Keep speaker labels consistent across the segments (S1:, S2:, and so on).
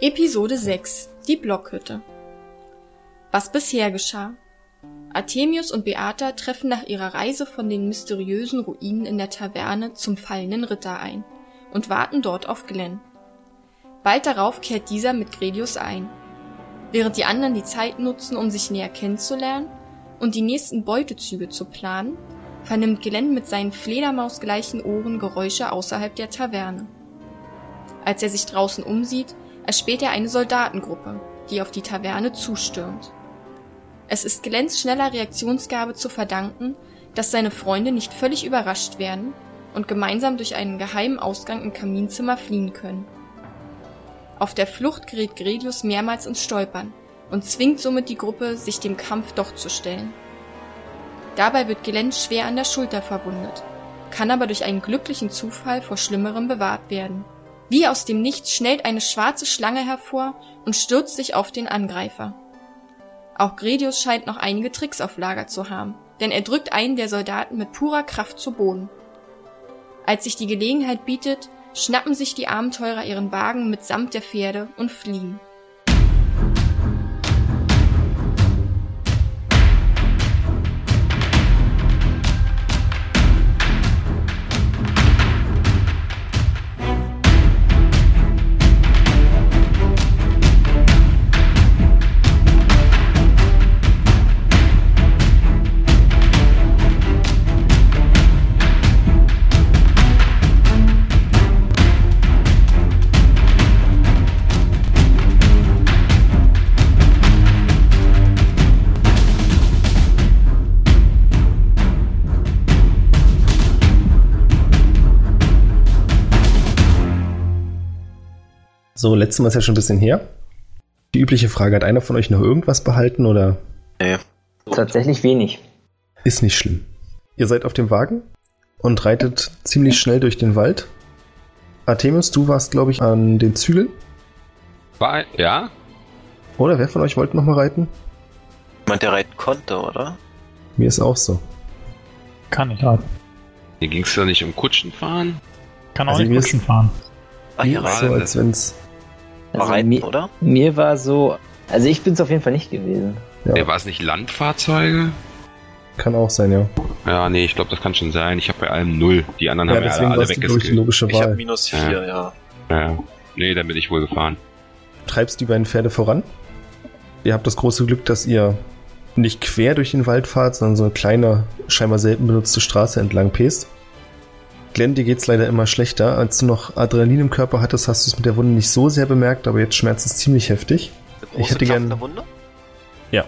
S1: Episode 6 Die Blockhütte Was bisher geschah Artemius und Beata treffen nach ihrer Reise von den mysteriösen Ruinen in der Taverne zum fallenden Ritter ein und warten dort auf Glenn. Bald darauf kehrt dieser mit Gredius ein. Während die anderen die Zeit nutzen, um sich näher kennenzulernen und die nächsten Beutezüge zu planen, vernimmt Glenn mit seinen fledermausgleichen Ohren Geräusche außerhalb der Taverne. Als er sich draußen umsieht, erspäht er eine Soldatengruppe, die auf die Taverne zustürmt. Es ist Glenns schneller Reaktionsgabe zu verdanken, dass seine Freunde nicht völlig überrascht werden und gemeinsam durch einen geheimen Ausgang im Kaminzimmer fliehen können. Auf der Flucht gerät Gredius mehrmals ins Stolpern und zwingt somit die Gruppe, sich dem Kampf doch zu stellen. Dabei wird Glenn schwer an der Schulter verwundet, kann aber durch einen glücklichen Zufall vor Schlimmerem bewahrt werden. Wie aus dem Nichts schnellt eine schwarze Schlange hervor und stürzt sich auf den Angreifer. Auch Gredius scheint noch einige Tricks auf Lager zu haben, denn er drückt einen der Soldaten mit purer Kraft zu Boden. Als sich die Gelegenheit bietet, schnappen sich die Abenteurer ihren Wagen mitsamt der Pferde und fliehen.
S2: So, letztes Mal ist ja schon ein bisschen her. Die übliche Frage, hat einer von euch noch irgendwas behalten oder
S3: Nee.
S4: Tatsächlich wenig.
S2: ist nicht schlimm? Ihr seid auf dem Wagen und reitet ziemlich schnell durch den Wald. Artemis, du warst, glaube ich, an den Zügeln.
S5: War ein, ja?
S2: Oder wer von euch wollte nochmal reiten?
S3: Jemand, der reiten konnte, oder?
S2: Mir ist auch so.
S6: Kann ich raten.
S5: Hier ging es ja nicht um Kutschenfahren.
S6: Kann auch
S2: Also
S6: nicht
S2: wir-
S6: Kutschen fahren.
S3: Ah, hier
S2: Mir ist
S5: reiten.
S2: so, als wenn's.
S3: War
S4: Also
S3: reiten,
S4: mir,
S3: oder?
S4: mir war so. Also ich bin es auf jeden Fall nicht gewesen.
S2: Ja,
S5: Nee, war es nicht Landfahrzeuge?
S2: kann auch sein, ja.
S5: Ja, nee, ich glaube, das kann schon sein. Ich habe bei allem null. Die anderen
S2: Ja,
S5: haben ja alle,
S2: deswegen
S5: alle
S2: warst du, glaube ich, die
S5: weggeskillt.
S2: logische
S3: Ich habe
S2: Wahl.
S3: minus
S5: Ja.
S3: 4, ja.
S5: Ja. Nee, dann bin ich wohl gefahren.
S2: Du treibst die beiden Pferde voran. Ihr habt das große Glück, dass ihr nicht quer durch den Wald fahrt, sondern so eine kleine, scheinbar selten benutzte Straße entlang pest. Glenn, dir geht's leider immer schlechter. Als du noch Adrenalin im Körper hattest, hast du es mit der Wunde nicht so sehr bemerkt, aber jetzt schmerzt es ziemlich heftig.
S3: Eine große,
S2: hätte gern-
S3: klaffende Wunde?
S2: Ja.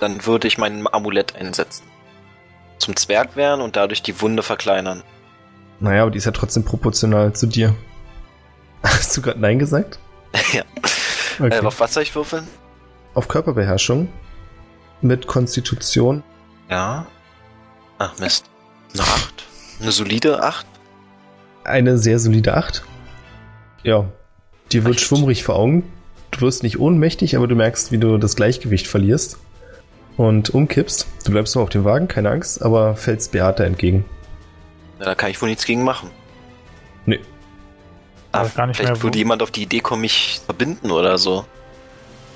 S3: Dann würde ich mein Amulett einsetzen. Zum Zwerg werden und dadurch die Wunde verkleinern.
S2: Naja, aber die ist ja trotzdem proportional zu dir. Hast du gerade Nein gesagt?
S3: ja.
S2: Okay.
S3: Äh, auf was soll ich würfeln?
S2: Auf Körperbeherrschung mit Konstitution
S3: Ja. Ach, Mist. Eine 8. Eine solide 8.
S2: eine sehr solide 8. Ja, dir wird
S3: Acht.
S2: schwummrig vor Augen. Du wirst nicht ohnmächtig, aber du merkst, wie du das Gleichgewicht verlierst und umkippst. Du bleibst noch auf dem Wagen, keine Angst, aber fällst Beate entgegen.
S3: Ja, da kann ich wohl nichts gegen machen.
S2: Nee.
S3: Ah,
S6: Weiß gar nicht
S3: vielleicht
S6: mehr, wo-
S3: würde jemand auf die Idee kommen, mich verbinden oder so.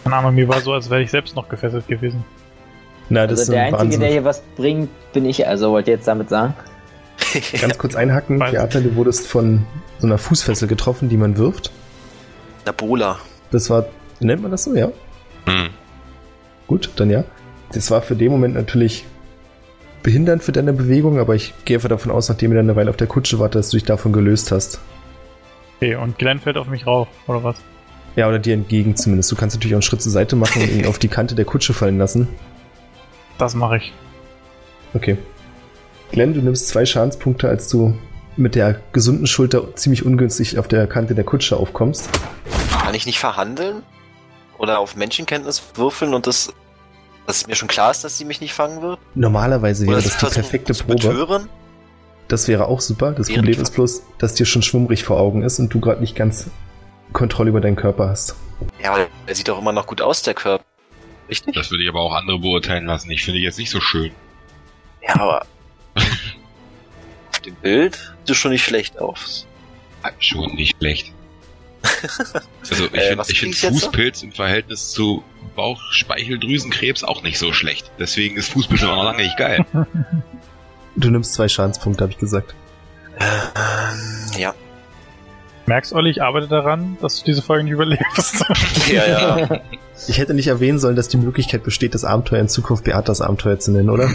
S6: Keine Ahnung, mir war so, als wäre ich selbst noch gefesselt gewesen.
S2: Na, das
S4: Also
S2: ist
S4: der
S2: ein
S4: Einzige,
S2: Wahnsinn.
S4: der hier was bringt, bin ich. Also wollte ich jetzt damit sagen.
S2: Ganz kurz einhacken,
S6: Weiß-
S2: Beate, du wurdest von so einer Fußfessel getroffen, die man wirft.
S3: Eine Bola.
S2: Das war, nennt man das so, ja?
S5: Hm.
S2: Gut, dann ja. Das war für den Moment natürlich behindernd für deine Bewegung, aber ich gehe einfach davon aus, nachdem ihr dann eine Weile auf der Kutsche wart, dass du dich davon gelöst hast.
S6: Okay, und Glenn fällt auf mich rauf, oder was?
S2: Ja, oder dir entgegen zumindest. Du kannst natürlich auch einen Schritt zur Seite machen und ihn auf die Kante der Kutsche fallen lassen.
S6: Das mache ich.
S2: Okay. Glenn, du nimmst zwei Schadenspunkte, als du mit der gesunden Schulter ziemlich ungünstig auf der Kante der Kutsche aufkommst.
S3: Kann ich nicht verhandeln? Oder auf Menschenkenntnis würfeln und das. Dass mir schon klar ist, dass sie mich nicht fangen wird?
S2: Normalerweise
S3: Oder
S2: wäre das die
S3: versuchen
S2: perfekte
S3: zu
S2: Probe.
S3: betören?
S2: Das wäre auch super. Das
S3: Wäre
S2: Problem
S3: die-
S2: ist bloß, dass dir schon schwummrig vor Augen ist und du gerade nicht ganz Kontrolle über deinen Körper hast.
S3: Ja, aber er sieht doch immer noch gut aus, der Körper. Richtig?
S5: Das würde ich aber auch andere beurteilen lassen. Ich finde die jetzt nicht so schön.
S3: Ja, aber. auf dem Bild sieht es schon nicht schlecht aus.
S5: Ah, Schon nicht schlecht. Also ich
S3: Äh,
S5: finde
S3: was
S5: ich
S3: krieg
S5: find
S3: ich jetzt so?
S5: Fußpilz im Verhältnis zu Bauchspeicheldrüsenkrebs auch nicht so schlecht. Deswegen ist Fußpilz aber noch lange nicht geil.
S2: Du nimmst zwei Schadenspunkte, habe ich gesagt.
S3: Ähm, ja.
S6: Merkst, Olli, ich arbeite daran, dass du diese Folge nicht überlebst.
S3: Ja, ja.
S2: Ich hätte nicht erwähnen sollen, dass die Möglichkeit besteht, das Abenteuer in Zukunft Beatas Abenteuer zu nennen, oder?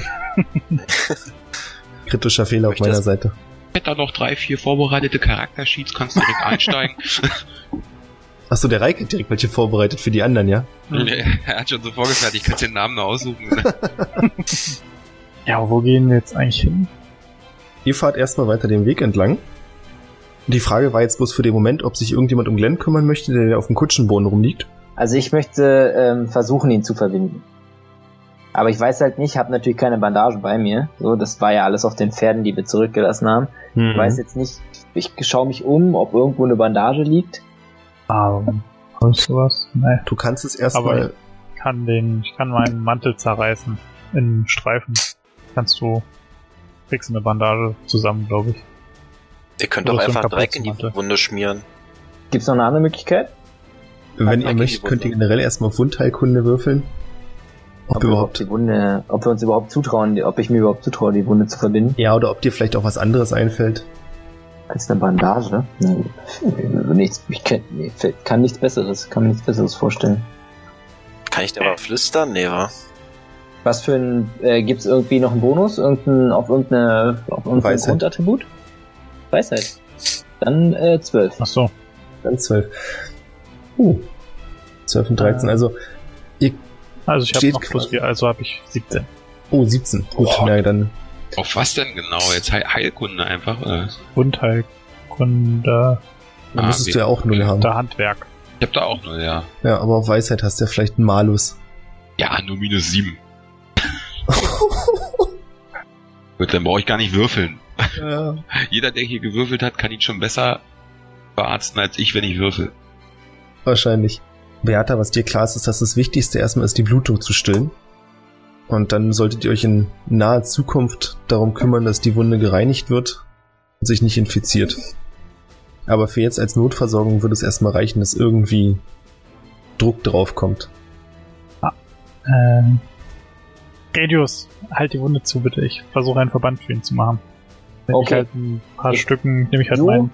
S2: Kritischer Fehler auf
S3: Möchte
S2: meiner
S3: das-
S2: Seite.
S5: Ich hätte da noch drei, vier vorbereitete Charaktersheets, kannst direkt einsteigen.
S2: Achso, der Reik hat direkt welche vorbereitet für die anderen, ja?
S5: er hat schon so vorgefertigt, kannst den Namen noch aussuchen.
S6: ja, aber wo gehen wir jetzt eigentlich hin?
S2: Ihr fahrt erstmal weiter den Weg entlang. Die Frage war jetzt bloß für den Moment, ob sich irgendjemand um Glenn kümmern möchte, der auf dem Kutschenboden rumliegt.
S4: Also ich möchte ähm, versuchen, ihn zu verbinden. Aber ich weiß halt nicht, habe natürlich keine Bandage bei mir. So, das war ja alles auf den Pferden, die wir zurückgelassen haben.
S2: Hm.
S4: Ich weiß jetzt nicht, ich schaue mich um, ob irgendwo eine Bandage liegt.
S6: Aber hast du was? Nee.
S2: Du kannst es
S6: Aber-
S2: erstmal.
S6: Ich kann den, ich kann meinen Mantel zerreißen. In Streifen. Kannst du, kriegst eine Bandage zusammen, glaube ich.
S3: Ihr könnt
S6: Oder
S3: doch
S6: so ein
S3: einfach Dreck in die
S6: Kapuzenmantel.
S3: Wunde schmieren.
S4: Gibt's noch eine andere Möglichkeit?
S5: halt
S2: Wenn ihr
S3: Okay,
S2: möchtet,
S3: die
S2: könnt ihr
S5: ne?
S3: Wunde.
S2: generell erstmal auf Wundheilkunde würfeln. Ob,
S4: Ob wir
S2: überhaupt.
S4: die Wunde, ob wir uns überhaupt zutrauen, die- ob ich mir überhaupt zutraue, die Wunde zu verbinden.
S2: Ja, oder ob dir vielleicht auch was anderes einfällt.
S4: Als eine Bandage? Nein. Nichts, ich kann, nee, fällt- kann nichts Besseres, kann mir nichts Besseres vorstellen.
S3: Kann ich dir mal flüstern? Nee, wa?
S4: Was für ein, äh, gibt's irgendwie noch einen Bonus? Irgendein, auf irgendeine, auf irgendein
S2: Weisheit.
S4: Grundattribut? Weisheit. Dann, äh, 12.
S6: Ach so.
S2: Dann 12. Uh. 12 und 13.
S5: Ah.
S2: Also,
S6: Also ich habe
S2: Steht
S6: noch plus
S2: quasi.
S6: 4, also habe ich 17.
S2: oh, 17. Gut,
S5: Boah.
S2: na dann.
S5: Auf was denn genau? Jetzt Heil Heilkunde einfach? äh, Oder? was?
S6: Grundheilkunde,
S2: Dann
S5: Ah,
S2: müsstest
S5: wie-
S2: du ja auch null haben.
S6: der Handwerk.
S5: Ich hab da auch nur, ja.
S2: Ja, aber auf Weisheit hast du ja vielleicht einen Malus.
S5: Ja, nur minus sieben. Gut, dann brauche ich gar nicht würfeln.
S2: ja.
S5: Jeder, der hier gewürfelt hat, kann ihn schon besser bearzten als ich, wenn ich würfel.
S2: Wahrscheinlich. Beata, was dir klar ist, ist, dass das Wichtigste erstmal ist, die Blutung zu stillen. Und dann solltet ihr euch in naher Zukunft darum kümmern, dass die Wunde gereinigt wird und sich nicht infiziert. Aber für jetzt als Notversorgung würde es erstmal reichen, dass irgendwie Druck drauf kommt.
S6: Ähm. Radius, halt die Wunde zu, bitte. Ich versuche einen Verband für ihn zu machen. Nehm
S4: Okay.
S6: ich halt ein paar
S4: Ich-
S6: Stücken, nehme ich halt
S4: So?
S6: meinen.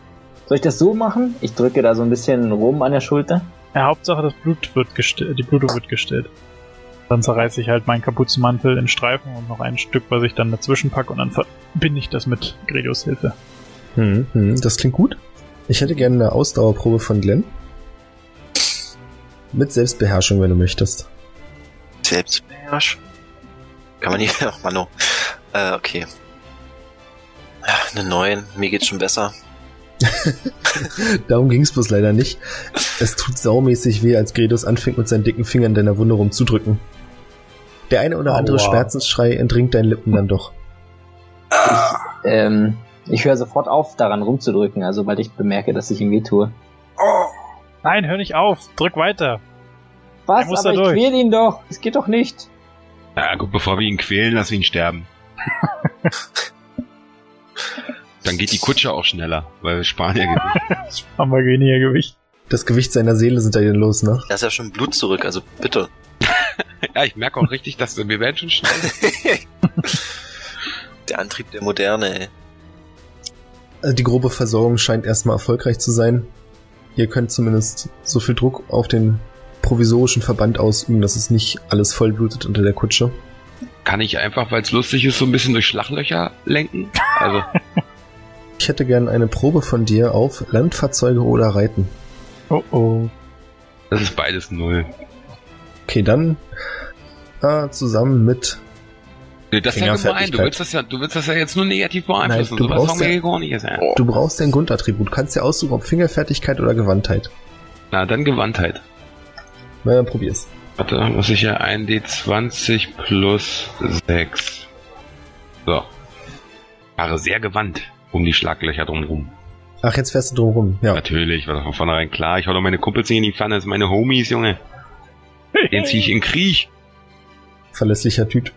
S4: Soll ich das so machen? Ich drücke da so ein bisschen rum an der Schulter.
S6: Ja, Hauptsache das Blut wird gestillt, die Blutung wird gestillt. Dann zerreiße ich halt meinen Kapuzenmantel in Streifen und noch ein Stück, was ich dann dazwischen packe und dann verbinde ich das mit Gredios Hilfe.
S2: Hm, hm, das klingt gut. Ich hätte gerne eine Ausdauerprobe von Glenn. Mit Selbstbeherrschung, wenn du möchtest.
S3: Selbstbeherrschung? Kann man nicht. Ach, Mano. Äh, okay. Ach, eine 9. Mir geht's schon besser.
S2: Darum ging's bloß leider nicht. Es tut saumäßig weh, als Gredus anfängt, mit seinen dicken Fingern deiner Wunde rumzudrücken. Der eine oder andere
S6: Aua.
S2: Schmerzensschrei entringt deinen Lippen dann doch.
S4: Ähm, ich höre sofort auf, daran rumzudrücken, also sobald ich bemerke, dass ich ihm weh tue.
S6: Nein, hör nicht auf! Drück weiter! Er
S4: Was?
S6: muss
S4: Aber
S6: da
S4: ich
S6: durch.
S4: quäl ihn doch! Es geht doch nicht!
S5: Ja, gut, bevor wir ihn quälen, lassen wir ihn sterben. dann geht die Kutsche auch schneller, weil wir sparen ja Gewicht.
S6: Haben wir weniger Gewicht.
S2: Das Gewicht seiner Seele sind da denn los, ne?
S3: Da ist ja schon Blut zurück, also bitte.
S5: Ja, ich merke auch richtig, dass wir werden schon schnell.
S3: Der Antrieb der Moderne, ey.
S2: Also die grobe Versorgung scheint erstmal erfolgreich zu sein. Ihr könnt zumindest so viel Druck auf den provisorischen Verband ausüben, dass es nicht alles vollblutet unter der Kutsche.
S5: Kann ich einfach, weil es lustig ist, so ein bisschen durch Schlachlöcher lenken? Also,
S2: Ich hätte gern eine Probe von dir auf Landfahrzeuge oder Reiten.
S6: Oh oh.
S5: das ist beides null.
S2: Okay, dann äh, zusammen mit
S5: Nee, Das ist ja gemein. Du
S2: Fingerfertigkeit.
S5: willst, das ja, du willst das ja jetzt nur negativ beeinflussen.
S2: Nein, du
S5: Sowas
S2: brauchst
S5: haben wir
S2: ja-
S5: hier gar nicht. gesagt.
S2: Du brauchst dein Grundattribut. Du kannst dir aussuchen, ob Fingerfertigkeit oder Gewandtheit.
S5: Na, dann Gewandtheit.
S2: Na, dann probier's.
S5: Warte, muss ich ja 1d20 plus 6. So. Fahre sehr gewandt um die Schlaglöcher drumherum.
S2: Ach, jetzt fährst du drum rum. Ja.
S5: Natürlich, war doch von vornherein klar. Ich hau doch meine Kumpels nicht in die Pfanne, das sind meine Homies, Junge. Den zieh ich in den Krieg.
S2: Verlässlicher Typ.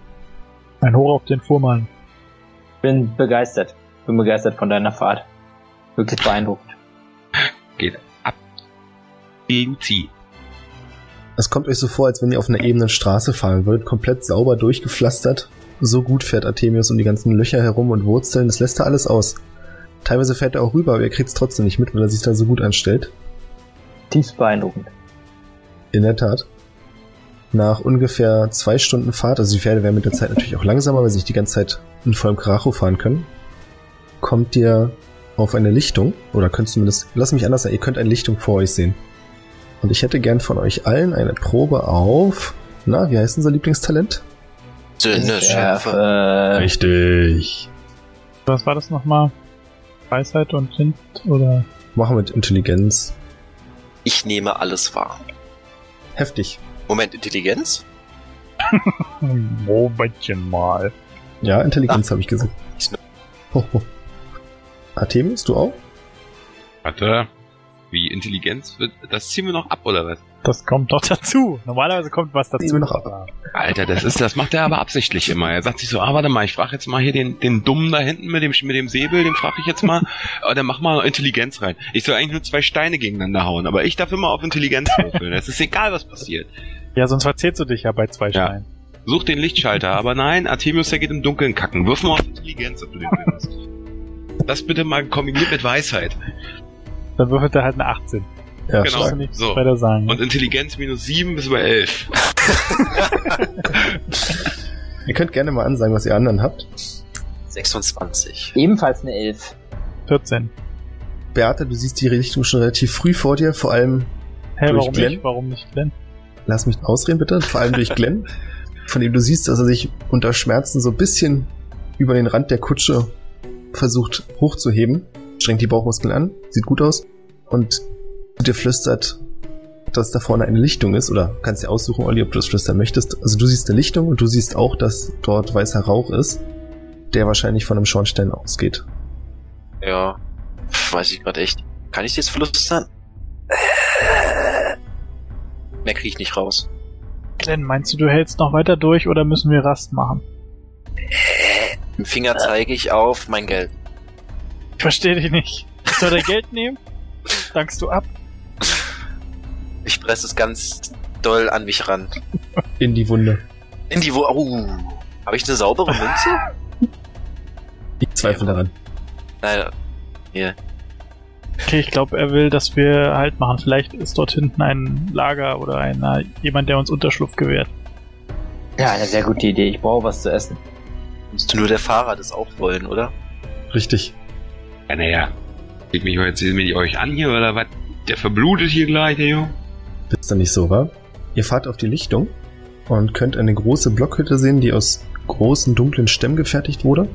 S6: Ein Hoch auf den Fuhrmann.
S4: Bin begeistert. Bin begeistert von deiner Fahrt. Wirklich beeindruckt.
S5: Geht ab gegen Zieh.
S2: Es kommt euch so vor, als wenn ihr auf einer ebenen Straße fahren würdet, komplett sauber durchgepflastert. So gut fährt Artemius um die ganzen Löcher herum und Wurzeln, das lässt er alles aus. Teilweise fährt er auch rüber, aber ihr kriegt es trotzdem nicht mit, weil er sich da so gut anstellt.
S4: Tiefst beeindruckend.
S2: In der Tat. Nach ungefähr zwei Stunden Fahrt, also die Pferde werden mit der Zeit natürlich auch langsamer, weil sie nicht die ganze Zeit in vollem Karacho fahren können, kommt ihr auf eine Lichtung, oder könnt zumindest, lass mich anders sagen, ihr könnt eine Lichtung vor euch sehen. Und ich hätte gern von euch allen eine Probe auf, na, wie heißt unser Lieblingstalent?
S3: Dünne Schärfe.
S4: Schärfe.
S2: Richtig.
S6: Was war das nochmal? Weisheit und Sinn? Oder?
S2: Machen wir mit Intelligenz.
S3: Ich nehme alles wahr.
S2: Heftig.
S3: Moment, Intelligenz?
S6: Momentchen mal.
S2: Ja, Intelligenz habe ich gesagt.
S3: Ich nur-
S2: Ho, ho. Artemis, du auch?
S5: Warte, wie Intelligenz wird, das ziehen wir noch ab, oder was?
S6: Das kommt doch dazu. Normalerweise kommt was dazu.
S2: Nehmen wir noch
S6: ab.
S5: Alter, das ist, das macht er aber absichtlich immer. Er sagt sich so, ah, warte mal, ich frage jetzt mal hier den, den Dummen da hinten mit dem, mit dem Säbel, den frage ich jetzt mal, oh, dann mach mal Intelligenz rein. Ich soll eigentlich nur zwei Steine gegeneinander hauen, aber ich darf immer auf Intelligenz würfeln. Es ist egal, was passiert.
S6: Ja, sonst verzählst du dich ja bei zwei
S5: Ja.
S6: Steinen.
S5: Such den Lichtschalter, aber nein, Artemius, der geht im Dunkeln kacken. Wirf mal auf Intelligenz, ob du den findest. Das bitte mal kombiniert mit Weisheit.
S6: Dann würfelt er halt eine 18.
S2: Ja,
S5: Genau.
S6: Kannst du
S2: stark.
S6: nichts
S5: So.
S6: weiter sagen.
S5: Und Intelligenz minus sieben bis bei elf.
S2: Ihr könnt gerne mal ansagen, was ihr anderen habt.
S3: 26.
S4: Ebenfalls eine 11.
S6: 14.
S2: Beate, du siehst die Richtung schon relativ früh vor dir, vor allem,
S6: Hä,
S2: Durch
S6: warum
S2: Glenn?
S6: nicht? Warum nicht Glenn?
S2: lass mich ausreden bitte, vor allem durch Glenn, von dem du siehst, dass er sich unter Schmerzen so ein bisschen über den Rand der Kutsche versucht hochzuheben, strengt die Bauchmuskeln an, sieht gut aus und dir flüstert, dass da vorne eine Lichtung ist oder kannst dir aussuchen, Olli, ob du das flüstern möchtest. Also du siehst eine Lichtung und du siehst auch, dass dort weißer Rauch ist, der wahrscheinlich von einem Schornstein ausgeht.
S3: Ja. Pff, weiß ich gerade echt. Kann ich das flüstern? Mehr krieg ich nicht raus.
S6: Glenn, meinst du, du hältst noch weiter durch oder müssen wir Rast machen?
S3: Mit dem Finger zeige ich auf mein Geld.
S6: Ich verstehe dich nicht. Soll der Geld nehmen? Dankst du ab?
S3: Ich presse es ganz doll an mich ran.
S2: In die Wunde.
S3: In die Wo. Oh. Habe ich eine saubere Münze?
S2: Ich zweifle daran.
S3: Nein,
S6: Okay, ich glaube, er will, dass wir Halt machen. Vielleicht ist dort hinten ein Lager oder einer, jemand, der uns Unterschlupf gewährt.
S4: Ja, eine sehr gute Idee. Ich brauche was zu essen.
S3: müsste nur der Fahrer das auch wollen, oder?
S2: Richtig.
S5: Ja, naja. Seht mich jetzt seht mich euch an hier oder was? Der verblutet hier gleich, der Junge.
S2: Ist dann nicht so, wa? Ihr fahrt auf die Lichtung und könnt eine große Blockhütte sehen, die aus großen dunklen Stämmen gefertigt wurde.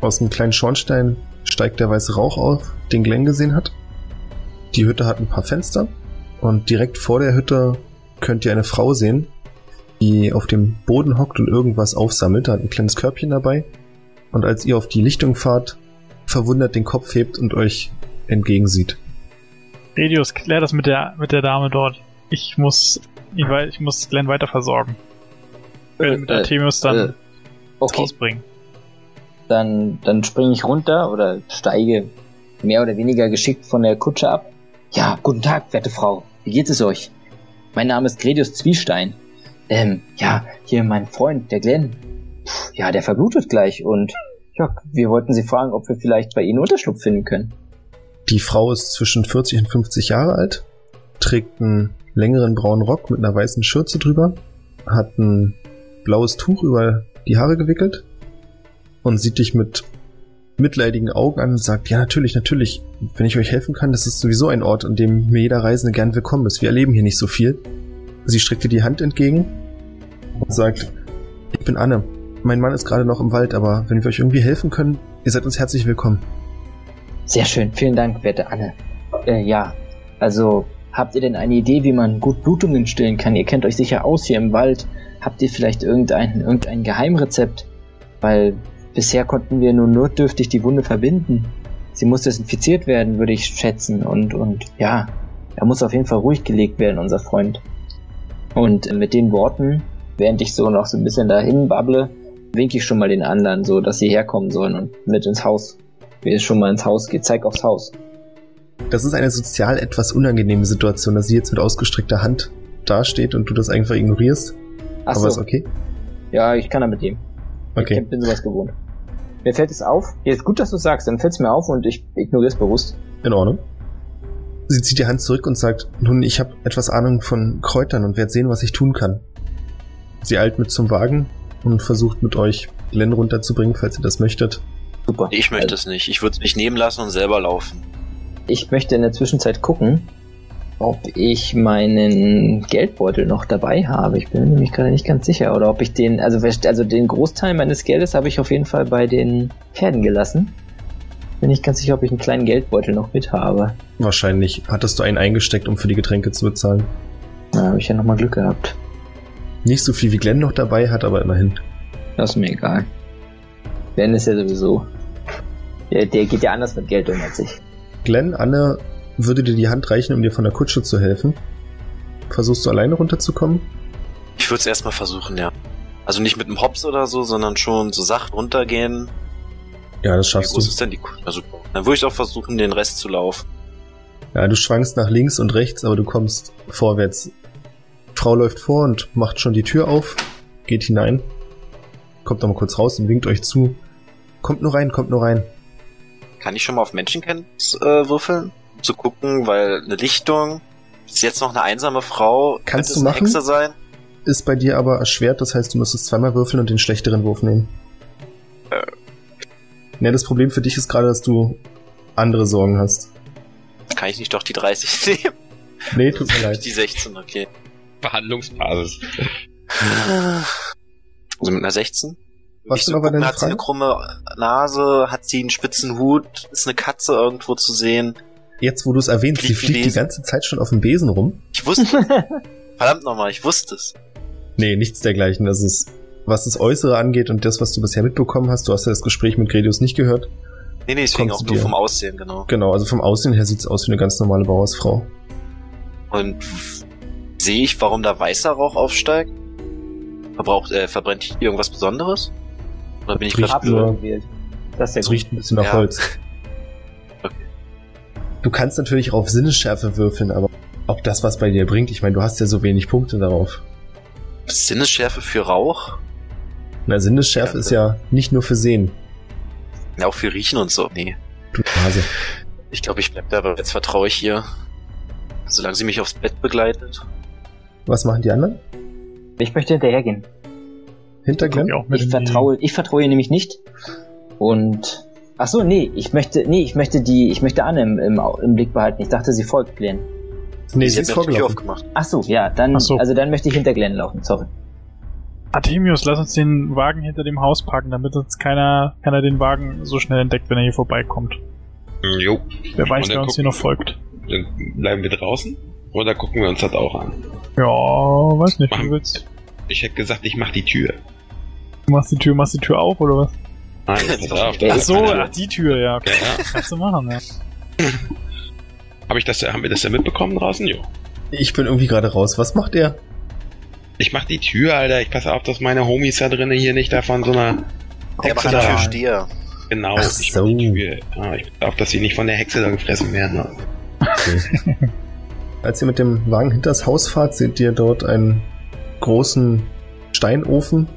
S2: Aus einem kleinen Schornstein steigt der weiße Rauch auf, den Glenn gesehen hat. Die Hütte hat ein paar Fenster und direkt vor der Hütte könnt ihr eine Frau sehen, die auf dem Boden hockt und irgendwas aufsammelt. Da hat ein kleines Körbchen dabei. Und als ihr auf die Lichtung fahrt, verwundert den Kopf hebt und euch entgegensieht.
S6: Redius, klär das mit der, mit der Dame dort. Ich muss, ich, wei- ich muss Glenn weiter versorgen. Werde mit
S4: Äh, äh,
S6: Artemius dann
S4: äh, Okay,
S6: rausbringen.
S4: dann, dann springe ich runter oder steige mehr oder weniger geschickt von der Kutsche ab. Ja, guten Tag, werte Frau. Wie geht es euch? Mein Name ist Gredius Zwiestein. Ähm, ja, hier mein Freund, der Glenn. Pff, ja, der verblutet gleich und ja, wir wollten Sie fragen, ob wir vielleicht bei Ihnen Unterschlupf finden können.
S2: Die Frau ist zwischen 40 und 50 Jahre alt, trägt einen längeren braunen Rock mit einer weißen Schürze drüber, hat ein blaues Tuch über die Haare gewickelt und sieht dich mit mitleidigen Augen an und sagt, ja natürlich, natürlich, wenn ich euch helfen kann, das ist sowieso ein Ort, an dem mir jeder Reisende gern willkommen ist. Wir erleben hier nicht so viel. Sie streckt dir die Hand entgegen und sagt, ich bin Anne. Mein Mann ist gerade noch im Wald, aber wenn wir euch irgendwie helfen können, ihr seid uns herzlich willkommen.
S4: Sehr schön, vielen Dank, werte Anne. Äh, ja, also habt ihr denn eine Idee, wie man gut Blutungen stillen kann? Ihr kennt euch sicher aus hier im Wald. Habt ihr vielleicht irgendein, irgendein Geheimrezept? Weil bisher konnten wir nur notdürftig die Wunde verbinden. Sie muss desinfiziert werden, würde ich schätzen. Und, und ja, er muss auf jeden Fall ruhig gelegt werden, unser Freund. Und äh, mit den Worten, während ich so noch so ein bisschen dahin babble, winke ich schon mal den anderen so, dass sie herkommen sollen und mit ins Haus wir schon mal ins Haus geht. Zeig aufs Haus.
S2: Das ist eine sozial etwas unangenehme Situation, dass sie jetzt mit ausgestreckter Hand dasteht und du das einfach ignorierst.
S4: Ach
S2: aber
S4: so.
S2: ist okay.
S4: Ja, ich kann damit leben. Ich
S2: Okay.
S4: bin sowas gewohnt. Mir fällt es auf. Ja, ist gut, dass du sagst. Dann fällt es mir auf und ich ignoriere es bewusst.
S2: In Ordnung. Sie zieht die Hand zurück und sagt, nun, ich habe etwas Ahnung von Kräutern und werde sehen, was ich tun kann. Sie eilt mit zum Wagen und versucht mit euch Glenn runterzubringen, falls ihr das möchtet.
S4: Super.
S3: Ich möchte es nicht. Ich würde es mich nehmen lassen und selber laufen.
S4: Ich möchte in der Zwischenzeit gucken, ob ich meinen Geldbeutel noch dabei habe. Ich bin mir nämlich gerade nicht ganz sicher. Oder ob ich den, also, verst- also den Großteil meines Geldes habe ich auf jeden Fall bei den Pferden gelassen. Bin nicht ganz sicher, ob ich einen kleinen Geldbeutel noch mit habe.
S2: Wahrscheinlich hattest du einen eingesteckt, um für die Getränke zu bezahlen.
S4: Da habe ich ja nochmal Glück gehabt.
S2: Nicht so viel wie Glenn noch dabei hat, aber immerhin.
S4: Das ist mir egal. Wenn ist ja sowieso. Der, der geht ja anders mit Geld um als ich.
S2: Glenn, Anne würde dir die Hand reichen, um dir von der Kutsche zu helfen. Versuchst du alleine runterzukommen?
S3: Ich würde es erstmal versuchen, ja. Also nicht mit einem Hops oder so, sondern schon so sacht runtergehen.
S2: Ja, das
S3: Wie
S2: schaffst
S3: groß
S2: du.
S3: ist denn die Kuh? Na super. Dann würde ich auch versuchen, den Rest zu laufen.
S2: Ja, du schwankst nach links und rechts, aber du kommst vorwärts. Frau läuft vor und macht schon die Tür auf, geht hinein, kommt nochmal kurz raus und winkt euch zu. Kommt nur rein, kommt nur rein.
S3: Kann ich schon mal auf Menschenkenntnis äh, würfeln? Um zu gucken, weil eine Lichtung. Ist jetzt noch eine einsame Frau.
S2: Kannst du
S3: Könnte es
S2: machen?
S3: Eine Hexe sein?
S2: Ist bei dir aber erschwert, das heißt, du müsstest zweimal würfeln und den schlechteren Wurf nehmen.
S3: Äh.
S2: Ja, das Problem für dich ist gerade, dass du andere Sorgen hast.
S3: Kann ich nicht doch die 30 nehmen?
S2: Nee, tut mir leid.
S3: Die 16, okay.
S5: Verhandlungsbasis.
S3: Also mit einer 16?
S2: Was
S3: Ich
S2: denn aber
S3: gucken,
S2: deine
S3: Hat sie eine
S2: Frage?
S3: krumme Nase? Hat sie einen spitzen Hut? Ist eine Katze irgendwo zu sehen?
S2: Jetzt, wo du es erwähnst, sie
S3: Fliegt ein
S2: fliegt die
S3: Besen.
S2: ganze Zeit schon auf dem Besen rum.
S3: Ich wusste es. Verdammt nochmal, ich wusste es.
S2: Nee, nichts dergleichen. Das ist, was das Äußere angeht und das, was du bisher mitbekommen hast, du hast ja das Gespräch mit Gredius nicht gehört.
S3: Nee, nee, deswegen
S2: Kommst du
S3: auch nur
S2: dir?
S3: vom Aussehen, genau.
S2: Genau, also vom Aussehen her sieht's aus wie eine ganz normale Bauersfrau.
S3: Und sehe ich, warum da weißer Rauch aufsteigt? Verbraucht, äh, verbrennt hier irgendwas Besonderes? Oder bin ich
S2: Riecht
S3: grad-
S2: nur-
S4: Absolut gewählt. Das ist ja
S2: Es
S4: gut.
S2: riecht ein bisschen nach
S3: Ja.
S2: Holz.
S3: Okay.
S2: Du kannst natürlich auch auf Sinnesschärfe würfeln, aber ob das was bei dir bringt, ich meine, du hast ja so wenig Punkte darauf.
S3: Sinnesschärfe für Rauch?
S2: Na, Sinnesschärfe
S3: Ja,
S2: ist ja nicht nur für Sehen,
S3: Ja, auch für Riechen und so. Nee.
S2: du Nase.
S3: Ich glaube, ich bleib dabei. Jetzt vertraue ich ihr. Solange sie mich aufs Bett begleitet.
S2: Was machen die anderen?
S4: Ich möchte hinterhergehen.
S2: Hinter
S6: Guck
S2: Glenn?
S6: ich auch mit
S4: Ich
S6: in die-
S4: vertraue, ich vertraue ihr nämlich nicht. Und ach so, nee, ich möchte, nee, ich möchte die, ich möchte Anne im, im, Au- im Blick behalten. Ich dachte, sie folgt Glenn.
S2: Nee,
S3: sie
S2: sie
S3: hat
S2: ist
S3: mir noch die Tür
S2: vorgelaufen.
S3: aufgemacht.
S4: Ach so, ja, dann,
S6: Ach so.
S4: also dann möchte ich hinter Glenn laufen. Sorry.
S6: Artemius, lass uns den Wagen hinter dem Haus parken, damit uns keiner, keiner den Wagen so schnell entdeckt, wenn er hier vorbeikommt.
S5: Jo.
S6: Wer weiß,
S5: Und dann
S6: wer uns
S5: gucken-
S6: hier noch folgt.
S5: Dann bleiben wir draußen oder gucken wir uns das auch an?
S6: Ja, weiß nicht,
S5: Machen-
S6: du willst.
S5: Ich hätte gesagt, ich mach die Tür.
S6: Du machst die Tür, machst die Tür auf, oder was?
S5: Nein, pass auf.
S4: Ach
S6: Ach so,
S5: ja.
S6: ach, die Tür, ja. Okay.
S5: ja.
S6: Kannst du machen, ja.
S5: Hab ich das, haben wir das ja mitbekommen draußen? Jo.
S2: Ich bin irgendwie gerade raus. Was macht er?
S5: Ich mach die Tür, Alter. Ich passe auf, dass meine Homies da drinnen hier nicht davon so einer.
S3: Er macht
S5: Hexe
S3: eine
S5: da.
S3: Türsteher.
S5: Genau.
S2: Ach
S5: ich
S2: so.
S5: mach die Tür. Ja, ich passe auf, dass sie nicht von der Hexe da gefressen werden. ne?
S2: Als ihr mit dem Wagen hinter das Haus fahrt, seht ihr dort einen großen Steinofen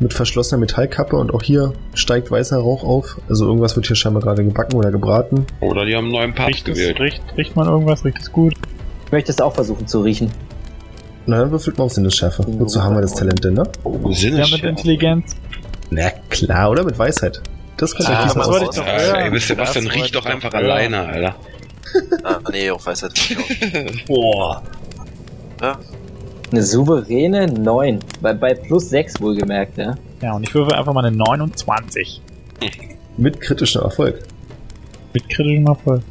S2: mit verschlossener Metallkappe und auch hier steigt weißer Rauch auf. Also irgendwas wird hier scheinbar gerade gebacken oder gebraten.
S5: Oder die haben einen neuen Papst
S6: Riecht, es,
S5: gewählt.
S6: riecht, riecht man irgendwas, riecht es gut.
S4: Ich möchte es auch versuchen zu riechen.
S2: Na, dann würfelt man auf Sinnesschärfe. Wozu haben wir das Talent denn, ne?
S5: Oh,
S6: Ja,
S5: sinnig.
S6: mit Intelligenz.
S2: Na klar, oder mit Weisheit. Das kann
S3: Ah,
S2: ich diesmal
S3: das
S2: aus.
S3: wollte ich doch
S5: Alter, ey,
S6: hören.
S5: wisst ihr was,
S6: Das
S5: dann
S6: wollte
S5: riech doch
S6: ich
S5: einfach
S6: hören.
S5: alleine, Alter.
S3: Ah, nee, auch weiß er nicht.
S5: Boah.
S4: Eine souveräne 9. Bei, bei plus 6 wohlgemerkt, ja.
S6: Ja, und ich würfe einfach mal eine 29.
S2: Mit kritischem Erfolg.
S6: Mit kritischem Erfolg.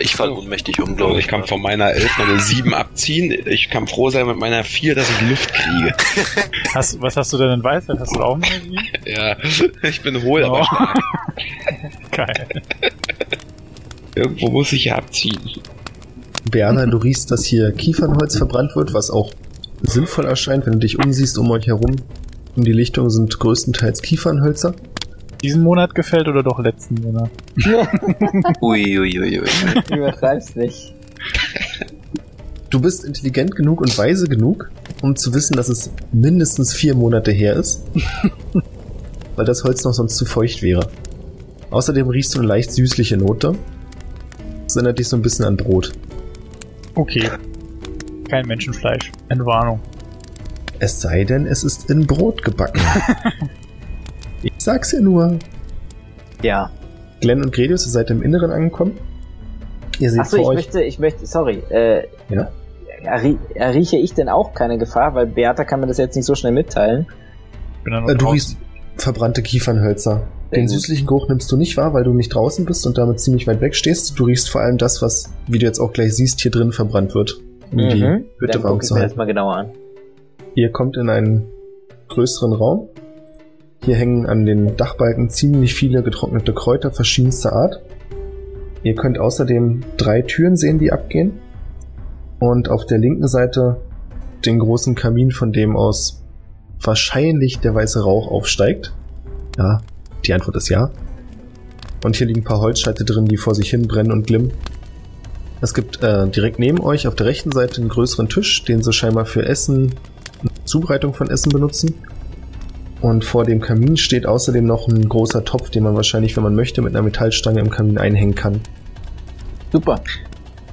S3: Ich fall ohnmächtig um,
S5: Also
S3: glaube
S5: ich kann von meiner 11 noch eine 7 abziehen. Ich kann froh sein mit meiner 4, dass ich Luft kriege.
S6: Hast, was hast du denn in Weisheit? Hast du auch noch irgendwie?
S5: Ja, ich bin hohl,
S6: Oh.
S5: aber stark.
S6: Geil.
S5: irgendwo muss ich ja abziehen.
S2: Berner, du riechst, dass hier Kiefernholz verbrannt wird, was auch sinnvoll erscheint, wenn du dich umsiehst um euch herum. Um die Lichtung sind größtenteils Kiefernhölzer.
S6: diesen Monat gefällt oder doch letzten Monat?
S3: genau. Uiuiuiui.
S4: Übertreib's nicht.
S2: Du bist intelligent genug und weise genug, um zu wissen, dass es mindestens vier Monate her ist. weil das Holz noch sonst zu feucht wäre. Außerdem riechst du eine leicht süßliche Note. Das erinnert dich so ein bisschen an Brot.
S6: Okay. Kein Menschenfleisch. Entwarnung.
S2: Es sei denn, es ist in Brot gebacken. ich sag's ja nur.
S4: Ja.
S2: Glenn und Gredius, ihr seid im Inneren angekommen. Ihr seht
S4: Achso,
S2: vor
S4: ich
S2: euch.
S4: möchte, ich möchte, sorry, äh,
S2: Ja?
S4: errie- errieche ich denn auch keine Gefahr, weil Beata kann mir das jetzt nicht so schnell mitteilen.
S6: Ich bin dann noch
S2: Äh, du
S6: draußen.
S2: riechst verbrannte Kiefernhölzer.
S4: Sehr
S2: Den
S4: gut.
S2: süßlichen Geruch nimmst du nicht wahr, weil du nicht draußen bist und damit ziemlich weit weg stehst. Du riechst vor allem das, was, wie du jetzt auch gleich siehst, hier drin verbrannt wird. Um die Hütte
S4: Mhm. Dann
S2: warm
S4: gucke ich
S2: zu
S4: mir
S2: halten.
S4: das mal genauer an.
S2: Ihr kommt in einen größeren Raum. Hier hängen an den Dachbalken ziemlich viele getrocknete Kräuter verschiedenster Art. Ihr könnt außerdem drei Türen sehen, die abgehen. Und auf der linken Seite den großen Kamin, von dem aus wahrscheinlich der weiße Rauch aufsteigt. Ja, die Antwort ist ja. Und hier liegen ein paar Holzscheite drin, die vor sich hin brennen und glimmen. Es gibt äh, direkt neben euch auf der rechten Seite einen größeren Tisch, den sie scheinbar für Essen, Zubereitung von Essen benutzen. Und vor dem Kamin steht außerdem noch ein großer Topf, den man wahrscheinlich, wenn man möchte, mit einer Metallstange im Kamin einhängen kann.
S4: Super.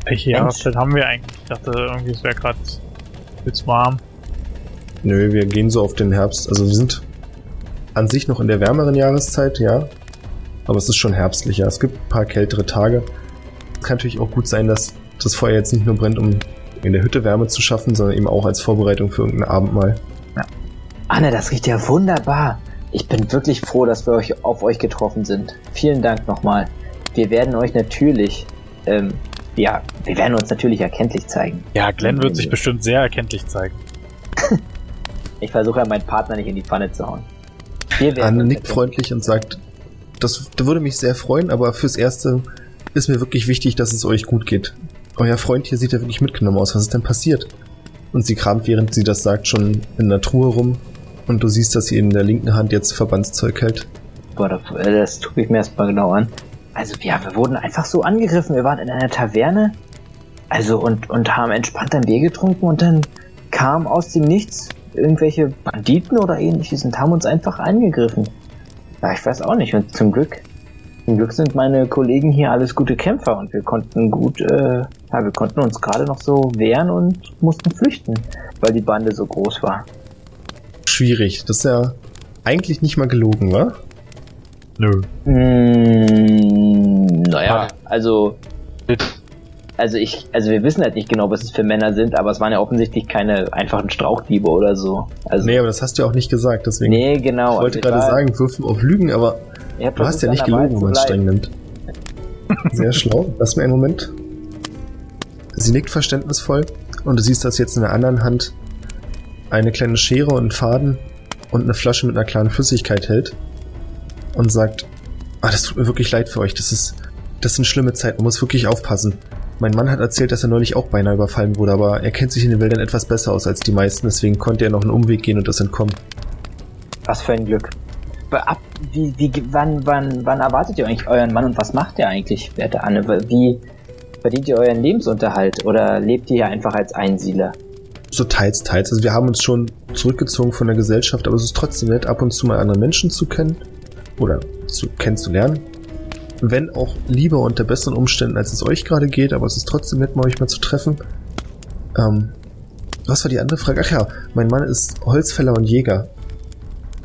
S6: Welche Jahreszeit haben wir eigentlich? Ich dachte, irgendwie es wäre gerade jetzt warm.
S2: Nö, wir gehen so auf den Herbst. Also wir sind an sich noch in der wärmeren Jahreszeit, ja. Aber es ist schon herbstlicher. Es gibt ein paar kältere Tage. Es kann natürlich auch gut sein, dass das Feuer jetzt nicht nur brennt, um in der Hütte Wärme zu schaffen, sondern eben auch als Vorbereitung für irgendein Abendmahl.
S4: Anne, das riecht ja wunderbar. Ich bin wirklich froh, dass wir euch auf euch getroffen sind. Vielen Dank nochmal. Wir werden euch natürlich, ähm, ja, wir werden uns natürlich erkenntlich zeigen.
S6: Ja, Glenn wird sich bestimmt sehr erkenntlich zeigen.
S4: Ich versuche ja meinen Partner nicht in die Pfanne zu hauen. Wir
S2: Anne
S4: uns
S2: nickt
S4: erkenntlich-
S2: freundlich und sagt, das würde mich sehr freuen, aber fürs Erste ist mir wirklich wichtig, dass es euch gut geht. Euer Freund hier sieht ja wirklich mitgenommen aus. Was ist denn passiert? Und sie kramt, während sie das sagt, schon in der Truhe rum. Und du siehst, dass sie in der linken Hand jetzt Verbandszeug hält.
S4: Boah, da- äh, das gucke ich mir erstmal genau an. Also ja, wir wurden einfach so angegriffen. Wir waren in einer Taverne. Also und, und haben entspannt ein Bier getrunken und dann kamen aus dem Nichts irgendwelche Banditen oder ähnliches und haben uns einfach angegriffen. Ja, ich weiß auch nicht. Und zum Glück, zum Glück sind meine Kollegen hier alles gute Kämpfer und wir konnten gut, äh, ja, wir konnten uns gerade noch so wehren und mussten flüchten, weil die Bande so groß war.
S2: Schwierig. Das ist ja eigentlich nicht mal gelogen, wa?
S6: Nö.
S4: Mmh, naja,
S6: Ah.
S4: also. Also ich, also wir wissen halt nicht genau, was es für Männer sind, aber es waren ja offensichtlich keine einfachen Strauchdiebe oder so. Also
S2: Nee,
S4: nee,
S2: aber das hast du ja auch nicht gesagt. Deswegen
S4: genau.
S2: ich wollte
S4: also
S2: gerade
S4: war-
S2: sagen, wirfen auf Lügen, aber
S4: ich hab
S2: du hast ja nicht
S4: versucht, an der Wahrheit
S2: gelogen, wenn man es
S4: zu
S2: streng nimmt. Sehr schlau. Lass mir einen Moment. Sie nickt verständnisvoll und du siehst, dass jetzt in der anderen Hand eine kleine Schere und einen Faden und eine Flasche mit einer klaren Flüssigkeit hält und sagt, ah, das tut mir wirklich leid für euch. Das ist, das sind schlimme Zeiten. Man muss wirklich aufpassen. Mein Mann hat erzählt, dass er neulich auch beinahe überfallen wurde, aber er kennt sich in den Wäldern etwas besser aus als die meisten, deswegen konnte er noch einen Umweg gehen und das entkommen.
S4: bleiben. Was für ein Glück. Aber Ab, wie, wie, wann, wann, wann erwartet ihr eigentlich euren Mann und was macht ihr eigentlich, werte Anne? Wie verdient ihr euren Lebensunterhalt oder lebt ihr hier einfach als Einsiedler?
S2: So teils, teils. Also wir haben uns schon zurückgezogen von der Gesellschaft, aber es ist trotzdem nett, ab und zu mal andere Menschen zu kennen oder zu kennenzulernen. Wenn auch lieber unter besseren Umständen, als es euch gerade geht, aber es ist trotzdem nett, mal euch mal zu treffen. Ähm, was war die andere Frage? Ach ja, mein Mann ist Holzfäller und Jäger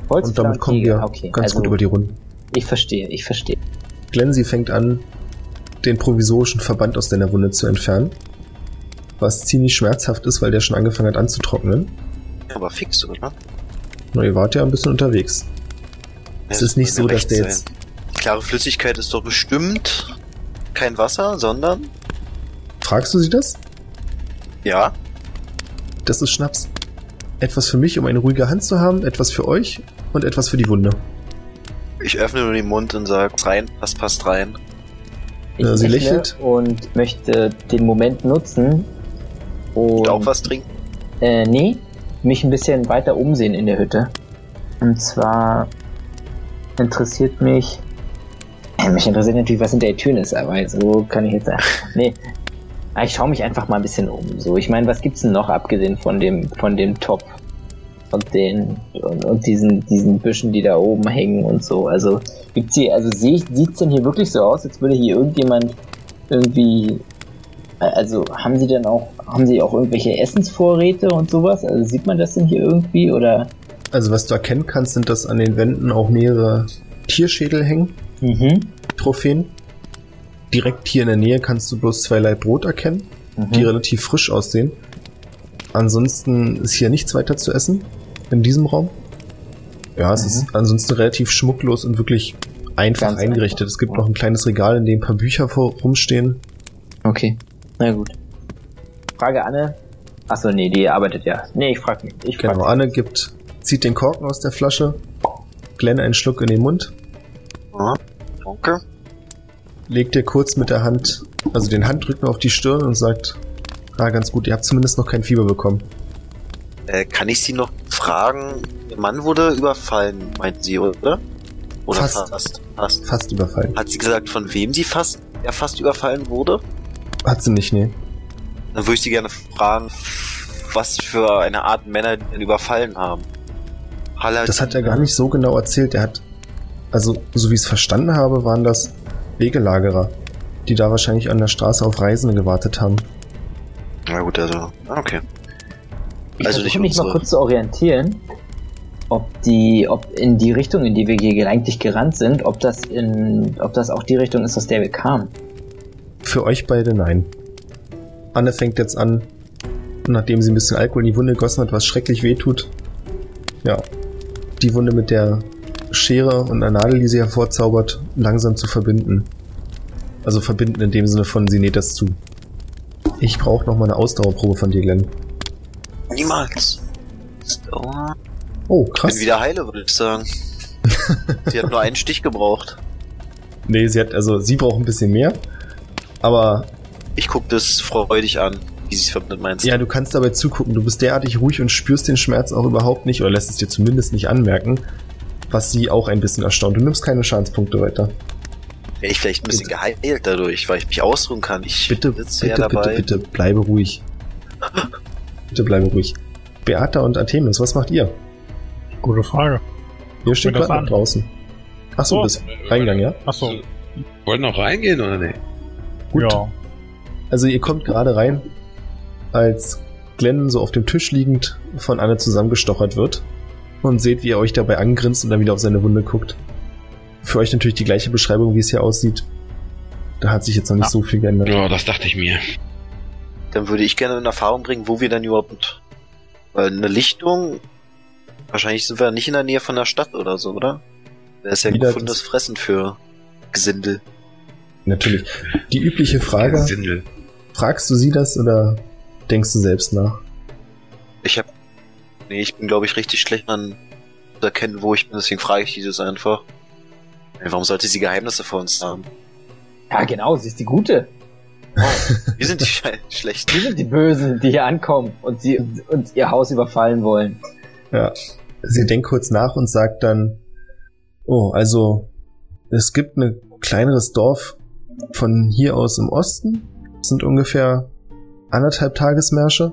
S2: und damit kommen wir ganz
S4: Also
S2: gut über die Runden.
S4: Ich verstehe, ich verstehe.
S2: Glensie fängt an, den provisorischen Verband aus deiner Wunde zu entfernen, was ziemlich schmerzhaft ist, weil der schon angefangen hat anzutrocknen.
S3: Aber fix so, ne?
S2: Na, ihr wart ja ein bisschen unterwegs. Es ist nicht so, dass der jetzt-
S3: Die klare Flüssigkeit ist doch bestimmt kein Wasser, sondern.
S2: Fragst du sie das?
S3: Ja.
S2: Das ist Schnaps. Etwas für mich, um eine ruhige Hand zu haben, etwas für euch und etwas für die Wunde.
S3: Ich öffne nur den Mund und sag rein, was passt rein.
S4: Ich
S2: Ja, sie
S4: lächle
S2: lächelt.
S4: und möchte den Moment nutzen und
S3: Und auch was trinken?
S4: Äh, nee, mich ein bisschen weiter umsehen in der Hütte. Und zwar interessiert mich. Äh, mich interessiert natürlich, was hinter der Tür ist, aber so kann ich jetzt sagen. Nee. Aber Ich schaue mich einfach mal ein bisschen um. So, ich meine, was gibt's denn noch abgesehen von dem, von dem Top und den und, und diesen, diesen Büschen, die da oben hängen und so. Also gibt's hier, also sehe ich, sieht's denn hier wirklich so aus, als würde hier irgendjemand irgendwie äh, also haben sie denn auch, haben sie auch irgendwelche Essensvorräte und sowas? Also sieht man das denn hier irgendwie oder?
S2: Also was du erkennen kannst, sind, dass an den Wänden auch mehrere Tierschädel hängen,
S4: Mhm.
S2: Trophäen. Direkt hier in der Nähe kannst du bloß zweierlei Brot erkennen,
S4: Mhm.
S2: die relativ frisch aussehen. Ansonsten ist hier nichts weiter zu essen in diesem Raum. Ja, es
S4: Mhm.
S2: ist ansonsten relativ schmucklos und wirklich einfach
S4: Ganz
S2: eingerichtet.
S4: einfach.
S2: Es gibt noch ein kleines Regal, in dem ein paar Bücher vor, rumstehen.
S4: Okay, na gut. Frage Anne. Achso, nee, die arbeitet ja. Nee, ich frag nicht. Ich frag
S2: Genau, Anne gibt, zieht den Korken aus der Flasche, Glenn einen Schluck in den Mund,
S3: Ja, danke.
S2: legt dir kurz mit der Hand, also den Handrücken auf die Stirn und sagt, ah, ganz gut, ihr habt zumindest noch kein Fieber bekommen.
S3: Äh, kann ich Sie noch fragen? Ihr Mann wurde überfallen, meinten Sie, oder? Oder
S2: Fast.
S3: fast. Fast.
S2: Fast überfallen.
S3: Hat sie gesagt, von wem sie fast, er fast überfallen wurde?
S2: Hat sie nicht, nee.
S3: Dann würde ich Sie gerne fragen, was für eine Art Männer die ihn überfallen haben. Haller,
S2: Das hat er gar nicht so genau erzählt. Er hat, also, so wie ich es verstanden habe, waren das Wegelagerer, die da wahrscheinlich an der Straße auf Reisende gewartet haben.
S3: Na gut, also. ah, Okay.
S4: Ich
S3: Also
S4: also
S3: nicht
S4: versuche mich mal
S3: unsere.
S4: kurz zu orientieren, ob die, ob in die Richtung, in die wir hier eigentlich gerannt sind, ob das in, ob das auch die Richtung ist, aus der wir kamen.
S2: Für euch beide nein. Anne fängt jetzt an, nachdem sie ein bisschen Alkohol in die Wunde gegossen hat, was schrecklich wehtut. Ja. Die Wunde mit der Schere und der Nadel, die sie hervorzaubert, langsam zu verbinden. Also verbinden in dem Sinne von, sie näht das zu. Ich brauche nochmal eine Ausdauerprobe von dir, Glenn.
S3: Niemals. Oh,
S2: Oh,
S3: bin
S2: krass.
S3: wieder heile, würde ich sagen. sie hat nur einen Stich gebraucht.
S2: Nee, sie hat, also sie braucht ein bisschen mehr. Aber
S3: Ich gucke das freudig an, wie sie es verbindet, meinst du?
S2: Ja, du kannst dabei zugucken. Du bist derartig ruhig und spürst den Schmerz auch überhaupt nicht oder lässt es dir zumindest nicht anmerken, was sie auch ein bisschen erstaunt. Du nimmst keine Schadenspunkte weiter.
S3: Wäre ich vielleicht ein bisschen geheilt dadurch, weil ich mich ausruhen kann. Ich
S2: Bitte,
S3: sitze ja
S2: bitte, bitte,
S3: dabei.
S2: bitte, bleibe ruhig. bitte bleibe ruhig. Beata und Artemis, was macht ihr?
S6: Gute Frage.
S2: Ihr steht
S6: das
S2: gerade noch
S6: an.
S2: draußen. Ach so,
S6: Oh.
S2: bist reingegangen, ja?
S6: Achso,
S5: Wollen noch reingehen oder nee?
S2: Gut.
S6: ja.
S2: Also ihr kommt gerade rein, als Glenn so auf dem Tisch liegend von Anne zusammengestochert wird und seht, wie er euch dabei angrinst und dann wieder auf seine Wunde guckt. Für euch natürlich die gleiche Beschreibung, wie es hier aussieht. Da hat sich jetzt noch nicht
S6: Ja.
S2: so viel geändert.
S5: Ja, das dachte ich mir.
S3: Dann würde ich gerne in Erfahrung bringen, wo wir denn überhaupt. Weil eine Lichtung. Wahrscheinlich sind wir nicht in der Nähe von der Stadt oder so, oder? Das ist ja ein
S2: Wieder
S3: gefundenes Fressen für Gesindel.
S2: Natürlich. Die übliche Frage,
S5: Sindel.
S2: fragst du sie das oder denkst du selbst nach?
S3: Ich hab. Nee, ich bin, glaube ich, richtig schlecht an zu erkennen, wo ich bin, deswegen frage ich die das einfach. Ey, Warum sollte sie Geheimnisse vor uns haben?
S4: Ja, genau, sie ist die Gute.
S3: Wir sind die Sche schlechten.
S4: Sie sind die Bösen, die hier ankommen und sie und ihr Haus überfallen wollen.
S2: Sie denkt kurz nach und sagt dann, oh, also es gibt ein kleineres Dorf von hier aus im Osten. Das sind ungefähr anderthalb Tagesmärsche.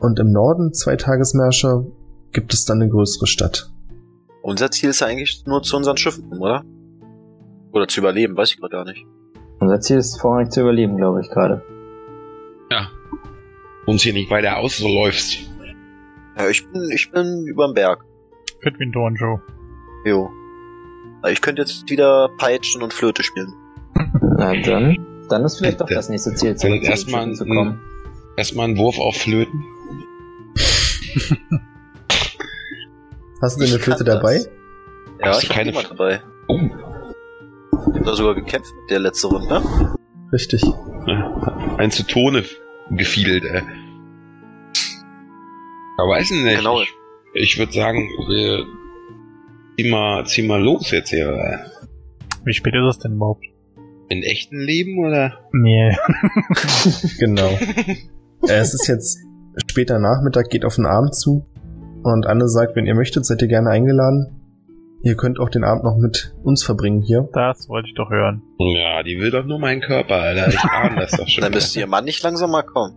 S2: Und im Norden zwei Tagesmärsche gibt es dann eine größere Stadt.
S3: Unser Ziel ist ja eigentlich nur zu unseren Schiffen, oder? Oder zu überleben, weiß ich gerade gar nicht.
S4: Unser Ziel ist vorrangig zu überleben, glaube ich gerade.
S5: Uns hier nicht weiter ausläufst.
S3: Ja, ich bin, ich bin überm Berg.
S6: Fit wie ein Donjo.
S3: Jo. Aber Ich könnte jetzt wieder Peitschen und Flöte spielen.
S4: Na dann, dann ist vielleicht doch
S5: Bitte.
S4: das nächste Ziel,
S5: Äh, Dann
S4: zurück zu den
S5: erstmal
S4: Schiffen zu
S5: ein-
S4: kommen.
S5: Erstmal einen Wurf auf Flöten.
S2: Hast du denn eine
S3: Ich
S2: Flöte
S3: kann
S2: dabei?
S3: das. Ja,
S5: Hast du
S3: ich habe
S5: keine
S3: immer
S5: Fl-
S3: dabei.
S5: Oh.
S3: Ich habe da sogar gekämpft mit der letzte Runde.
S2: Richtig.
S5: Ein ne? zu Tone gefiedelt, ey. Aber weiß ich nicht.
S3: Genau.
S5: Ich, ich würde sagen, wir zieh mal, zieh mal los jetzt hier. ey.
S6: Wie spät ist es denn überhaupt?
S5: In echten Leben oder?
S6: Nee.
S2: Genau. Äh, es ist jetzt später Nachmittag, geht auf den Abend zu. Und Anne sagt, wenn ihr möchtet, seid ihr gerne eingeladen. Ihr könnt auch den Abend noch mit uns verbringen hier.
S6: Das wollte ich doch hören.
S5: Ja, die will doch nur meinen Körper, Alter. Ich ahne das doch schon.
S3: Dann müsste ihr Mann nicht langsam mal kommen.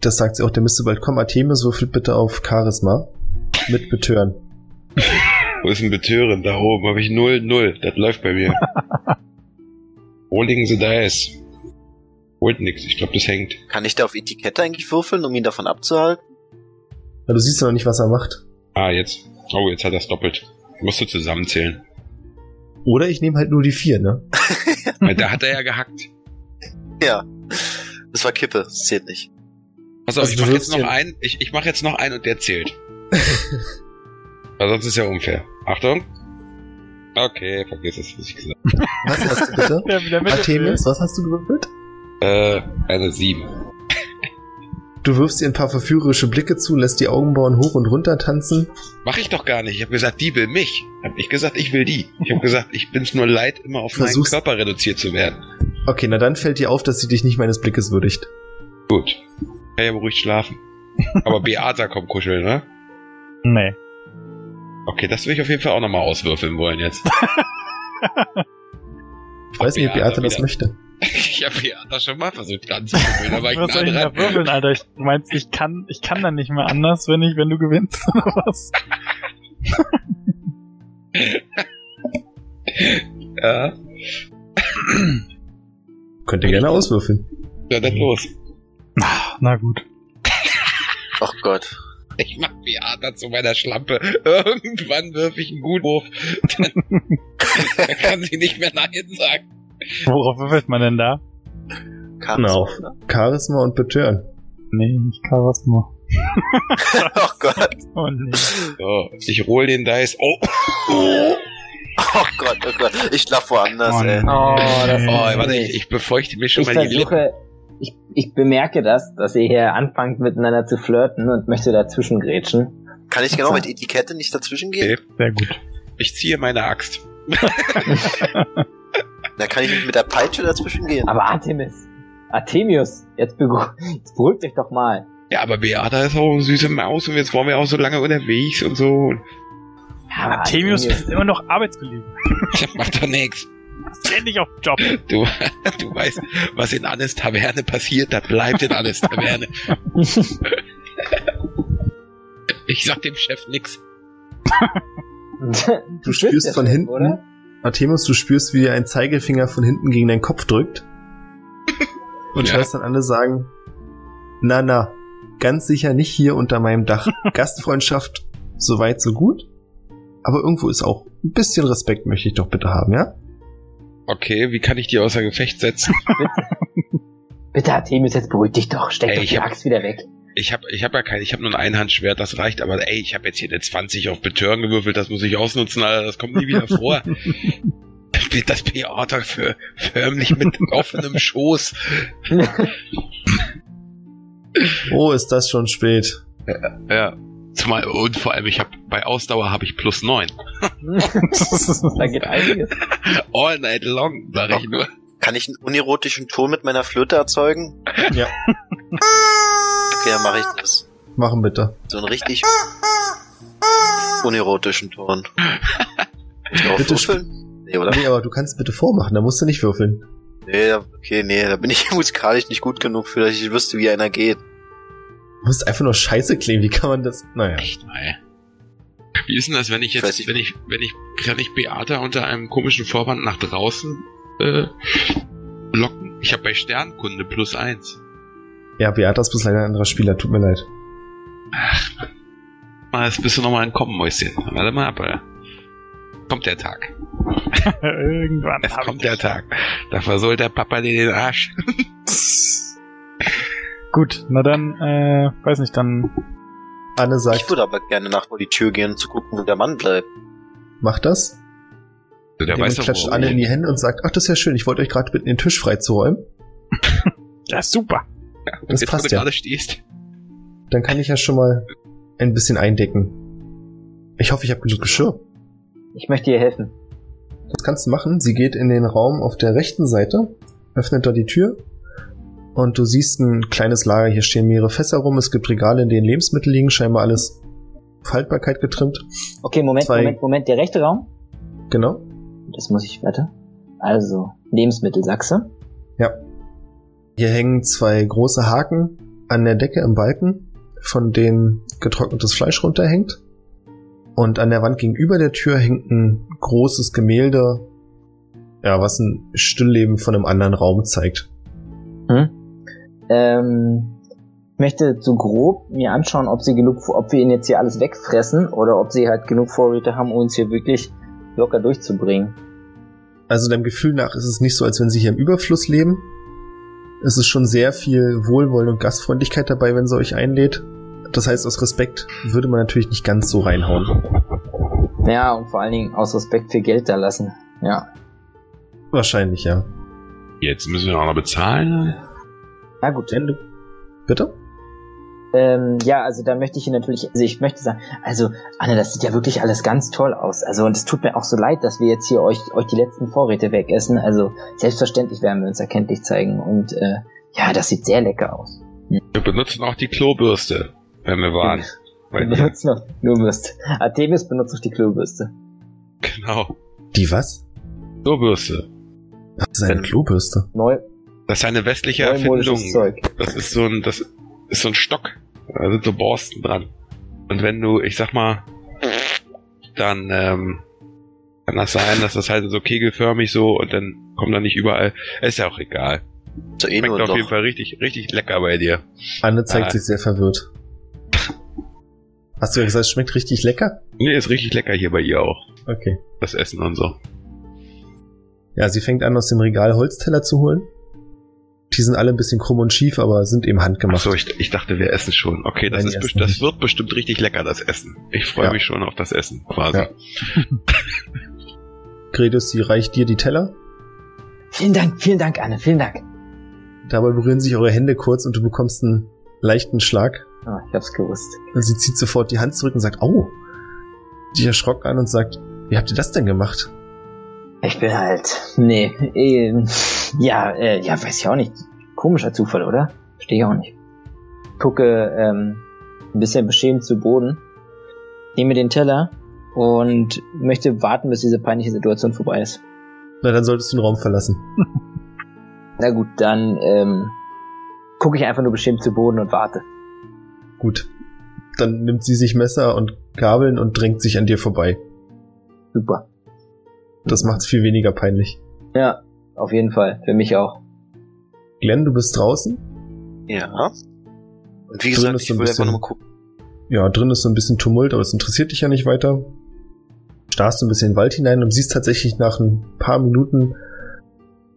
S2: Das sagt sie auch, der müsste bald kommen. Artemis würfelt bitte auf Charisma. Mit Betören.
S5: Wo ist ein Betören? Da oben habe ich null null. Das läuft bei mir. Wo liegen sie da ist? Holt nix. Ich glaube, das hängt.
S3: Kann ich da auf Etikette eigentlich würfeln, um ihn davon abzuhalten?
S2: Ja, du siehst ja noch nicht, was er macht.
S5: Ah, jetzt. Oh, jetzt hat er es doppelt. Musst du zusammenzählen.
S2: Oder ich nehme halt nur die vier, ne?
S5: Weil Äh, da hat er ja gehackt.
S3: Ja. Das war Kippe, das zählt nicht.
S5: Pass auf,
S2: Also
S5: ich
S2: du
S5: mache
S2: wirst
S5: jetzt noch
S2: hier-
S5: einen. Ich, ich mache jetzt noch einen und der zählt. Weil sonst ist ja unfair. Achtung. Okay, vergiss es, was ich gesagt
S2: Was hast du bitte?
S6: Ja, wieder
S2: Artemis, was hast du gewürfelt?
S5: habe. Äh, eine 7.
S2: Du wirfst ihr ein paar verführerische Blicke zu, lässt die Augenbrauen hoch und runter tanzen.
S5: Mach ich doch gar nicht. Ich habe gesagt, die will mich. Hab nicht gesagt, ich will die. Ich habe gesagt, ich bin's nur leid, immer auf
S2: Versuch's-
S5: meinen Körper reduziert zu werden.
S2: Okay, na dann fällt dir auf, dass sie dich nicht meines Blickes würdigt.
S5: Gut. Kann ja beruhigt schlafen. Aber Beata kommt kuscheln, ne?
S6: Nee.
S5: Okay, das will ich auf jeden Fall auch nochmal auswürfeln wollen jetzt.
S2: Ich weiß nicht, ob Beate
S5: Beate
S2: das
S5: wieder.
S2: möchte.
S5: Ich habe Beata schon mal versucht anzuwürfeln, aber ich
S6: Was soll ich
S5: bin
S6: denn da
S5: dran.
S6: würfeln, Alter? Ich, du meinst, ich kann, ich kann dann nicht mehr anders, wenn ich, wenn du gewinnst oder was?
S5: Ja.
S2: Könnt ihr gerne auswürfeln.
S5: Ja, dann los.
S6: Na gut.
S3: Ach Gott.
S5: Ich mach Beata zu meiner Schlampe. Irgendwann wirf ich einen guten Wurf. Dann, dann kann sie nicht mehr Nein sagen.
S6: Worauf würfelt man denn da?
S3: Charisma,
S2: Genau.
S3: oder?
S2: Charisma und Betören.
S6: Nee, nicht Charisma.
S3: Ach Gott.
S6: Oh nee.
S5: So, ich roll den Dice. Oh, oh,
S3: Oh Gott, oh Gott. Ich lach woanders,
S6: Oh,
S3: ey.
S6: nee.
S4: das
S5: oh
S6: Nee.
S5: warte, ich, ich befeuchte mir schon
S4: ich
S5: mal die Lippen.
S4: versuche, ich, ich bemerke das, dass ihr hier anfangt miteinander zu flirten und möchte dazwischen grätschen.
S3: Kann ich genau mit Etikette nicht dazwischen gehen?
S6: Sehr gut.
S5: Ich ziehe meine Axt.
S3: Da kann ich nicht mit der Peitsche dazwischen gehen.
S4: Aber Artemis, Artemius, jetzt, begu- jetzt beruhigt euch doch mal.
S5: Ja, aber Beata ist auch eine süße Maus und jetzt waren wir auch so lange unterwegs und so.
S4: Ja,
S6: Artemius ist immer noch arbeitsgelegen.
S5: Das macht doch nichts.
S6: Ständig auf dem Job.
S5: Du, du weißt, was in Annes Taverne passiert, das bleibt in Annes Taverne. Ich sag dem Chef nix.
S4: du,
S2: Du spürst von hinten, Artemis, du spürst, wie dir ein Zeigefinger von hinten gegen deinen Kopf drückt. Und
S5: Ja.
S2: hörst dann alle sagen, na, na, ganz sicher nicht hier unter meinem Dach. Gastfreundschaft, soweit, so gut. Aber irgendwo ist auch ein bisschen Respekt möchte ich doch bitte haben, ja?
S5: Okay, wie kann ich die außer Gefecht setzen?
S4: Bitte, Artemius, jetzt beruhig dich doch. Steck
S5: Ey,
S4: doch
S5: ich
S4: die
S5: hab-
S4: Axt wieder weg.
S5: Ich habe ich hab ja kein, ich habe nur ein Einhandschwert, das reicht, aber ey, ich habe jetzt hier eine 20 auf Betören gewürfelt, das muss ich ausnutzen, Alter, das kommt nie wieder vor. Da spielt das Beata für förmlich mit offenem Schoß.
S2: Oh, ist das schon spät.
S5: Ja. Zumal, und vor allem, ich habe bei Ausdauer habe ich plus 9.
S4: da geht einiges.
S5: All night long, sag ich nur.
S3: Kann ich einen unerotischen Ton mit meiner Flöte erzeugen?
S2: Ja.
S3: Okay, dann mache ich das.
S2: Machen bitte.
S3: So einen richtig unerotischen Ton. Ich auch
S2: Bitte sp-
S3: würfeln? Nee, oder?
S2: Nee, aber du kannst bitte vormachen, da musst du nicht würfeln.
S3: Nee, da- okay, nee, da bin ich musikalisch nicht gut genug für, dass ich wüsste, wie einer geht.
S2: Du musst einfach nur scheiße klingen, wie kann man das? Naja.
S5: Echt mal. Wie ist denn das, wenn ich
S3: Weiß
S5: jetzt,
S3: ich-
S5: wenn ich, wenn ich, kann ich Beata unter einem komischen Vorwand nach draußen äh, locken? Ich habe bei Sternkunde plus 1.
S2: Ja, Beata ist bloß leider ein anderer Spieler, tut mir leid.
S5: Mal, jetzt bist du nochmal entkommen, Mäuschen. Warte mal ab, Alter. Kommt der Tag.
S6: Irgendwann
S5: Es
S6: hab ich
S5: kommt der Tag. Da versohlt der Papa dir den Arsch.
S6: Gut, na dann, äh, weiß nicht, dann
S2: Anne
S3: Ich
S2: sagt,
S3: würde aber gerne nach vor die Tür gehen, zu gucken, wo der Mann bleibt.
S2: mach das.
S5: Der
S2: Jemand klatscht alle in die Hände und sagt, ach, das ist ja schön, ich wollte euch gerade bitten, den Tisch freizuräumen.
S6: Ja, super.
S2: Das
S5: jetzt, wo
S2: passt
S5: du
S2: ja.
S5: gerade stehst.
S2: Dann kann ich ja schon mal ein bisschen eindecken. Ich hoffe, ich habe genug Geschirr.
S4: Ich möchte ihr helfen.
S2: Das kannst du machen. Sie geht in den Raum auf der rechten Seite, öffnet da die Tür und du siehst ein kleines Lager. Hier stehen mehrere Fässer rum, es gibt Regale, in denen Lebensmittel liegen, scheinbar alles auf Haltbarkeit getrimmt.
S4: Okay, Moment,
S2: Zwei-
S4: Moment, Moment. Der rechte Raum?
S2: Genau.
S4: Das muss ich, warte. Also, Lebensmittelsachse.
S2: Hier hängen zwei große Haken an der Decke im Balken, von denen getrocknetes Fleisch runterhängt. Und an der Wand gegenüber der Tür hängt ein großes Gemälde, ja, was ein Stillleben von einem anderen Raum zeigt.
S4: Hm? Ähm, ich möchte so grob mir anschauen, ob sie genug, ob wir ihnen jetzt hier alles wegfressen oder ob sie halt genug Vorräte haben, um uns hier wirklich locker durchzubringen.
S2: Also deinem Gefühl nach ist es nicht so, als wenn sie hier im Überfluss leben. Es ist schon sehr viel Wohlwollen und Gastfreundlichkeit dabei, wenn sie euch einlädt. Das heißt, aus Respekt würde man natürlich nicht ganz so reinhauen.
S4: Ja, und vor allen Dingen aus Respekt für Geld da lassen. Ja.
S2: Wahrscheinlich, ja.
S5: Jetzt müssen wir auch noch bezahlen.
S4: Na gut.
S2: Wenn du- Bitte?
S4: Ähm, ja, also da möchte ich Ihnen natürlich, also ich möchte sagen, also Anne, das sieht ja wirklich alles ganz toll aus. Also und es tut mir auch so leid, dass wir jetzt hier euch, euch die letzten Vorräte wegessen. Also selbstverständlich werden wir uns erkenntlich zeigen und äh, ja, das sieht sehr lecker aus.
S5: Wir benutzen auch die Klobürste, wenn wir waren. Bei
S4: Wir
S2: Genau.
S5: dir.
S4: benutzen noch Klobürste. Artemis benutzt noch die Klobürste.
S5: Genau.
S2: Die was?
S5: Klobürste.
S2: Ach, seine
S3: Ähm.
S2: Klobürste.
S4: Neu,
S5: Das ist eine westliche
S4: neumodisches
S5: Erfindung.
S4: Zeug.
S5: Das ist so ein, das ist so ein Stock. Da sind so Borsten dran. Und wenn du, ich sag mal, dann ähm, kann das sein, dass das halt so kegelförmig so und dann kommt da nicht überall. Ist ja auch egal.
S3: So eh
S5: Schmeckt
S3: nur
S5: auf
S3: noch.
S5: jeden Fall richtig, richtig lecker bei dir.
S2: Anne zeigt
S5: Ah.
S2: sich sehr verwirrt. Hast du ja gesagt, es schmeckt richtig lecker?
S5: Nee, ist richtig lecker hier bei ihr auch.
S2: Okay.
S5: Das Essen und so.
S2: Ja, sie fängt an, aus dem Regal Holzteller zu holen. Die sind alle ein bisschen krumm und schief, aber sind eben handgemacht.
S5: Achso, ich, ich dachte, wir essen schon. Okay, das,
S2: Nein,
S5: ist
S2: wir
S5: best
S2: essen
S5: das
S2: nicht.
S5: wird bestimmt richtig lecker, das Essen. Ich freue
S2: Ja.
S5: mich schon auf das Essen, quasi.
S2: Ja. Gredius, sie reicht dir die Teller.
S4: Vielen Dank, vielen Dank, Anne, vielen Dank.
S2: Dabei berühren sich eure Hände kurz und du bekommst einen leichten Schlag.
S4: Ah, ich hab's gewusst.
S2: Und sie zieht sofort die Hand zurück und sagt, au! Dich erschrocken an und sagt, wie habt ihr das denn gemacht?
S4: Ich bin halt. Nee, ähm, ja, äh, ja, weiß ich auch nicht. Komischer Zufall, oder? Verstehe ich auch nicht. Gucke ähm, ein bisschen beschämt zu Boden, nehme den Teller und möchte warten, bis diese peinliche Situation vorbei ist.
S2: Na, dann solltest du den Raum verlassen.
S4: Na gut, dann ähm, gucke ich einfach nur beschämt zu Boden und warte.
S2: Gut. Dann nimmt sie sich Messer und Gabeln und drängt sich an dir vorbei.
S4: Super.
S2: Das macht's viel weniger peinlich.
S4: Ja, auf jeden Fall. Für mich auch.
S2: Glenn, du bist draußen.
S3: Ja. Und wie
S2: Drin
S3: gesagt,
S2: ist
S3: ich
S2: so ein
S3: will einfach
S2: bisschen-
S3: nur mal gucken.
S2: Ja, drin ist so ein bisschen Tumult, aber es interessiert dich ja nicht weiter. Starrst du ein bisschen in den Wald hinein und siehst tatsächlich nach ein paar Minuten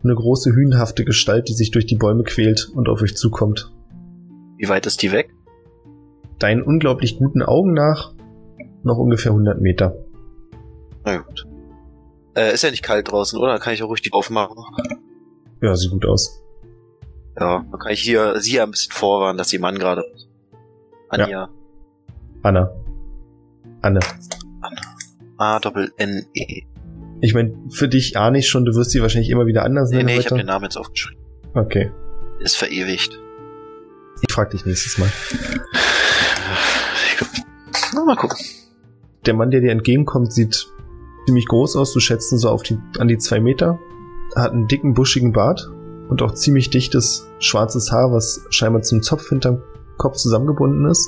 S2: eine große hünenhafte Gestalt, die sich durch die Bäume quält und auf euch zukommt.
S3: Wie weit ist die weg?
S2: Deinen unglaublich guten Augen nach noch ungefähr 100 Meter.
S3: Na gut. Äh, ist ja nicht kalt draußen, oder? Dann kann ich auch ruhig die aufmachen.
S2: Ja, sieht gut aus.
S3: Ja. Dann kann ich hier sie ja ein bisschen vorwarnen, dass ihr Mann gerade. Anja.
S2: Anna. Anne.
S3: A Doppel N E.
S2: Ich meine, für dich ahne ich schon, du wirst sie wahrscheinlich immer wieder anders
S3: Nee,
S2: nennen.
S3: nee, ich
S2: heute.
S3: habe den Namen jetzt aufgeschrieben.
S2: Okay.
S3: Ist verewigt.
S2: Ich frag dich nächstes Mal.
S3: Na, mal gucken.
S2: Der Mann, der dir entgegenkommt, sieht ziemlich groß aus. Du schätzt ihn so auf die, an die zwei Meter. Hat einen dicken, buschigen Bart und auch ziemlich dichtes, schwarzes Haar, was scheinbar zum Zopf hinterm Kopf zusammengebunden ist.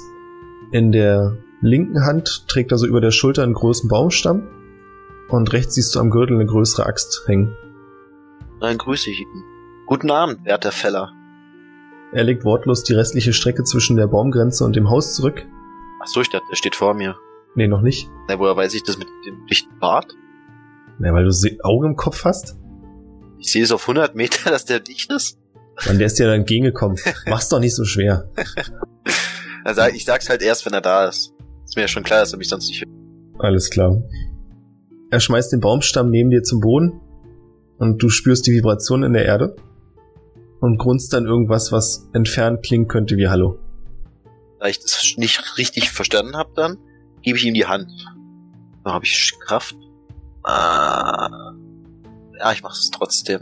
S2: In der linken Hand trägt er so über der Schulter einen großen Baumstamm. Und rechts siehst du am Gürtel eine größere Axt hängen.
S3: Dann grüße ich ihn. Guten Abend, werter Feller.
S2: Er legt wortlos die restliche Strecke zwischen der Baumgrenze und dem Haus zurück.
S3: Ach so, ich dachte, er steht vor mir.
S2: Nee, noch nicht.
S3: Na, woher weiß ich das mit dem dichten Bart?
S2: Na, weil du Se Auge im Kopf hast?
S3: Ich sehe es auf 100 Meter, dass der dicht ist.
S2: Mann, der ist dir dann entgegengekommen. Mach's doch nicht so schwer.
S3: Also, ich sag's halt erst, wenn er da ist. Ist mir ja schon klar, dass er mich sonst nicht will.
S2: Alles klar. Er schmeißt den Baumstamm neben dir zum Boden und du spürst die Vibration in der Erde und grunzt dann irgendwas, was entfernt klingen könnte wie Hallo.
S3: Da ich das nicht richtig verstanden habe, dann gebe ich ihm die Hand. Da habe ich Kraft. Ah, ja, ich mache es trotzdem.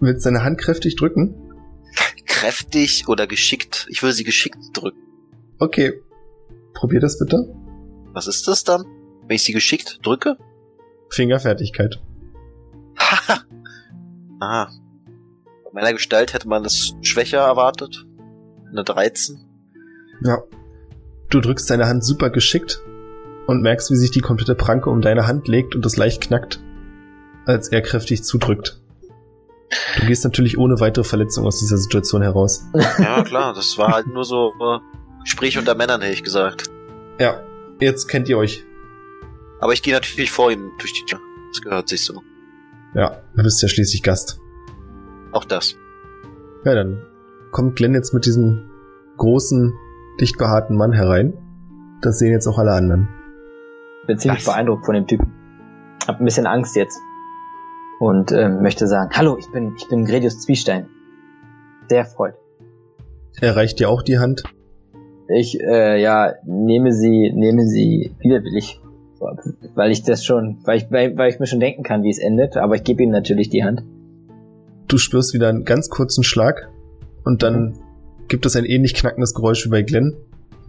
S2: Willst deine Hand kräftig drücken?
S3: Kräftig oder geschickt. Ich will sie geschickt drücken.
S2: Okay. Probier das bitte.
S3: Was ist das dann? Wenn ich sie geschickt drücke?
S2: Fingerfertigkeit.
S3: Ah. Bei meiner Gestalt hätte man das schwächer erwartet. Eine 13.
S2: Ja. Du drückst deine Hand super geschickt und merkst, wie sich die komplette Pranke um deine Hand legt und es leicht knackt, als er kräftig zudrückt. Du gehst natürlich ohne weitere Verletzung aus dieser Situation heraus.
S3: Ja, klar, das war halt nur so äh, Gespräch unter Männern, hätte ich gesagt.
S2: Ja, jetzt kennt ihr euch.
S3: Aber ich gehe natürlich vor ihm durch die Tür. Das gehört sich so.
S2: Ja, du bist ja schließlich Gast.
S3: Auch das.
S2: Ja, dann kommt Glenn jetzt mit diesem großen, dicht behaarten Mann herein. Das sehen jetzt auch alle anderen.
S4: Bin ziemlich
S5: Das-
S4: beeindruckt von dem Typen. Hab ein bisschen Angst jetzt. Und ähm, möchte sagen, hallo, ich bin, ich bin Gredius Zwiestein. Sehr freut.
S2: Er reicht dir auch die Hand.
S4: Ich, äh, ja, nehme sie, nehme sie widerwillig. Weil ich das schon, weil ich, weil, weil ich mir schon denken kann, wie es endet, aber ich gebe ihm natürlich die Hand.
S2: Du spürst wieder einen ganz kurzen Schlag und dann gibt es ein ähnlich knackendes Geräusch wie bei Glenn.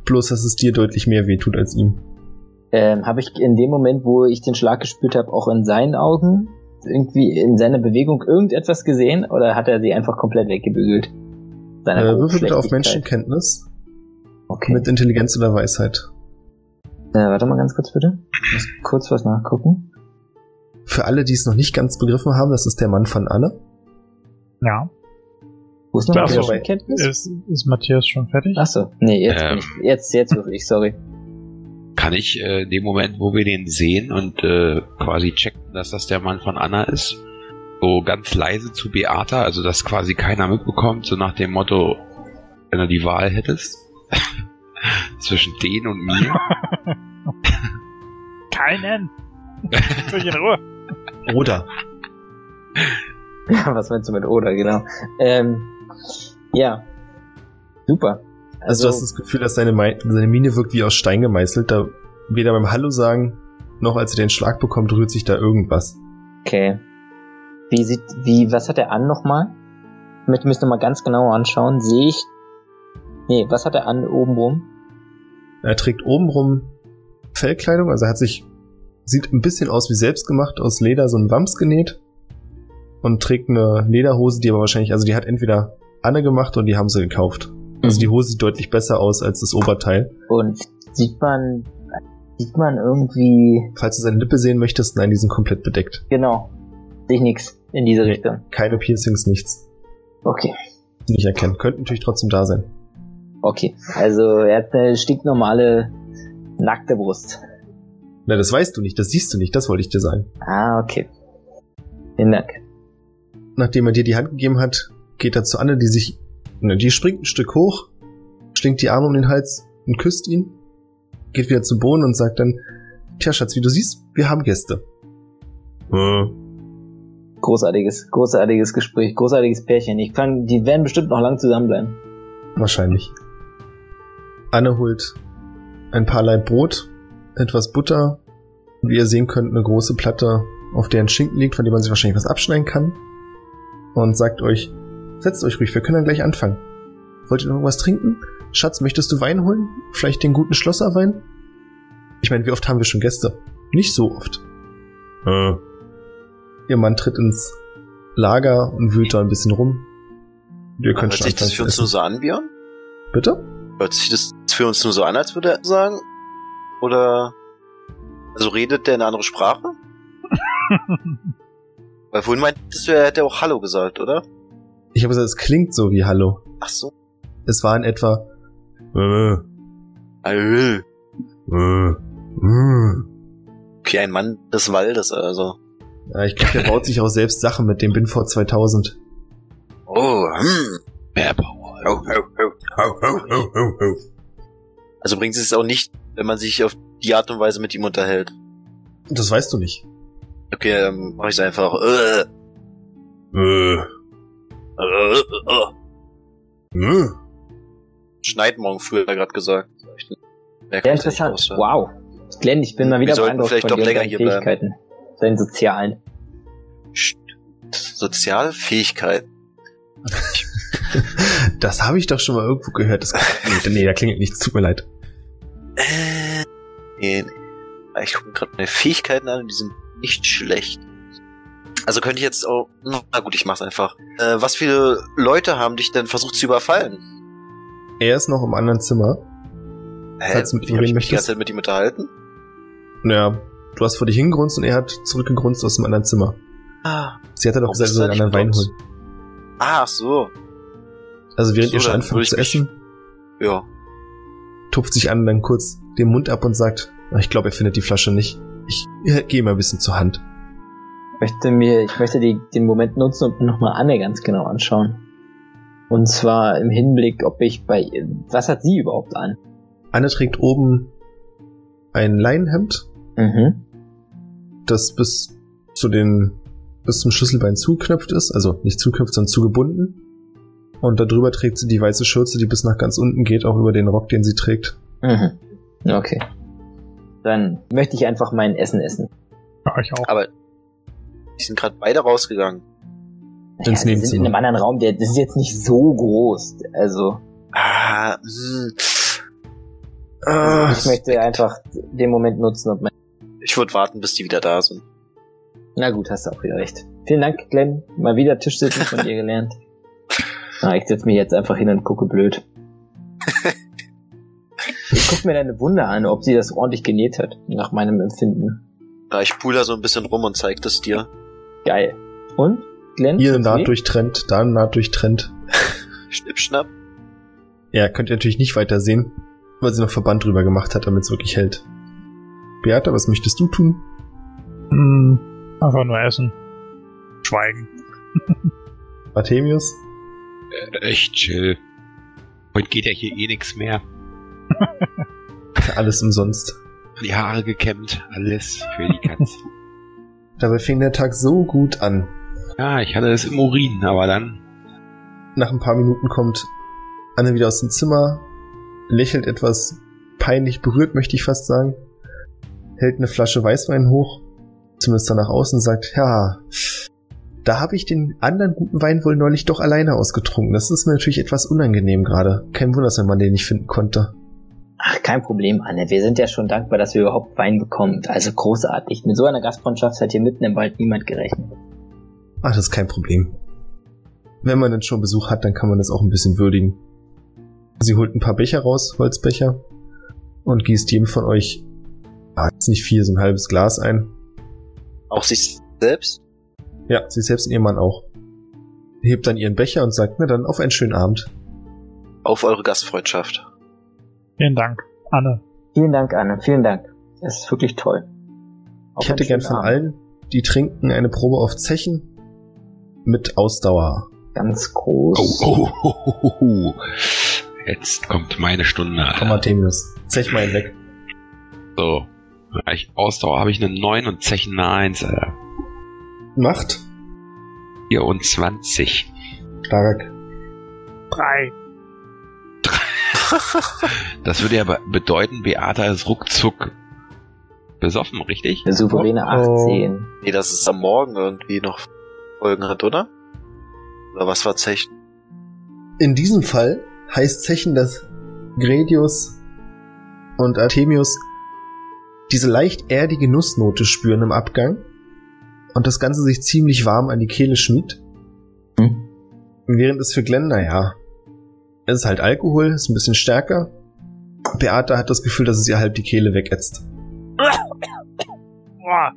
S2: Bloß, dass es dir deutlich mehr wehtut als ihm.
S4: Ähm, habe ich in dem Moment, wo ich den Schlag gespürt habe, auch in seinen Augen irgendwie in seiner Bewegung irgendetwas gesehen oder hat er sie einfach komplett weggebügelt?
S2: Äh,
S4: Seiner
S2: würfel bitte auf
S4: Schlechtigkeit.
S2: Menschenkenntnis
S4: Okay.
S2: mit Intelligenz oder Weisheit.
S4: Äh, warte mal ganz kurz bitte. Ich muss kurz was nachgucken.
S2: Für alle, die es noch nicht ganz begriffen haben, das ist der Mann von Anne.
S6: Ja.
S4: Wo ist noch
S6: Ach so.
S4: Menschenkenntnis?
S6: Ist, ist Matthias schon fertig?
S4: Achso, nee, jetzt,
S5: Ähm.
S4: bin ich, jetzt, jetzt würfel ich, sorry.
S5: Kann ich äh, in dem Moment, wo wir den sehen und äh, quasi checken, dass das der Mann von Anna ist, so ganz leise zu Beata, also dass quasi keiner mitbekommt, so nach dem Motto, wenn du die Wahl hättest zwischen den und mir,
S6: Keinen! Lass mich in Ruhe.
S2: Oder?
S4: was meinst du mit Oder, genau. Ähm, ja. Super.
S2: Also, du hast das Gefühl, dass seine, Mei- seine Mine wirkt wie aus Stein gemeißelt. Da weder beim Hallo sagen, noch als er den Schlag bekommt, rührt sich da irgendwas.
S4: Okay. Wie sieht, wie, was hat er an nochmal? Ich müsste mal ganz genau anschauen. Sehe ich. Nee, was hat er an oben rum?
S2: Er trägt obenrum Fellkleidung, also er hat sich, sieht ein bisschen aus wie selbstgemacht, aus Leder so ein Wams genäht und trägt eine Lederhose, die aber wahrscheinlich, also die hat entweder Anne gemacht oder die haben sie gekauft.
S4: Mhm.
S2: Also die Hose sieht deutlich besser aus als das Oberteil.
S4: Und sieht man, sieht man irgendwie,
S2: Falls du seine Lippe sehen möchtest, nein, die sind komplett bedeckt.
S4: genau, sehe ich nix in diese Richtung.
S2: Keine Piercings, nichts.
S4: Okay,
S2: Nicht erkennen. Könnten natürlich trotzdem da sein.
S4: okay. Also er hat eine stinknormale nackte Brust.
S2: Na, das weißt du nicht, das siehst du nicht, das wollte ich dir sagen.
S4: Ah, okay. Vielen Dank.
S2: nachdem er dir die Hand gegeben hat, geht er zu Anne, die sich, ne, die springt ein Stück hoch, schlingt die Arme um den Hals und küsst ihn, geht wieder zu Boden und sagt dann, Tja, Schatz, wie du siehst, wir haben Gäste. Äh,
S4: Großartiges, großartiges Gespräch, großartiges Pärchen. Ich kann, die werden bestimmt noch lang zusammenbleiben.
S2: wahrscheinlich. Anne holt ein paar Laib Brot, etwas Butter und wie ihr sehen könnt, eine große Platte, auf der ein Schinken liegt, von dem man sich wahrscheinlich was abschneiden kann und sagt euch, setzt euch ruhig, wir können dann gleich anfangen. Wollt ihr noch irgendwas trinken? Schatz, möchtest du Wein holen? Vielleicht den guten Schlosserwein? Ich meine, wie oft haben wir schon Gäste? Nicht so oft. Äh. Ihr Mann tritt ins Lager und wühlt da ein bisschen rum. Und Ihr könnt
S3: Hört
S2: schon
S3: sich das
S2: anfangen
S3: für
S2: zu
S3: uns nur
S2: essen.
S3: so an, Björn?
S2: Bitte?
S3: Hört sich das für uns nur so an, als würde er sagen? Oder. Also redet der eine andere Sprache? Weil vorhin meintest du, er hätte auch Hallo gesagt, oder?
S2: Ich habe gesagt, es klingt so wie Hallo.
S3: Ach so.
S2: Es war in etwa.
S3: Äh, Okay, ein Mann des Waldes, also.
S2: Ja, ich glaube, der baut sich auch selbst Sachen mit dem Binford 2000.
S3: Oh, hm.
S5: mehr Power.
S3: Au, au, au, au, au, au, au, au. Also bringt es auch nicht, wenn man sich auf die Art und Weise mit ihm unterhält.
S2: Das weißt du nicht.
S3: Okay, dann mach ich's einfach. Äh, äh, äh, äh. Schneid morgen früh, hat er gerade gesagt.
S4: Sehr interessant.
S3: Wow.
S4: Wow. Glenn, ich bin mal
S3: Wir
S4: wieder
S3: sollten
S4: beeindruckt
S3: vielleicht
S4: von
S3: doch
S4: dir und
S3: länger
S4: deinen
S3: hier bleiben.
S4: Fähigkeiten. Deinen sozialen.
S3: Sozialfähigkeit.
S2: Das habe ich doch schon mal irgendwo gehört. Das nee, nee, da klingelt nichts. Tut mir leid.
S3: Äh, nee, nee. Ich gucke gerade meine Fähigkeiten an und die sind Nicht schlecht. Also könnte ich jetzt auch. Na gut, ich mach's einfach. Äh, was viele Leute haben dich denn versucht zu überfallen?
S2: Er ist noch im anderen Zimmer.
S3: Hä?
S2: Falls du mit
S3: ich hab
S2: reden
S3: mich die ganze
S2: möchtest.
S3: Zeit mit ihm unterhalten?
S2: Naja, du hast vor dich hingrunzt und er hat zurückgegrunzt aus dem anderen Zimmer.
S3: Ah,
S2: Sie hat ja doch
S3: Warum
S2: gesagt,
S3: bist
S2: sie soll
S3: du
S2: einen
S3: da
S2: anderen Wein
S3: nicht mit
S2: holen.
S3: ach so.
S2: Also während
S3: So,
S2: ihr schon
S3: dann würde
S2: anfangt
S3: ich
S2: zu
S3: mich-
S2: essen,
S3: Ja.
S2: tupft sich an dann kurz den Mund ab und sagt, "Ah, ich glaube, er findet die Flasche nicht. Ich äh, gehe mal ein bisschen zur Hand.
S4: Ich möchte mir, ich möchte die, den Moment nutzen und nochmal Anne ganz genau anschauen. Und zwar im Hinblick, ob ich bei, ihr- was hat sie überhaupt an?
S2: Anne trägt oben ein Leinenhemd,
S4: Mhm.
S2: das bis zu den bis zum Schlüsselbein zuknöpft ist, also nicht zuknöpft, sondern zugebunden. Und darüber trägt sie die weiße Schürze, die bis nach ganz unten geht, auch über den Rock, den sie trägt.
S4: Mhm. Okay. Dann möchte ich einfach mein Essen essen.
S6: Ja, ich auch.
S3: Aber die sind gerade beide rausgegangen.
S2: Ins
S4: wir sind in
S2: Nebenzimmer.
S4: einem anderen Raum, der, das ist jetzt nicht so groß. Also,
S3: Ah, hm.
S2: Ah,
S4: ich möchte einfach den Moment nutzen und mein,
S3: Ich würde warten, bis die wieder da sind.
S4: na gut, hast du auch wieder recht. Vielen Dank, Glenn. Mal wieder Tischsitzen von dir gelernt. Na, ich setze mich jetzt einfach hin und gucke blöd. Ich guck mir deine Wunde an, ob sie das ordentlich genäht hat, nach meinem Empfinden.
S3: Ja, ich pull da so ein bisschen rum und zeig das dir.
S4: Geil. Und? Glenn?
S2: Hier eine
S4: tut's
S2: Naht
S4: weh?
S2: durchtrennt, da eine Naht durchtrennt.
S3: Schnipp, schnapp.
S2: Ja, könnt ihr natürlich nicht weitersehen, weil sie noch Verband drüber gemacht hat, damit es wirklich hält. Beata, was möchtest du tun?
S6: Hm, einfach nur essen. Schweigen.
S2: Artemius?
S5: Echt chill. Heute geht ja hier eh nix mehr.
S2: Alles umsonst.
S5: Die Haare gekämmt, alles für die Katze.
S2: Dabei fing der Tag so gut an.
S5: ja, ich hatte es im Urin, aber dann.
S2: Nach ein paar Minuten kommt Anne wieder aus dem Zimmer, lächelt etwas peinlich berührt, möchte ich fast sagen, hält eine Flasche Weißwein hoch, zumindest dann nach außen, sagt, ja, da habe ich den anderen guten Wein wohl neulich doch alleine ausgetrunken. Das ist mir natürlich etwas unangenehm gerade. Kein Wunder, dass man den nicht finden konnte.
S4: Ach, kein Problem, Anne. Wir sind ja schon dankbar, dass wir überhaupt Wein bekommen. Also großartig. Mit so einer Gastfreundschaft hat hier mitten im Wald niemand gerechnet.
S2: Ach, das ist kein Problem. Wenn man dann schon Besuch hat, dann kann man das auch ein bisschen würdigen. Sie holt ein paar Becher raus, Holzbecher, und gießt jedem von euch, ah, jetzt nicht viel, so ein halbes Glas ein.
S3: Auch sich selbst.
S2: Ja, sie selbst und ihr Mann auch. Hebt dann ihren Becher und sagt, na dann auf einen schönen Abend.
S3: Auf eure Gastfreundschaft.
S6: Vielen Dank, Anne.
S4: Vielen Dank, Anne. Vielen Dank. Es ist wirklich toll. Auf
S2: ich hätte
S4: einen
S2: gern
S4: schönen
S2: von
S4: Abend.
S2: allen, die trinken, eine Probe auf Zechen mit Ausdauer.
S4: Ganz groß.
S5: Oh, oh, oh, oh, oh, oh. Jetzt kommt meine Stunde.
S2: Komm, Artemius, zech mal hinweg.
S5: So. Ich, Ausdauer habe ich eine 9 und Zechen eine 1, Alter.
S2: Macht,
S5: 24.
S2: stark.
S6: Drei.
S5: Das würde ja be- bedeuten, Beata ist ruckzuck besoffen, richtig?
S4: Eine souveräne
S2: Oh, oh.
S4: 18.
S3: Nee, dass es am Morgen irgendwie noch Folgen hat, oder? Oder was war Zech?
S2: In diesem Fall heißt Zechen, dass Gredius und Artemius diese leicht erdige Nussnote spüren im Abgang und das Ganze sich ziemlich warm an die Kehle schmiegt.
S4: Hm.
S2: Während es für Glenn, naja, es ist halt Alkohol, ist ein bisschen stärker. Beata hat das Gefühl, dass es ihr halb die Kehle wegätzt.
S6: Boah.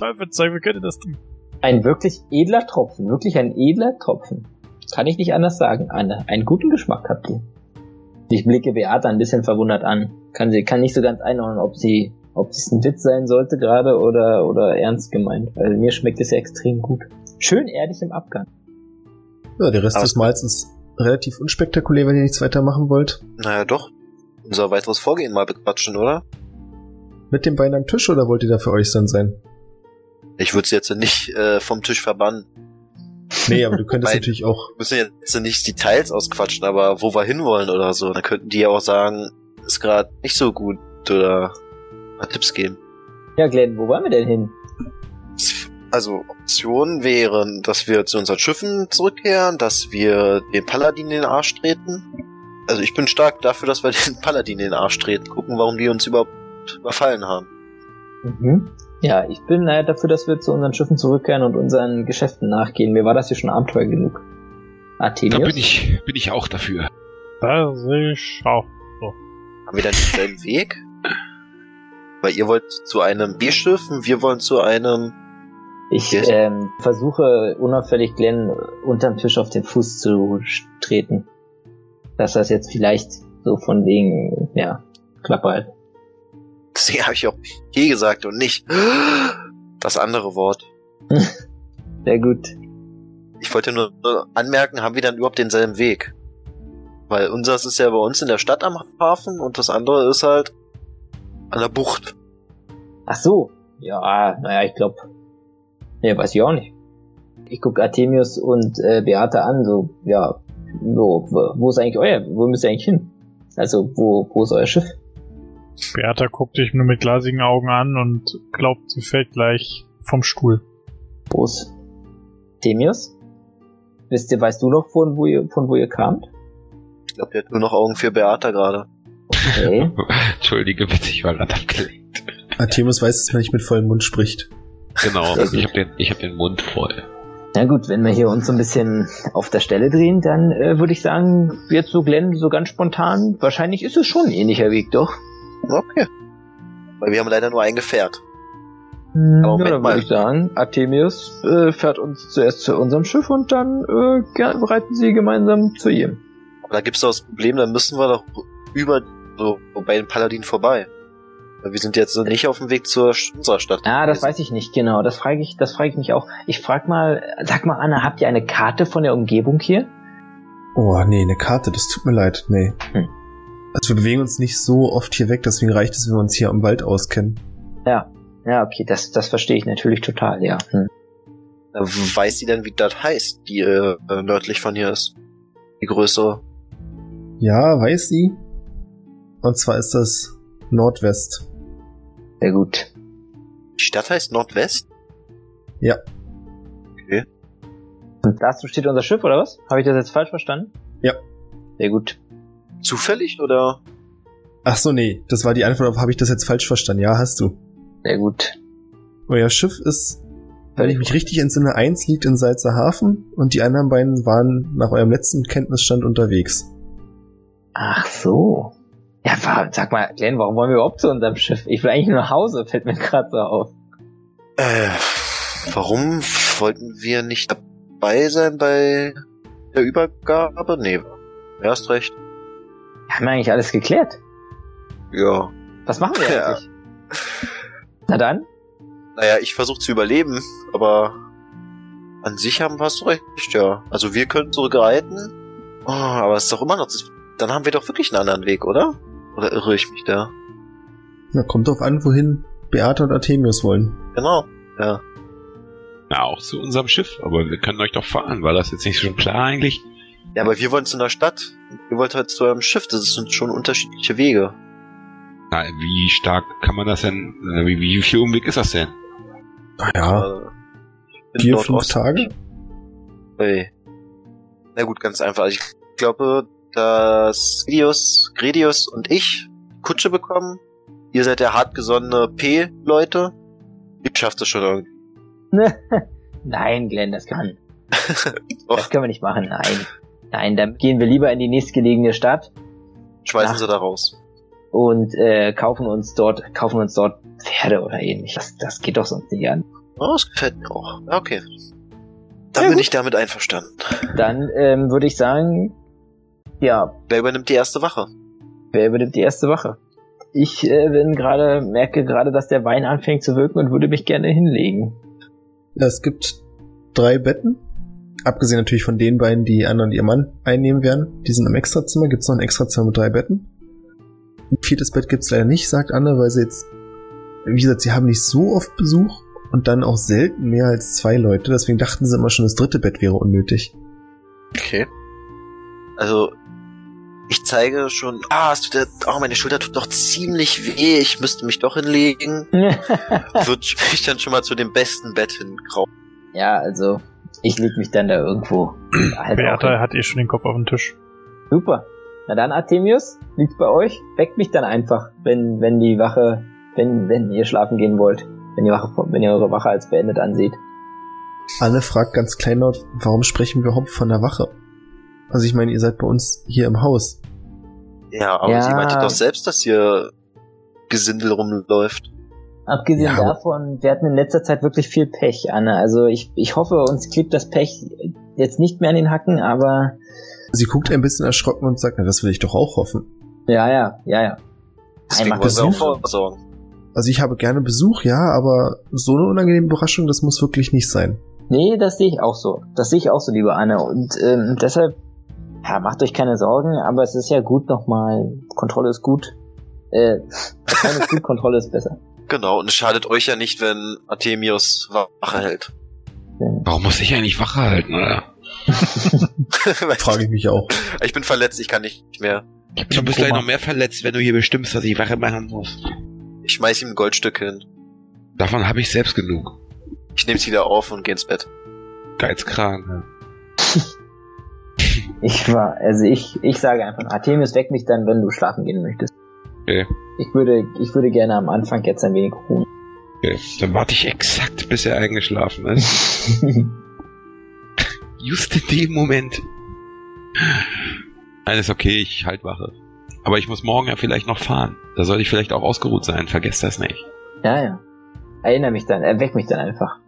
S6: Teufelszeug, wie könnte das denn?
S4: Ein wirklich edler Tropfen. Wirklich ein edler Tropfen. Kann ich nicht anders sagen, Anne. Einen guten Geschmack habt ihr. Ich blicke Beata ein bisschen verwundert an. Kann sie, kann nicht so ganz einordnen, ob sie, ob es ein Witz sein sollte gerade oder, oder ernst gemeint. Weil mir schmeckt es ja extrem gut. Schön ehrlich im Abgang.
S2: Ja, der Rest
S3: Aber-
S2: des Mahls ist relativ unspektakulär, wenn ihr nichts weiter machen wollt.
S3: Naja, doch. Unser weiteres Vorgehen mal bequatschen, oder?
S2: Mit dem Bein am Tisch oder wollt ihr da für euch dann sein?
S3: Ich würde sie jetzt nicht äh, vom Tisch verbannen.
S2: Nee, aber du könntest
S3: Bein.
S2: natürlich auch
S3: Wir müssen jetzt nicht die Details ausquatschen, aber wo wir hinwollen oder so. Dann könnten die ja auch sagen, ist gerade nicht so gut oder mal Tipps geben.
S4: Ja, Glenn, wo wollen wir denn hin?
S3: Also Optionen wären, dass wir zu unseren Schiffen zurückkehren, dass wir den Paladin in den Arsch treten. Also ich bin stark dafür, dass wir den Paladin in den Arsch treten. Gucken, warum die uns überhaupt überfallen haben.
S4: Mhm. Ja, ich bin äh, dafür, dass wir zu unseren Schiffen zurückkehren und unseren Geschäften nachgehen. Mir war das hier schon Abenteuer genug.
S5: Da
S4: Athenius?
S5: bin ich, bin ich auch dafür.
S6: Da sehe ich auch.
S3: Haben wir dann denselben Weg? Weil ihr wollt zu einem B-Schiff und wir wollen zu einem.
S4: Ich
S3: Yes.
S4: ähm, versuche unauffällig Glenn unterm Tisch auf den Fuß zu sch- treten. Dass das jetzt vielleicht so von wegen, ja, Klappe halt.
S3: Deswegen habe ich auch P gesagt und nicht das andere Wort.
S4: Sehr gut.
S3: Ich wollte nur nur anmerken, haben wir dann überhaupt denselben Weg? Weil unseres ist ja bei uns in der Stadt am Hafen und das andere ist halt an der Bucht.
S4: Ach so. Ja, naja, ich glaube. Ja, weiß ich auch nicht. Ich guck Artemius und äh, Beate an, so, ja, wo, wo wo ist eigentlich euer, wo müsst ihr eigentlich hin? Also, wo, wo ist euer Schiff?
S6: Beata guckt dich nur mit glasigen Augen an und glaubt, sie fällt gleich vom Stuhl.
S4: Wo ist Artemius? Wisst ihr, weißt du noch, von wo ihr, von wo ihr kamt?
S3: Ich glaube, der hat nur noch Augen für Beata gerade.
S4: Okay.
S5: Entschuldige bitte, ich war gerade abgelenkt.
S2: Artemis weiß, dass man nicht mit vollem Mund spricht.
S5: Genau,
S4: Sehr gut.
S5: ich habe den, ich hab den Mund voll.
S4: Na gut, wenn wir hier uns so ein bisschen auf der Stelle drehen, dann äh, würde ich sagen, jetzt so Glenn, so ganz spontan, wahrscheinlich ist es schon ein ähnlicher Weg, doch.
S3: Okay. Weil wir haben leider nur ein Gefährt.
S4: Hm,
S3: Aber Moment
S4: ja, dann
S3: mal.
S4: würde ich sagen, Artemius äh, fährt uns zuerst zu unserem Schiff und dann äh, ge- reiten sie gemeinsam zu ihm.
S3: Aber da gibt's doch das Problem, dann müssen wir doch über so bei den Paladin vorbei. Weil wir sind jetzt so nicht auf dem Weg zur unserer Stadt.
S4: Ah, das
S3: gewesen.
S4: weiß ich nicht genau. Das frage ich, das frage ich mich auch. Ich frage mal, sag mal, Anna, habt ihr eine Karte von der Umgebung hier?
S2: Oh, nee, eine Karte, das tut mir leid, nee.
S4: Hm.
S2: Also wir bewegen uns nicht so oft hier weg, deswegen reicht es, wenn wir uns hier am Wald auskennen.
S4: Ja. Ja, okay, das, das verstehe ich natürlich total, ja. Hm.
S3: Da weiß sie dann, wie das heißt, die äh, äh, nördlich von hier ist. Die größere.
S2: Ja, weiß sie. Und zwar ist das Nordwest.
S4: Sehr gut.
S3: Die Stadt heißt Nordwest?
S4: Und dazu steht unser Schiff, oder was? Habe ich das jetzt falsch verstanden?
S2: Ja.
S4: Sehr gut.
S3: Zufällig oder?
S2: Ach so, nee, das war die Antwort, aber habe ich das jetzt falsch verstanden? Ja, hast du.
S4: Sehr gut.
S2: Euer Schiff ist, wenn ich mich richtig entsinne, eins liegt in Salzerhafen und die anderen beiden waren nach eurem letzten Kenntnisstand unterwegs.
S4: Ach so. Ja, wa- sag mal, Glenn, warum wollen wir überhaupt zu unserem Schiff? Ich will eigentlich nur nach Hause, fällt mir gerade so auf.
S3: Äh, warum wollten wir nicht dabei sein bei der Übergabe? Nee, du hast recht.
S4: Haben wir eigentlich alles geklärt?
S3: Ja.
S4: Was machen wir
S3: Ja.
S4: eigentlich? Na dann?
S3: Naja, ich versuche zu überleben, aber an sich haben wir es recht, ja. Also wir können zurückreiten. Oh, aber es ist doch immer noch. das- Dann haben wir doch wirklich einen anderen Weg, oder? Oder irre ich mich da?
S2: Na, kommt drauf an, wohin Beata und Artemius wollen.
S3: Genau. Ja.
S5: Na, auch zu unserem Schiff, aber wir können euch doch fahren. War das jetzt nicht schon klar eigentlich?
S3: Ja, aber wir wollen zu einer Stadt. Ihr wollt halt zu einem Schiff. Das sind schon unterschiedliche Wege.
S5: Na, wie stark kann man das denn, äh, wie, wie viel Umweg ist das denn?
S2: Ja,
S3: Also, ich bin
S2: vier,
S3: dort
S2: fünf
S3: ost-
S2: Tage.
S3: Ey. Na gut, ganz einfach. Also ich glaube, dass Gredius, Gredius und ich Kutsche bekommen. Ihr seid der hartgesonnene P-Leute. Ihr schafft es schon irgendwie.
S4: Nein, Glenn, das kann.
S3: Oh,
S4: Das können wir nicht machen, nein. Nein, dann gehen wir lieber in die nächstgelegene Stadt
S3: schmeißen
S4: Ja.
S3: sie da raus.
S4: und äh, kaufen uns dort, kaufen uns dort Pferde oder ähnliches. Das, das geht doch sonst nicht an.
S3: Oh, das gefällt mir auch. Ja, Okay. Dann
S4: Ja,
S3: bin
S4: gut.
S3: ich damit einverstanden.
S4: Dann ähm, würde ich sagen, ja,
S3: Wer übernimmt die erste Wache?
S4: Wer übernimmt die erste Wache? Ich äh, bin gerade, merke gerade, dass der Wein anfängt zu wirken und würde mich gerne hinlegen.
S2: Es gibt drei Betten. Abgesehen natürlich von den beiden, die Anna und ihr Mann einnehmen werden. Die sind im Extrazimmer. Gibt es noch ein Extrazimmer mit drei Betten? Ein viertes Bett gibt es leider nicht, sagt Anna, weil sie jetzt, wie gesagt, sie haben nicht so oft Besuch und dann auch selten mehr als zwei Leute. Deswegen dachten sie immer schon, das dritte Bett wäre unnötig.
S3: Okay. Also, ich zeige schon, ah, es tut der, oh, meine Schulter tut doch ziemlich weh. Ich müsste mich doch hinlegen. Würde mich dann schon mal zu dem besten Bett hinkrauchen.
S4: ja, also, ich leg mich dann da irgendwo. halt auch
S6: Beata
S4: hin.
S6: hat eh schon den Kopf auf den Tisch.
S4: Super. Na dann, Artemius, liegt bei euch. Weckt mich dann einfach, wenn, wenn die Wache, wenn, wenn ihr schlafen gehen wollt. wenn ihr, Wache, wenn ihr eure Wache als beendet ansieht.
S2: Anne fragt ganz kleinlaut, warum sprechen wir überhaupt von der Wache? Also ich meine, ihr seid bei uns hier im Haus.
S3: Ja, aber
S4: Ja.
S3: sie meinte doch selbst, dass hier Gesindel rumläuft.
S4: Abgesehen
S2: Ja, aber-
S4: davon, wir hatten in letzter Zeit wirklich viel Pech, Anne. Also ich, ich hoffe, uns klebt das Pech jetzt nicht mehr an den Hacken, aber
S2: Sie guckt ein bisschen erschrocken und sagt, na, das will ich doch auch hoffen.
S4: ja, ja, ja, ja.
S3: Deswegen
S4: Einmal
S3: wollen wir auch
S2: Besuch.
S3: vorsorgen.
S2: Also ich habe gerne Besuch, ja, aber so eine unangenehme Überraschung, das muss wirklich nicht sein.
S4: Nee, das sehe ich auch so. Das sehe ich auch so, liebe Anne. Und ähm, deshalb, ja, macht euch keine Sorgen, aber es ist ja gut nochmal. Kontrolle ist gut. Äh, Kontrolle ist gut, Kontrolle ist besser.
S3: Genau, und es schadet euch ja nicht, wenn Artemius Wache hält.
S5: Warum muss ich eigentlich Wache halten, oder?
S3: Weil
S2: Frage ich mich auch.
S3: ich bin verletzt, ich kann nicht mehr.
S5: Du bist gleich noch mehr verletzt, wenn du hier bestimmst, dass ich Wache machen muss.
S3: Ich schmeiß ihm ein Goldstück hin.
S5: Davon habe ich selbst genug.
S3: Ich nehm's wieder auf und geh ins Bett.
S5: Geizkran. Ja.
S4: Ich war, also ich, ich sage einfach, Artemis, weck mich dann, wenn du schlafen gehen möchtest.
S5: Okay.
S4: Ich würde, ich würde gerne am Anfang jetzt ein wenig ruhen.
S5: Okay. Dann warte ich exakt, bis er eingeschlafen ist. Just in dem Moment. Alles okay, ich halt Wache. Aber ich muss morgen ja vielleicht noch fahren. Da sollte ich vielleicht auch ausgeruht sein. Vergesst das nicht.
S4: ja, ja. Erinnere mich dann, äh, weck mich dann einfach.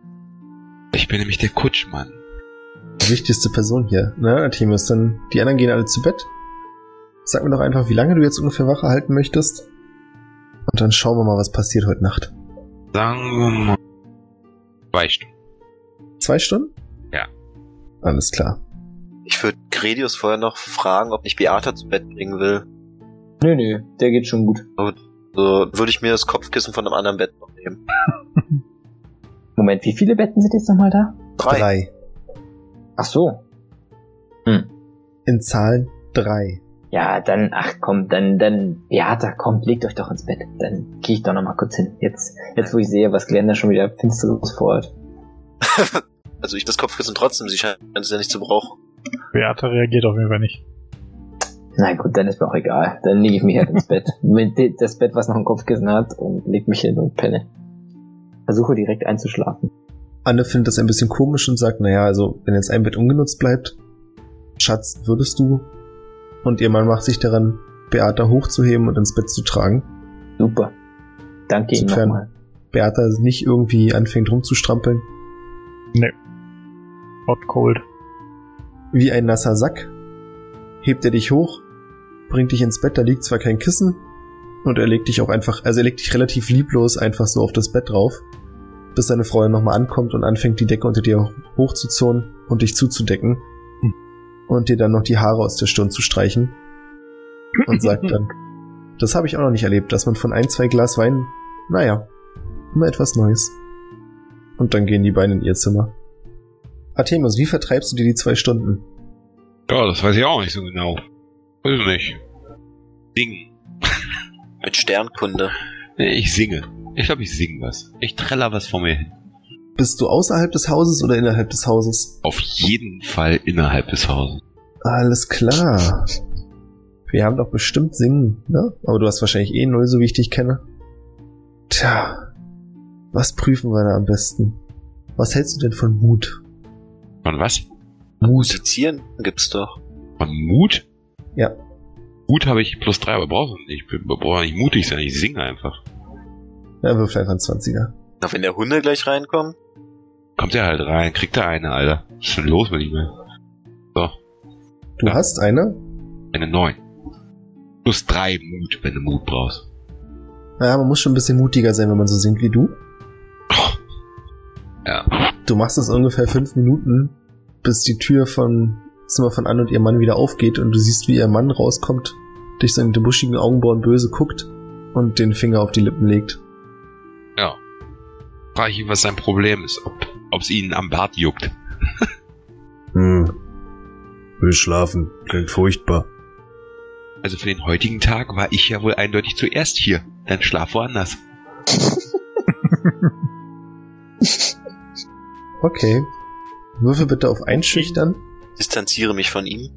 S5: Ich bin nämlich der Kutschmann.
S2: Die wichtigste Person hier, ne, Artemis? Dann die anderen gehen alle zu Bett. Sag mir doch einfach, wie lange du jetzt ungefähr Wache halten möchtest. Und dann schauen wir mal, was passiert heute Nacht.
S5: Sagen wir mal. Zwei Stunden.
S2: Zwei Stunden?
S5: Ja.
S2: Alles klar.
S3: Ich würde Gredius vorher noch fragen, ob nicht Beata zu Bett bringen will.
S4: Nö, nö, der geht schon gut.
S3: So würde ich mir das Kopfkissen von einem anderen Bett noch nehmen.
S4: Moment, wie viele Betten sind jetzt nochmal da?
S3: Drei.
S4: Ach so.
S2: In Zahlen drei.
S4: Ja, dann, ach komm, dann, dann, Beata, kommt, legt euch doch ins Bett. Dann gehe ich doch nochmal kurz hin. Jetzt, jetzt wo ich sehe, was Glenda schon wieder finsteres vorhat.
S3: Also ich das Kopfkissen trotzdem, sie scheint es ja nicht zu brauchen.
S6: Beata reagiert auf jeden Fall nicht.
S4: Na gut, dann ist mir auch egal. Dann lege ich mich halt ins Bett. Mit de- Das Bett, was noch einen Kopfkissen hat, und leg mich hin und penne. Versuche direkt einzuschlafen.
S2: Anne findet das ein bisschen komisch und sagt, naja, also wenn jetzt ein Bett ungenutzt bleibt, Schatz, würdest du? Und ihr Mann macht sich daran, Beata hochzuheben und ins Bett zu tragen.
S4: Super. Danke ihm
S2: Insofern-
S4: nochmal.
S2: Beata nicht irgendwie anfängt rumzustrampeln,
S6: Hot Cold.
S2: wie ein nasser Sack. Hebt er dich hoch, bringt dich ins Bett, da liegt zwar kein Kissen, und er legt dich auch einfach, also er legt dich relativ lieblos einfach so auf das Bett drauf, bis seine Freundin nochmal ankommt und anfängt, die Decke unter dir hochzuzurren und dich zuzudecken
S6: Hm.
S2: und dir dann noch die Haare aus der Stirn zu streichen und sagt dann, das habe ich auch noch nicht erlebt, dass man von ein, zwei Glas Wein, naja, immer etwas Neues. Und dann gehen die beiden in ihr Zimmer. Artemis, wie vertreibst du dir die zwei Stunden?
S5: Ja, das weiß ich auch nicht so genau. Weiß ich nicht. Singen.
S3: Mit Sternkunde.
S5: Nee, ich singe. Ich glaube, ich singe was. Ich treller was vor mir hin.
S2: Bist du außerhalb des Hauses oder innerhalb des Hauses?
S5: Auf jeden Fall innerhalb des Hauses.
S2: Alles klar. Wir haben doch bestimmt Singen, ne? Aber du hast wahrscheinlich eh null, so wie ich dich kenne. Tja, was prüfen wir da am besten? Was hältst du denn von Mut?
S5: Von was?
S3: Musizieren gibt's doch.
S5: Von Mut?
S2: Ja.
S5: Mut habe ich plus drei, aber brauche ich nicht. Ich brauche nicht mutig sein, ich singe einfach.
S2: Ja, wirf einfach einen 20er.
S3: Na, wenn der Hunde gleich reinkommt,
S5: Kommt er halt rein, kriegt er eine, Alter. Was ist denn los mit ihm? ey?
S2: Du
S5: Ja.
S2: hast eine?
S5: Eine neun. Plus drei Mut, wenn du Mut brauchst.
S2: Ja, man muss schon ein bisschen mutiger sein, wenn man so singt wie du.
S5: Ja.
S2: Du machst das ungefähr fünf Minuten, bis die Tür vom Zimmer von Anne und ihr Mann wieder aufgeht und du siehst, wie ihr Mann rauskommt, dich so mit den buschigen Augenbrauen böse guckt und den Finger auf die Lippen legt.
S5: Ja. Frag ich ihn, was sein Problem ist. Ob es ihn am Bart juckt.
S2: Hm. Will schlafen. Klingt furchtbar.
S5: Also für den heutigen Tag war ich ja wohl eindeutig zuerst hier. Dann schlaf woanders.
S2: Okay. Würfel bitte auf Einschüchtern.
S3: distanziere mich von ihm.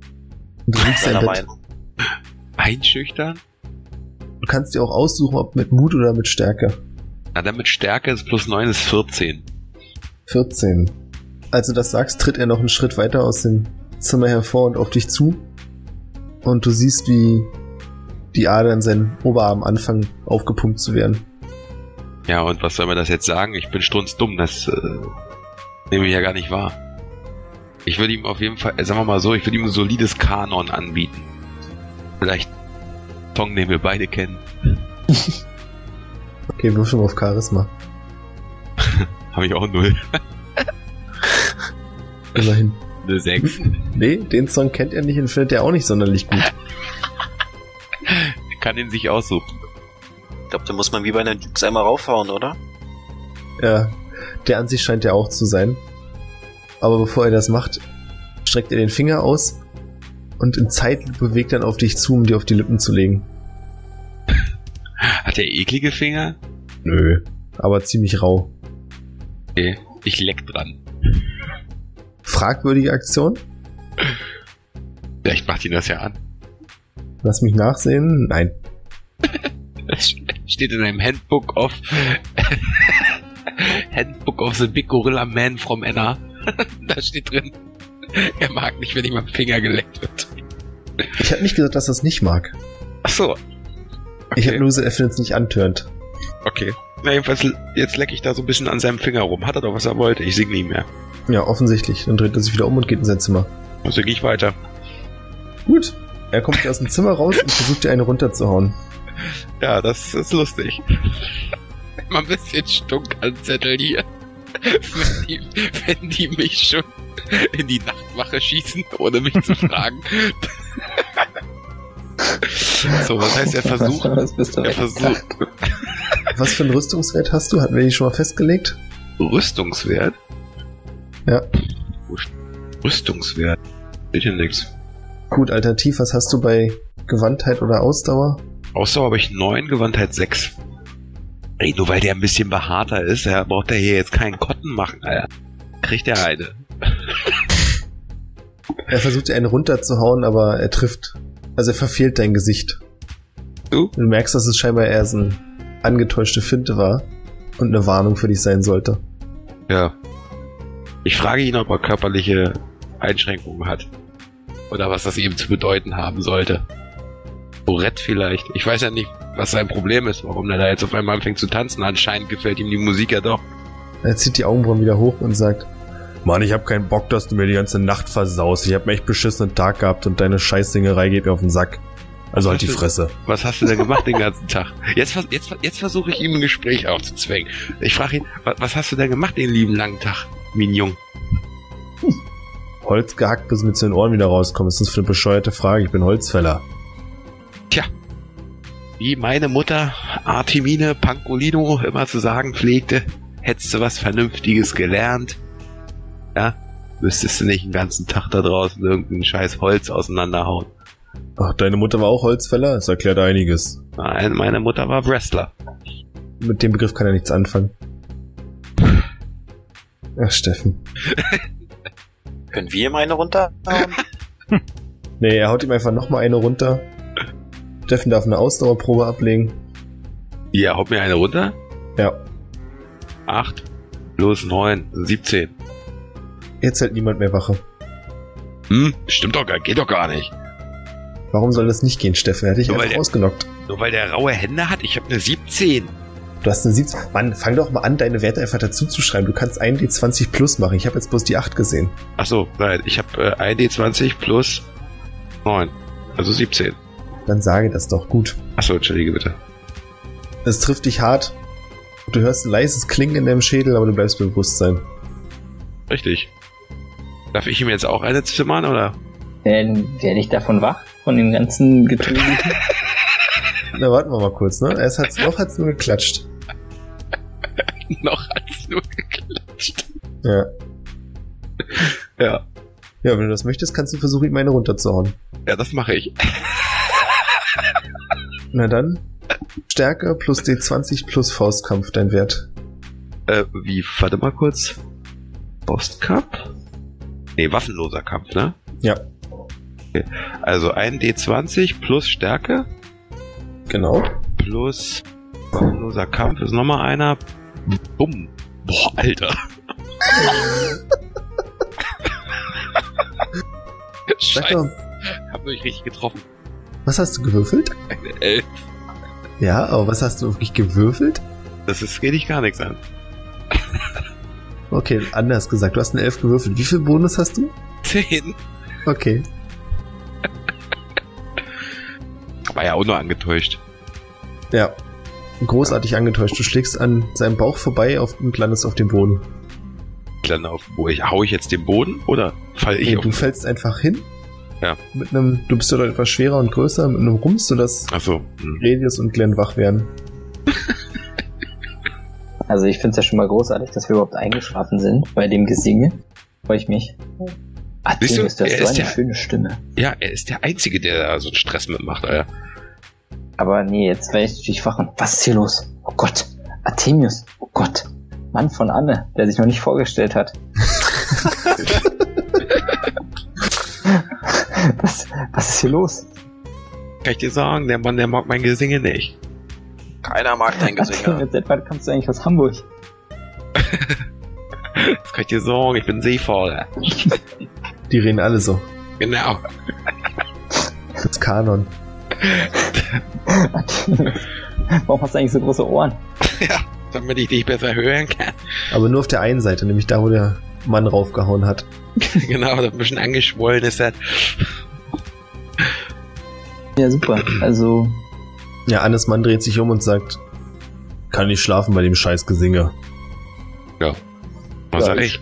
S2: Und du liegst im Bett.
S3: Seiner Meinung.
S5: Einschüchtern?
S2: Du kannst dir auch aussuchen, ob mit Mut oder mit Stärke.
S5: Na, damit Stärke ist plus 9 ist 14.
S2: 14. Als du das sagst, tritt er noch einen Schritt weiter aus dem Zimmer hervor und auf dich zu. Und du siehst, wie die Ader in seinen Oberarm anfangen, aufgepumpt zu werden.
S5: Ja, und was soll mir das jetzt sagen? Ich bin strunzdumm, das äh, nehme ich ja gar nicht wahr. Ich würde ihm auf jeden Fall, äh, sagen wir mal so, ich würde ihm ein solides Kanon anbieten. Vielleicht einen Song, den wir beide kennen.
S2: Okay, würfel mal auf Charisma.
S5: Habe ich auch null.
S2: Immerhin.
S5: Eine 6.
S2: Nee, den Song kennt er nicht und findet er auch nicht sonderlich gut.
S5: Kann ihn sich aussuchen.
S3: Ich glaube, da muss man wie bei einer Dukes einmal raufhauen, oder?
S2: Ja, der an sich scheint er auch zu sein. Aber bevor er das macht, streckt er den Finger aus und in Zeitlupe bewegt dann auf dich zu, um dir auf die Lippen zu legen.
S5: Hat er eklige Finger?
S2: Nö. Aber ziemlich rau.
S5: Okay. Ich leck dran.
S2: Fragwürdige Aktion?
S5: Vielleicht macht ihn das ja an.
S2: Lass mich nachsehen. Nein.
S5: Das steht in einem Handbook of Handbook of the Big Gorilla Man from Anna. da steht drin. Er mag nicht, wenn ihm am Finger geleckt wird.
S2: Ich habe nicht gesagt, dass er es nicht mag.
S5: Ach so.
S2: Ich habe nur gesagt, er findet es nicht antörnt.
S5: Okay. Na jedenfalls, jetzt leck ich da so ein bisschen an seinem Finger rum. Hat er doch, was er wollte. Ich singe nie mehr.
S2: Ja, offensichtlich. Dann dreht er sich wieder um und geht in sein Zimmer.
S5: Also gehe ich weiter.
S2: Gut. Er kommt aus dem Zimmer raus und versucht dir eine runterzuhauen.
S5: Ja, das ist lustig. Mal ein bisschen Stunk anzetteln hier. Wenn die, wenn die mich schon in die Nachtwache schießen, ohne mich zu fragen. so, was heißt er versucht?
S4: Was bist du
S5: Er versucht
S2: Was für einen Rüstungswert hast du? Hatten wir den schon mal festgelegt?
S5: Rüstungswert.
S2: Ja.
S5: Wo st- Rüstungswert. Steht hier nix.
S2: Gut, alternativ, was hast du bei Gewandtheit oder Ausdauer?
S5: Ausdauer habe ich 9, Gewandtheit 6. Ey, nur weil der ein bisschen behaarter ist, ja, braucht er hier jetzt keinen Kotten machen, Alter. Kriegt er eine.
S2: Er versucht dir einen runterzuhauen, aber er trifft. Also er verfehlt dein Gesicht.
S5: Du?
S2: Du merkst, dass es scheinbar eher so eine angetäuschte Finte war und eine Warnung für dich sein sollte.
S5: Ja. Ich frage ihn, ob er körperliche Einschränkungen hat. Oder was das eben zu bedeuten haben sollte. Tourette vielleicht. Ich weiß ja nicht, was sein Problem ist, warum er da jetzt auf einmal anfängt zu tanzen. Anscheinend gefällt ihm die Musik ja doch.
S2: Er zieht die Augenbrauen wieder hoch und sagt: Mann, ich hab keinen Bock, dass du mir die ganze Nacht versaust. Ich hab einen echt beschissenen Tag gehabt und deine Scheißsingerei geht mir auf den Sack. Also halt die Fresse.
S5: Was hast du denn gemacht den ganzen Tag? Jetzt, vers- jetzt, jetzt versuche ich ihm ein Gespräch aufzuzwängen. Ich frage ihn, was, was hast du denn gemacht den lieben langen Tag, Mignon?
S2: Holz gehackt, bis mit zu den Ohren wieder rauskommen. Was ist das für eine bescheuerte Frage? Ich bin Holzfäller.
S5: Wie meine Mutter Artemine Pancolino immer zu sagen pflegte, hättest du was Vernünftiges gelernt, ja, müsstest du nicht den ganzen Tag da draußen irgendeinen scheiß Holz auseinanderhauen.
S2: Ach, deine Mutter war auch Holzfäller? Das erklärt einiges.
S5: Nein, meine Mutter war Wrestler.
S2: Mit dem Begriff kann er nichts anfangen. Ach, Steffen.
S3: Können wir ihm eine runter?
S2: Nee, er haut ihm einfach nochmal eine runter. Steffen darf eine Ausdauerprobe ablegen.
S5: Ja, haut mir eine runter.
S2: Ja,
S5: Acht plus neun, 17.
S2: jetzt hält niemand mehr Wache.
S5: Hm, stimmt doch gar, geht doch gar nicht.
S2: Warum soll das nicht gehen, Steffen? Er hat dich
S5: Nur weil
S2: einfach
S5: der-
S2: ausgenockt.
S5: Nur weil der raue Hände hat, ich habe eine 17.
S2: Du hast eine 17. Mann, fang doch mal an, deine Werte einfach dazu zu schreiben. Du kannst 1D20 plus machen. Ich habe jetzt bloß die 8 gesehen.
S5: Ach so, nein, ich habe äh, 1d20 plus 9, also 17.
S2: Dann sage das doch. Gut.
S5: Ach so, entschuldige bitte.
S2: Es trifft dich hart. Du hörst ein leises Klingen in deinem Schädel, aber du bleibst bei Bewusstsein.
S5: Richtig. Darf ich ihm jetzt auch eine zimmern, oder?
S4: Werde werd ich davon wach? Von dem ganzen Getöse?
S2: Na, warten wir mal kurz, ne? Erst hat's, noch hat's nur geklatscht.
S5: Noch als nur geklatscht.
S2: Ja.
S5: Ja,
S2: Ja, wenn du das möchtest, kannst du versuchen, ihm eine runterzuhauen.
S5: ja, das mache ich.
S2: Na dann. Stärke plus D20 plus Faustkampf, dein Wert.
S5: Äh, wie, warte mal kurz. Postkampf? Nee, waffenloser Kampf, ne?
S2: Ja.
S5: Okay. Also 1d20 plus Stärke
S2: Genau.
S5: plus Loser Kampf ist nochmal einer. Bumm. Boah, Alter.
S2: Sag
S5: Scheiße,
S2: mal,
S5: hab mich richtig getroffen.
S2: was hast du gewürfelt?
S5: Eine Elf.
S2: Ja, aber was hast du wirklich gewürfelt?
S5: Das ist, geht dich gar nichts an.
S2: Okay, anders gesagt, du hast eine Elf gewürfelt. Wie viel Bonus hast du?
S5: Zehn.
S2: Okay.
S5: War ja auch nur angetäuscht.
S2: Ja. Großartig angetäuscht. Du schlägst an seinem Bauch vorbei auf, und landest auf dem Boden.
S5: Dann auf, wo ich, hau ich jetzt den Boden oder fall ich
S2: Nee,
S5: auf?
S2: du fällst einfach hin.
S5: Ja.
S2: Mit einem, du bist ja doch etwas schwerer und größer, mit einem Rums, sodass
S5: Achso. hm.
S2: Radius und Glenn wach werden.
S4: Also ich finde es ja schon mal großartig, dass wir überhaupt eingeschlafen sind bei dem Gesinge. Freue ich mich.
S5: Siehst du,
S4: Athenus, du hast
S5: er
S4: so
S5: ist
S4: eine
S5: ja-
S4: schöne Stimme.
S5: Ja, er ist der Einzige, der da so einen Stress mitmacht, Alter.
S4: Aber nee, jetzt werde ich natürlich wach und was ist hier los? Oh Gott, Athenius, oh Gott. Mann von Anne, der sich noch nicht vorgestellt hat. was, was ist hier los?
S5: Kann ich dir sagen, der Mann, der mag mein Gesinge nicht.
S3: Keiner mag dein Gesinger.
S4: Athenius, seit wann kommst du eigentlich aus Hamburg?
S5: Das kann ich dir sagen, ich bin Seefahrer.
S2: Die reden alle so.
S5: Genau.
S2: Das ist Kanon.
S4: Athenius, warum hast du eigentlich so große Ohren?
S5: Damit ich dich besser hören kann.
S2: Aber nur auf der einen Seite, nämlich da, wo der Mann raufgehauen hat.
S5: genau, so ein bisschen angeschwollen ist er.
S4: Ja, super. Also,
S2: Ja, Annes Mann dreht sich um und sagt, kann nicht schlafen bei dem scheiß Gesinge.
S5: Was
S4: Ja,
S5: sag
S4: ich-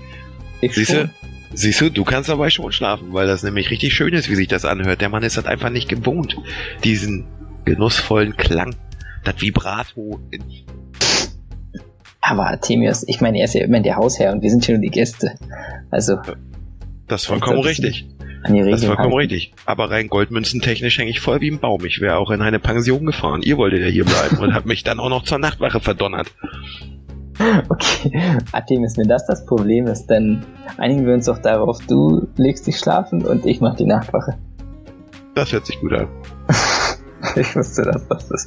S5: ich?
S4: ich
S5: Siehst
S4: schon.
S5: du? Siehst du, du kannst dabei schon schlafen, weil das nämlich richtig schön ist, wie sich das anhört. Der Mann ist das einfach nicht gewohnt. Diesen genussvollen Klang. Das Vibrato.
S4: Aber Artemius, ich meine, er ist ja immerhin der Hausherr und wir sind hier nur die Gäste. Also,
S5: Das ist vollkommen
S4: Das ist
S5: richtig.
S4: an die Regeln.
S5: Das ist vollkommen
S4: halten.
S5: richtig. Aber rein goldmünzentechnisch hänge ich voll wie ein Baum. Ich wäre auch in eine Pension gefahren. Ihr wolltet ja hier bleiben und habt mich dann auch noch zur Nachtwache verdonnert.
S4: Okay, Ah, Artemis, wenn das das Problem ist, dann einigen wir uns doch darauf, du legst dich schlafen und ich mach die Nachtwache.
S5: Das hört sich gut an.
S4: Ich wusste, dass das das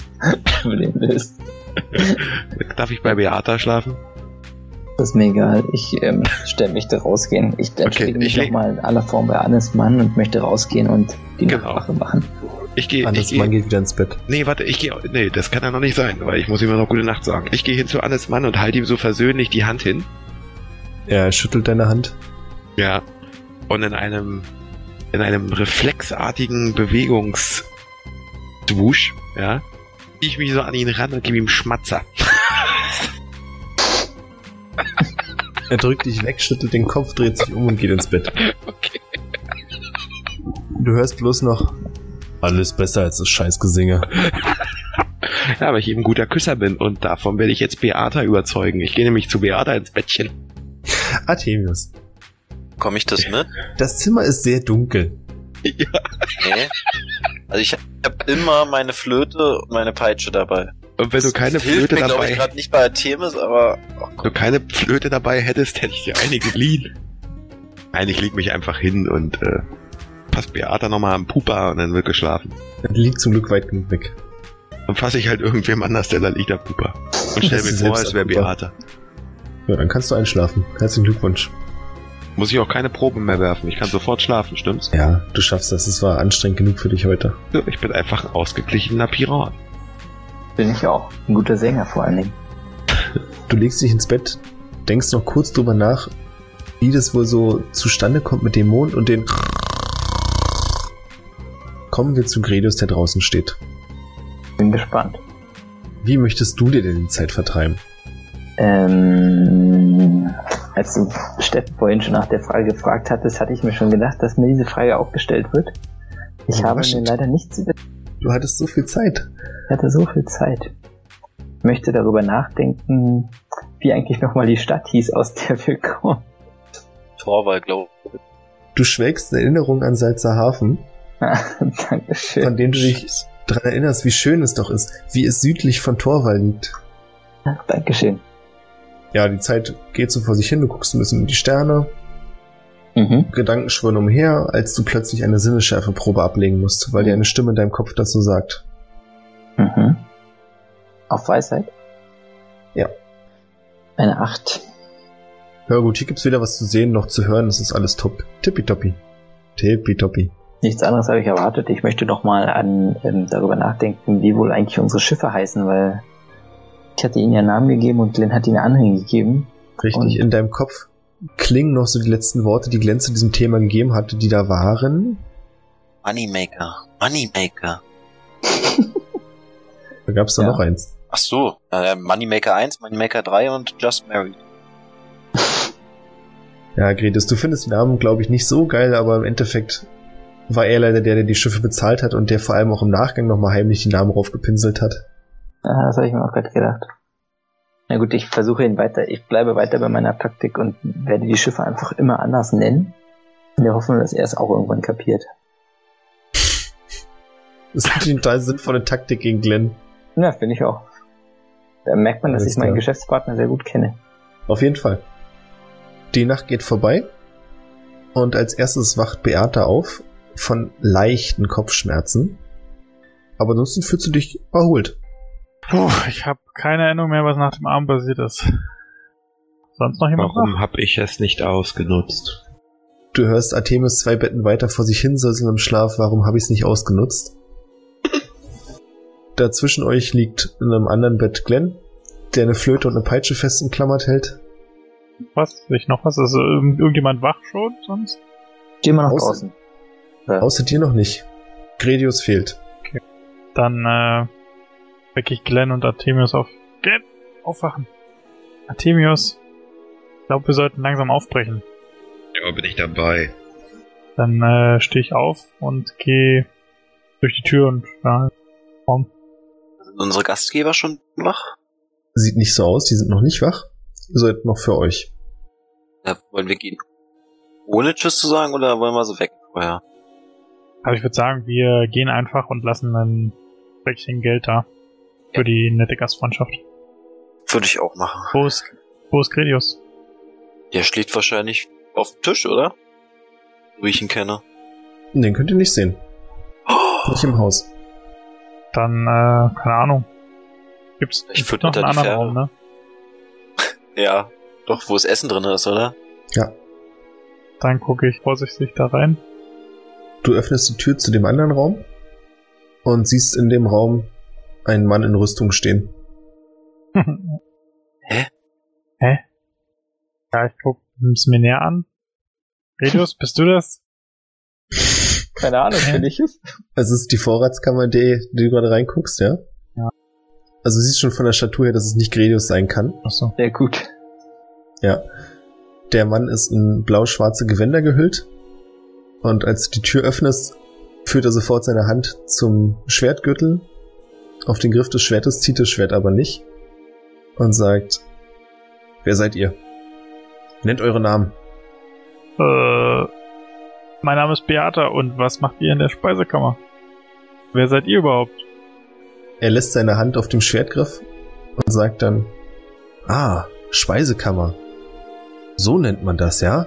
S4: Problem ist.
S5: Darf ich bei Beata schlafen?
S4: Das ist mir egal. Ich ähm, stelle mich da rausgehen. Ich entschuldige
S5: ich
S4: mich
S5: leg-
S4: nochmal in aller Form bei Annes Mann und möchte rausgehen und die
S5: Genau.
S4: Nachtwache machen.
S5: Ich gehe. Ich
S2: Annes Mann
S5: gehe.
S2: geht wieder ins Bett.
S5: Nee, warte, ich gehe. Nee, das kann ja noch nicht sein, weil ich muss ihm ja noch gute Nacht sagen. Ich gehe hin zu Annes Mann und halte ihm so versöhnlich die Hand hin.
S2: Er schüttelt deine Hand.
S5: Ja. Und in einem, in einem reflexartigen Bewegungsdwusch, ja, ziehe ich mich so an ihn ran und gebe ihm Schmatzer.
S2: Er drückt dich weg, schüttelt den Kopf, dreht sich um und geht ins Bett.
S5: Okay.
S2: Du hörst bloß noch, alles besser als das scheiß Gesinge.
S5: Ja, weil ich eben ein guter Küsser bin und davon werde ich jetzt Beata überzeugen. Ich gehe nämlich zu Beata ins Bettchen.
S2: Artemius,
S3: Komme ich das mit?
S2: das Zimmer ist sehr dunkel.
S5: Ja.
S3: Nee. Also ich habe immer meine Flöte und meine Peitsche dabei.
S5: Und wenn du keine
S3: das hilft
S5: Flöte
S3: mir, glaube ich,
S5: dabei,
S3: gerade nicht bei Artemis, aber oh
S5: wenn du
S3: Gott,
S5: keine Flöte dabei hättest, hätte ich dir eine geliehen. Nein, ich leg mich einfach hin und äh, passt Beata nochmal am Pupa und dann wird geschlafen.
S2: Er liegt zum Glück weit genug weg.
S5: Und fasse ich halt irgendwem anders, der da liegt am Pupa. Und stell
S2: Das
S5: mir
S2: ist
S5: vor,
S2: selbst
S5: es wäre
S2: am Pupa.
S5: Beata.
S2: Ja, dann kannst du einschlafen. Herzlichen Glückwunsch.
S5: Muss ich auch keine Proben mehr werfen. Ich kann sofort schlafen, stimmt's?
S2: Ja, du schaffst das. Es war anstrengend genug für dich heute.
S5: So, Ich bin einfach ein ausgeglichener Pirat.
S4: Bin ich auch. Ein guter Sänger vor allen Dingen.
S2: Du legst dich ins Bett, denkst noch kurz drüber nach, wie das wohl so zustande kommt mit dem Mond und den. Kommen wir zu Gredius, der draußen steht.
S4: Bin gespannt.
S2: Wie möchtest du dir denn die Zeit vertreiben?
S4: Ähm, als du Steffen vorhin schon nach der Frage gefragt hattest, hatte ich mir schon gedacht, dass mir diese Frage auch gestellt wird. Ich habe mir
S2: Überraschend.
S4: leider nichts über
S2: Du hattest so viel Zeit.
S4: Ich hatte so viel Zeit. Ich möchte darüber nachdenken, wie eigentlich nochmal die Stadt hieß, aus der wir kommen.
S3: Torwall, glaube ich.
S2: Du schwelgst in Erinnerung an Salzerhafen, von
S4: Ah, Dankeschön.
S2: dem du dich daran erinnerst, wie schön es doch ist, wie es südlich von Torwall liegt.
S4: Ah, Dankeschön.
S2: Ja, die Zeit geht so vor sich hin, du guckst ein bisschen in die Sterne,
S4: Mhm.
S2: Gedanken schwirren umher, als du plötzlich eine Sinneschärfeprobe ablegen musst, weil dir eine Stimme in deinem Kopf das so sagt.
S4: Mhm. Auf Weisheit? Eine 8.
S2: Ja gut, hier gibt's weder was zu sehen noch zu hören. Das ist alles top. Tippitoppi. Tippitoppi.
S4: Nichts anderes habe ich erwartet. Ich möchte doch mal an, ähm, darüber nachdenken, wie wohl eigentlich unsere Schiffe heißen, weil ich hatte ihnen ihren Namen gegeben und Glenn hat ihnen Anhänge gegeben.
S2: Richtig,
S4: Und-
S2: in deinem Kopf klingen noch so die letzten Worte, die Glenn zu diesem Thema gegeben hatte, die da waren.
S3: Moneymaker. Moneymaker.
S2: Da gab's da
S4: Ja.
S2: noch eins.
S3: Ach so. Äh, Moneymaker 1, Moneymaker 3 und Just Married.
S2: Ja, Gretis, du findest den Namen, glaube ich, nicht so geil, aber im Endeffekt war er leider der, der die Schiffe bezahlt hat und der vor allem auch im Nachgang nochmal heimlich die Namen raufgepinselt hat.
S4: Ah, das habe ich mir auch gerade gedacht. Na gut, ich versuche ihn weiter, ich bleibe weiter bei meiner Taktik und werde die Schiffe einfach immer anders nennen. In der Hoffnung, dass er es auch irgendwann kapiert.
S2: Das ist natürlich eine total sinnvolle Taktik gegen Glenn.
S4: Na, finde ich auch. Da merkt man, dass
S2: Alles
S4: ich meinen
S2: klar.
S4: Geschäftspartner sehr gut kenne.
S2: Auf jeden Fall. Die Nacht geht vorbei und als erstes wacht Beata auf von leichten Kopfschmerzen. Aber ansonsten fühlst du dich erholt.
S6: Puh, ich habe keine Erinnerung mehr, was nach dem Abend passiert ist. Sonst noch jemand
S5: Warum habe ich es nicht ausgenutzt?
S2: Du hörst Artemis zwei Betten weiter vor sich hinsäuseln im Schlaf. Warum habe ich es nicht ausgenutzt? Dazwischen euch liegt in einem anderen Bett Glenn, der eine Flöte und eine Peitsche fest umklammert hält.
S6: noch was? Sich noch was? Also irgend- irgendjemand wach schon sonst?
S4: Stehen wir noch
S2: Außen.
S4: draußen. Ja.
S2: Außer dir noch nicht. Gredius fehlt.
S6: Dann äh, wecke ich Glenn und Artemius auf. Glenn, aufwachen. Artemius, ich glaube, wir sollten langsam aufbrechen.
S5: Ja, bin ich dabei.
S6: Dann äh, stehe ich auf und gehe durch die Tür und ja, Raum.
S3: Sind unsere Gastgeber schon wach?
S2: Sieht nicht so aus, die sind noch nicht wach. Ihr seid noch für euch.
S3: Ja, Äh, wollen wir gehen? Ohne Tschüss zu sagen oder wollen wir so weg vorher?
S6: Aber also ich würde sagen, wir gehen einfach und lassen ein bisschen Geld da. Für die nette Gastfreundschaft.
S3: Würde ich auch machen.
S6: Wo ist, wo ist Gredius?
S3: Der schläft wahrscheinlich auf dem Tisch, oder? So wie ich ihn kenne.
S2: Den könnt ihr nicht sehen. Nicht im Haus.
S6: Dann, äh, keine Ahnung. Gibt's,
S3: Ich
S6: gibt's
S3: würd
S6: noch einen
S3: unter die
S6: anderen
S3: Fähre.
S6: Raum, ne?
S3: Ja. Doch, wo das Essen drin ist, oder?
S6: Dann gucke ich vorsichtig da rein.
S2: Du öffnest die Tür zu dem anderen Raum und siehst in dem Raum einen Mann in Rüstung stehen.
S3: Hä?
S6: Hä? Ja, ich guck es mir näher an. Gredius, bist du das?
S4: Keine Ahnung, finde ich es.
S2: Es ist die Vorratskammer, in die, die du gerade reinguckst, ja?
S6: Ja.
S2: Also du siehst schon von der Statur her, dass es nicht Gredius sein kann.
S6: Achso.
S4: Sehr gut.
S2: Der Mann ist in blau-schwarze Gewänder gehüllt und als du die Tür öffnest, führt er sofort seine Hand zum Schwertgürtel. Auf den Griff des Schwertes zieht das Schwert aber nicht und sagt, wer seid ihr? Nennt eure Namen.
S6: Äh, mein Name ist Beata und was macht ihr in der Speisekammer? Wer seid ihr überhaupt?
S2: Er lässt seine Hand auf dem Schwertgriff und sagt dann: Ah, Speisekammer. So nennt man das, ja?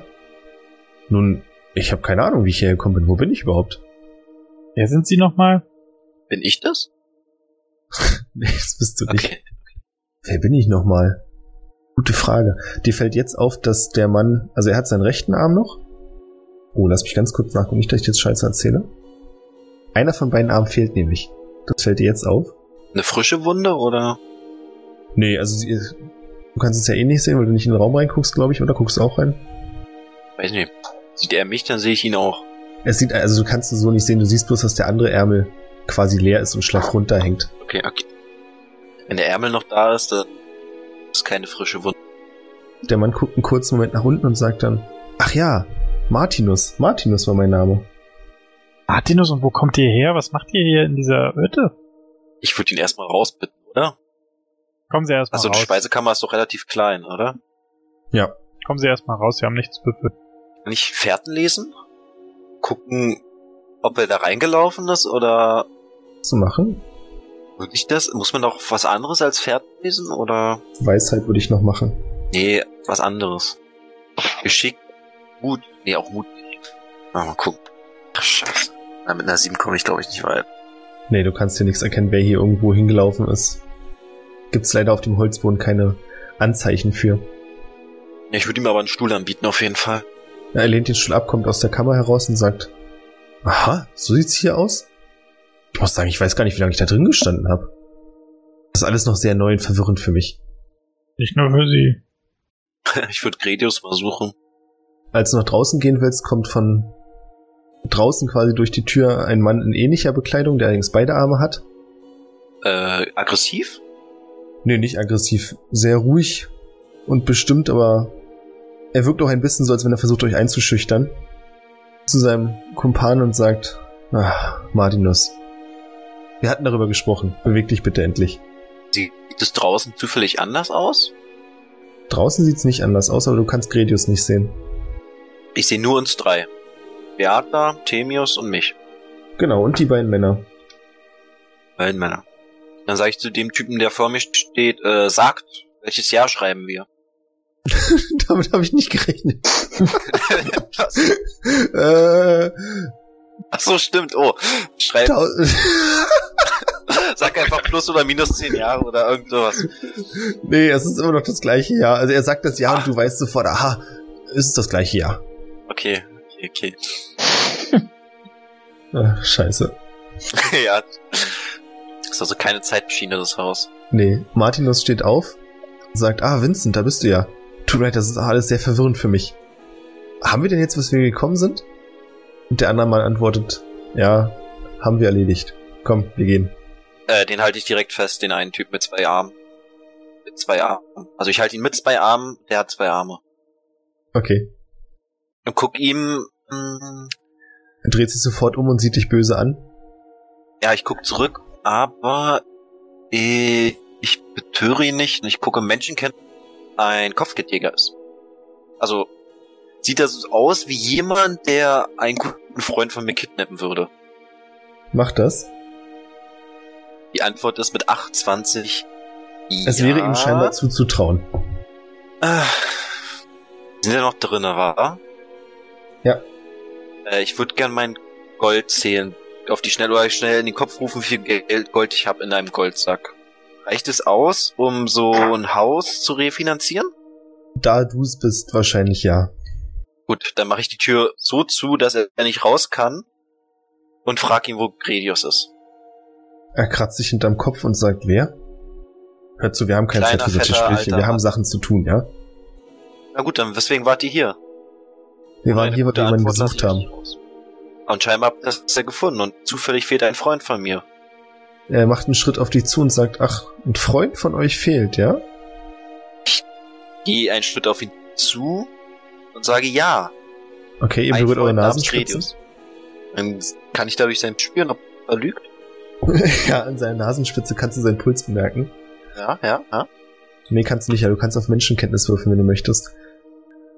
S2: Nun, ich habe keine Ahnung, wie ich hierher gekommen bin. Wo bin ich überhaupt?
S6: Wer sind sie nochmal?
S3: Bin ich das?
S2: Nee, das bist du nicht. Wer bin ich nochmal? Gute Frage. Dir fällt jetzt auf, dass der Mann, also er hat seinen rechten Arm noch. Oh, lass mich ganz kurz nachgucken, nicht, dass ich jetzt Scheiße erzähle. Einer von beiden Armen fehlt nämlich. Das fällt dir jetzt auf.
S3: Eine frische Wunde oder?
S2: Nee, also sie, du kannst es ja eh nicht sehen, weil du nicht in den Raum reinguckst, glaube ich, oder guckst du auch rein?
S3: Weiß nicht. Sieht er mich, dann sehe ich ihn auch.
S2: Es sieht, also du kannst es so nicht sehen, du siehst bloß, dass der andere Ärmel quasi leer ist und schlaff runterhängt.
S3: Okay, okay. Wenn der Ärmel noch da ist, dann ist keine frische Wunde.
S2: Der Mann guckt einen kurzen Moment nach unten und sagt dann, ach ja, Martinus, Martinus war mein Name.
S6: Martinus, und wo kommt ihr her? Was macht ihr hier in dieser Hütte?
S3: Ich würde ihn erstmal rausbitten, oder?
S6: Kommen Sie erstmal
S3: Also die
S6: raus.
S3: Speisekammer ist doch relativ klein, oder?
S6: Kommen Sie erstmal raus, wir haben nichts befürchtet.
S3: Kann ich Fährten lesen? Gucken, ob er da reingelaufen ist oder
S2: Was zu machen?
S3: muss ich das? Muss man doch was anderes als Fährten lesen oder?
S2: Weisheit würde ich noch machen.
S3: Nee, was anderes. Geschickt. Mut. Nee, auch Mut. nicht. Na, mal gucken. Ach, scheiße. Na, mit einer 7 komme ich glaube ich nicht weit.
S2: Nee, du kannst hier nichts erkennen, wer hier irgendwo hingelaufen ist. gibt's leider auf dem Holzboden keine Anzeichen für.
S3: Ja, ich würde ihm aber einen Stuhl anbieten, auf jeden Fall.
S2: Ja, Er lehnt den Stuhl ab, kommt aus der Kammer heraus und sagt, aha, so sieht's hier aus? Ich muss sagen, ich weiß gar nicht, wie lange ich da drin gestanden habe. Das ist alles noch sehr neu und verwirrend für mich.
S6: Nicht nur für sie.
S3: Ich würde Gredius mal suchen.
S2: Als du nach draußen gehen willst, kommt von draußen quasi durch die Tür ein Mann in ähnlicher Bekleidung, der allerdings beide Arme hat.
S3: Äh, aggressiv?
S2: Nee, nicht aggressiv. Sehr ruhig und bestimmt, aber er wirkt auch ein bisschen so, als wenn er versucht, euch einzuschüchtern. Zu seinem Kumpan und sagt, ach, Martinus, wir hatten darüber gesprochen. Beweg dich bitte endlich.
S3: Sieht es draußen zufällig anders aus?
S2: Draußen sieht's nicht anders aus, aber du kannst Gredius nicht sehen.
S3: Ich sehe nur uns drei. Beata, Themius und mich.
S2: Genau, und die beiden Männer.
S3: Männer. Dann sage ich zu dem Typen, der vor mir steht, äh, sagt, welches Jahr schreiben wir?
S2: Damit habe ich nicht gerechnet.
S3: Was?
S2: äh,
S3: Ach so, stimmt. Oh, schreib,
S2: tau-
S3: sag einfach plus oder minus zehn Jahre oder irgend sowas.
S2: nee, es ist immer noch das gleiche Jahr. Also er sagt das Jahr und du weißt sofort, aha, es ist das gleiche Jahr.
S3: Okay, okay, okay.
S2: Ach, Ah, scheiße.
S3: ja. Ist also keine Zeitmaschine, das Haus.
S2: Nee, Martinus steht auf, sagt, ah, Vincent, da bist du ja. Tut mir leid, das ist alles sehr verwirrend für mich. Haben wir denn jetzt, was wir gekommen sind? Und der andere Mann antwortet, ja, haben wir erledigt. Komm, wir gehen.
S3: Äh, den halte ich direkt fest, den einen Typ mit zwei Armen. Mit zwei Armen. Also ich halte ihn mit zwei Armen, der hat zwei Arme.
S2: Okay.
S3: Und guck ihm. hm, Mh,
S2: Er dreht sich sofort um und sieht dich böse an.
S3: ja, ich guck zurück, aber ich, ich betöre ihn nicht. Ich gucke Menschenkenntnis. Ein Kopfgeldjäger ist. Also sieht er so aus wie jemand, der einen guten Freund von mir kidnappen würde.
S2: Macht das.
S3: Die Antwort ist mit 28.
S2: Es wäre ihm scheinbar zuzutrauen.
S3: Ah. Sind ja noch drinne, wa?
S2: Ja.
S3: Äh, ich würde gern mein Gold zählen. Auf die Schnelle oder schnell in den Kopf rufen, wie viel Geld Gold ich habe in einem Goldsack. Reicht es aus, um so ein Haus zu refinanzieren?
S2: Da du es bist, wahrscheinlich ja.
S3: Gut, dann mache ich die Tür so zu, dass er nicht raus kann und frag ihn, wo Gredius ist.
S2: Er kratzt sich hinterm Kopf und sagt, wer? Hör zu, wir haben kein
S3: Kleiner,
S2: zeitversetztes
S3: fetter,
S2: Spielchen, wir
S3: alter
S2: haben
S3: Mann.
S2: Sachen zu tun, ja?
S3: Na gut, dann weswegen wart ihr hier?
S2: Wir waren
S3: Eine
S2: hier, weil
S3: gute
S2: wir jemanden
S3: Antwort
S2: gesucht
S3: lasse
S2: haben.
S3: ich nicht raus. Und scheinbar habt ihr das ja gefunden und zufällig fehlt ein Freund von mir.
S2: Er macht einen Schritt auf dich zu und sagt, ach, ein Freund von euch fehlt, ja?
S3: Geh einen Schritt auf ihn zu und sage ja.
S2: Okay, ihr
S3: ein
S2: berührt eure
S3: Freund namens
S2: Nasenspitzen.
S3: Gredius. Dann kann ich dadurch sein spüren, ob er lügt.
S2: Ja, an seiner Nasenspitze kannst du seinen Puls bemerken.
S3: Ja, ja, ja.
S2: Nee, kannst du nicht, ja, du kannst auf Menschenkenntnis würfeln, wenn du möchtest.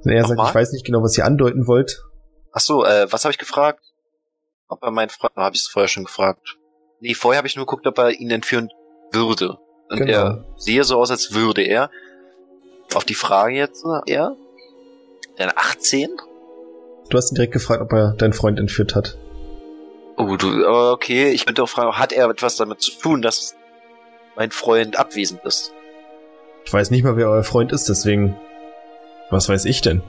S2: Und er sagt,
S3: Nochmal?
S2: ich weiß nicht genau, was ihr andeuten wollt.
S3: Ach so, äh, was habe ich gefragt? Ob er meinen Freund, habe ich es vorher schon gefragt. Nee, vorher habe ich nur geguckt, ob er ihn entführen würde. Und
S2: Genau.
S3: er sehe so aus, als würde er. Auf die Frage jetzt, äh, er? Dann 18?
S2: Du hast ihn direkt gefragt, ob er deinen Freund entführt hat.
S3: Oh, du, aber okay, ich könnte auch fragen, hat er etwas damit zu tun, dass mein Freund abwesend ist?
S2: Ich weiß nicht mal, wer euer Freund ist, deswegen. Was weiß ich denn?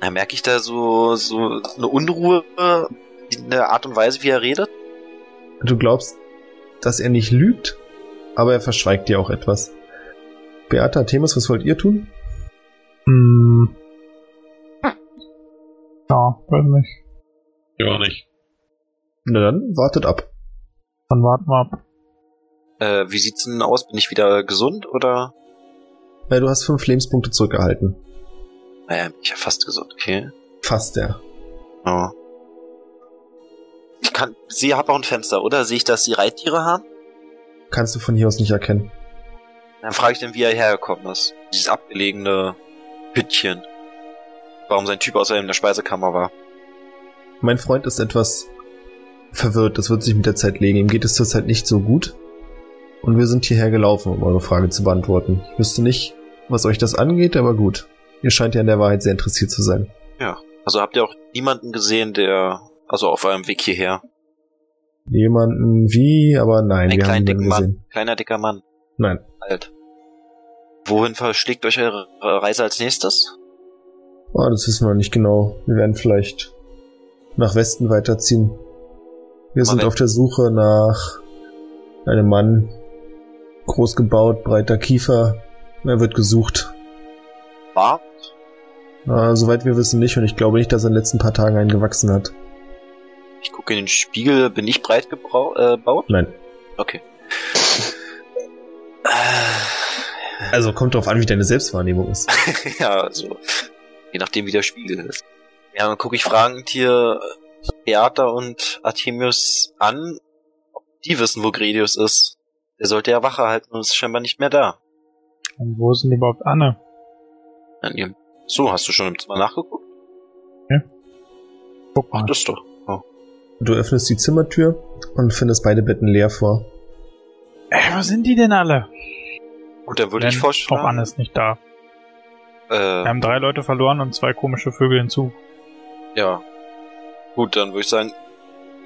S3: Da merke ich da so, so eine Unruhe äh, in der Art und Weise, wie er redet.
S2: Du glaubst, dass er nicht lügt, aber er verschweigt dir auch etwas. Beata, Themis, was wollt ihr tun?
S6: Hm. Ja, weiß nicht.
S5: Ja, nicht.
S2: Na dann, wartet ab.
S6: Dann warten wir ab.
S3: Äh, wie sieht's denn aus? Bin ich wieder gesund oder?
S2: Ja, du hast fünf Lebenspunkte zurückerhalten.
S3: Naja, bin ich ja fast gesund, okay.
S2: Fast ja.
S3: Ja. Ich kann, sie hat auch ein Fenster, oder? Sehe ich, dass sie Reittiere haben?
S2: Kannst du von hier aus nicht erkennen.
S3: Dann frage ich den, wie er hergekommen ist. Dieses abgelegene Hüttchen. Warum sein Typ außerdem in der Speisekammer war.
S2: Mein Freund ist etwas verwirrt. Das wird sich mit der Zeit legen. Ihm geht es zurzeit nicht so gut. Und wir sind hierher gelaufen, um eure Frage zu beantworten. Ich wüsste nicht, was euch das angeht, aber gut. Ihr scheint ja an der Wahrheit sehr interessiert zu sein.
S3: Also habt ihr auch niemanden gesehen, der, also auf eurem Weg hierher.
S2: Jemanden wie, aber nein,
S3: Einen
S2: wir haben
S3: kleinen
S2: niemanden
S3: dicken Mann.
S2: gesehen.
S3: Kleiner dicker Mann.
S2: Nein.
S3: Alt. Wohin versteckt euch eure Reise als nächstes?
S2: Oh, das wissen wir nicht genau. Wir werden vielleicht nach Westen weiterziehen. Wir sind
S3: Moment.
S2: auf der Suche nach einem Mann. Groß gebaut, breiter Kiefer. Er wird gesucht.
S3: War?
S2: Äh, soweit wir wissen nicht und ich glaube nicht, dass er in den letzten paar Tagen einen gewachsen hat.
S3: Ich gucke in den Spiegel, bin ich breit gebaut? Äh, gebaut?
S2: Nein.
S3: okay.
S2: Also kommt drauf an, wie deine Selbstwahrnehmung ist.
S3: ja, also, je nachdem, wie der Spiegel ist. Ja, dann gucke ich fragend hier Beata und Artemius an, ob die wissen, wo Gredius ist. Der sollte ja Wache halten und ist scheinbar nicht mehr da.
S6: Und wo ist denn überhaupt Anne?
S3: An ihrem- So, hast du schon im Zimmer nachgeguckt?
S6: Guck
S3: Ach,
S6: mal.
S3: das ist doch.
S2: Du öffnest die Zimmertür und findest beide Betten leer vor.
S6: Ey, Äh, wo sind die denn alle?
S3: Gut, dann würde
S6: Wenn
S3: ich
S6: Auch Anne
S3: vorschlagen.
S6: ist nicht da. Wir
S3: Äh,
S6: haben drei Leute verloren und zwei komische Vögel hinzu.
S3: ja. Gut, dann würde ich sagen,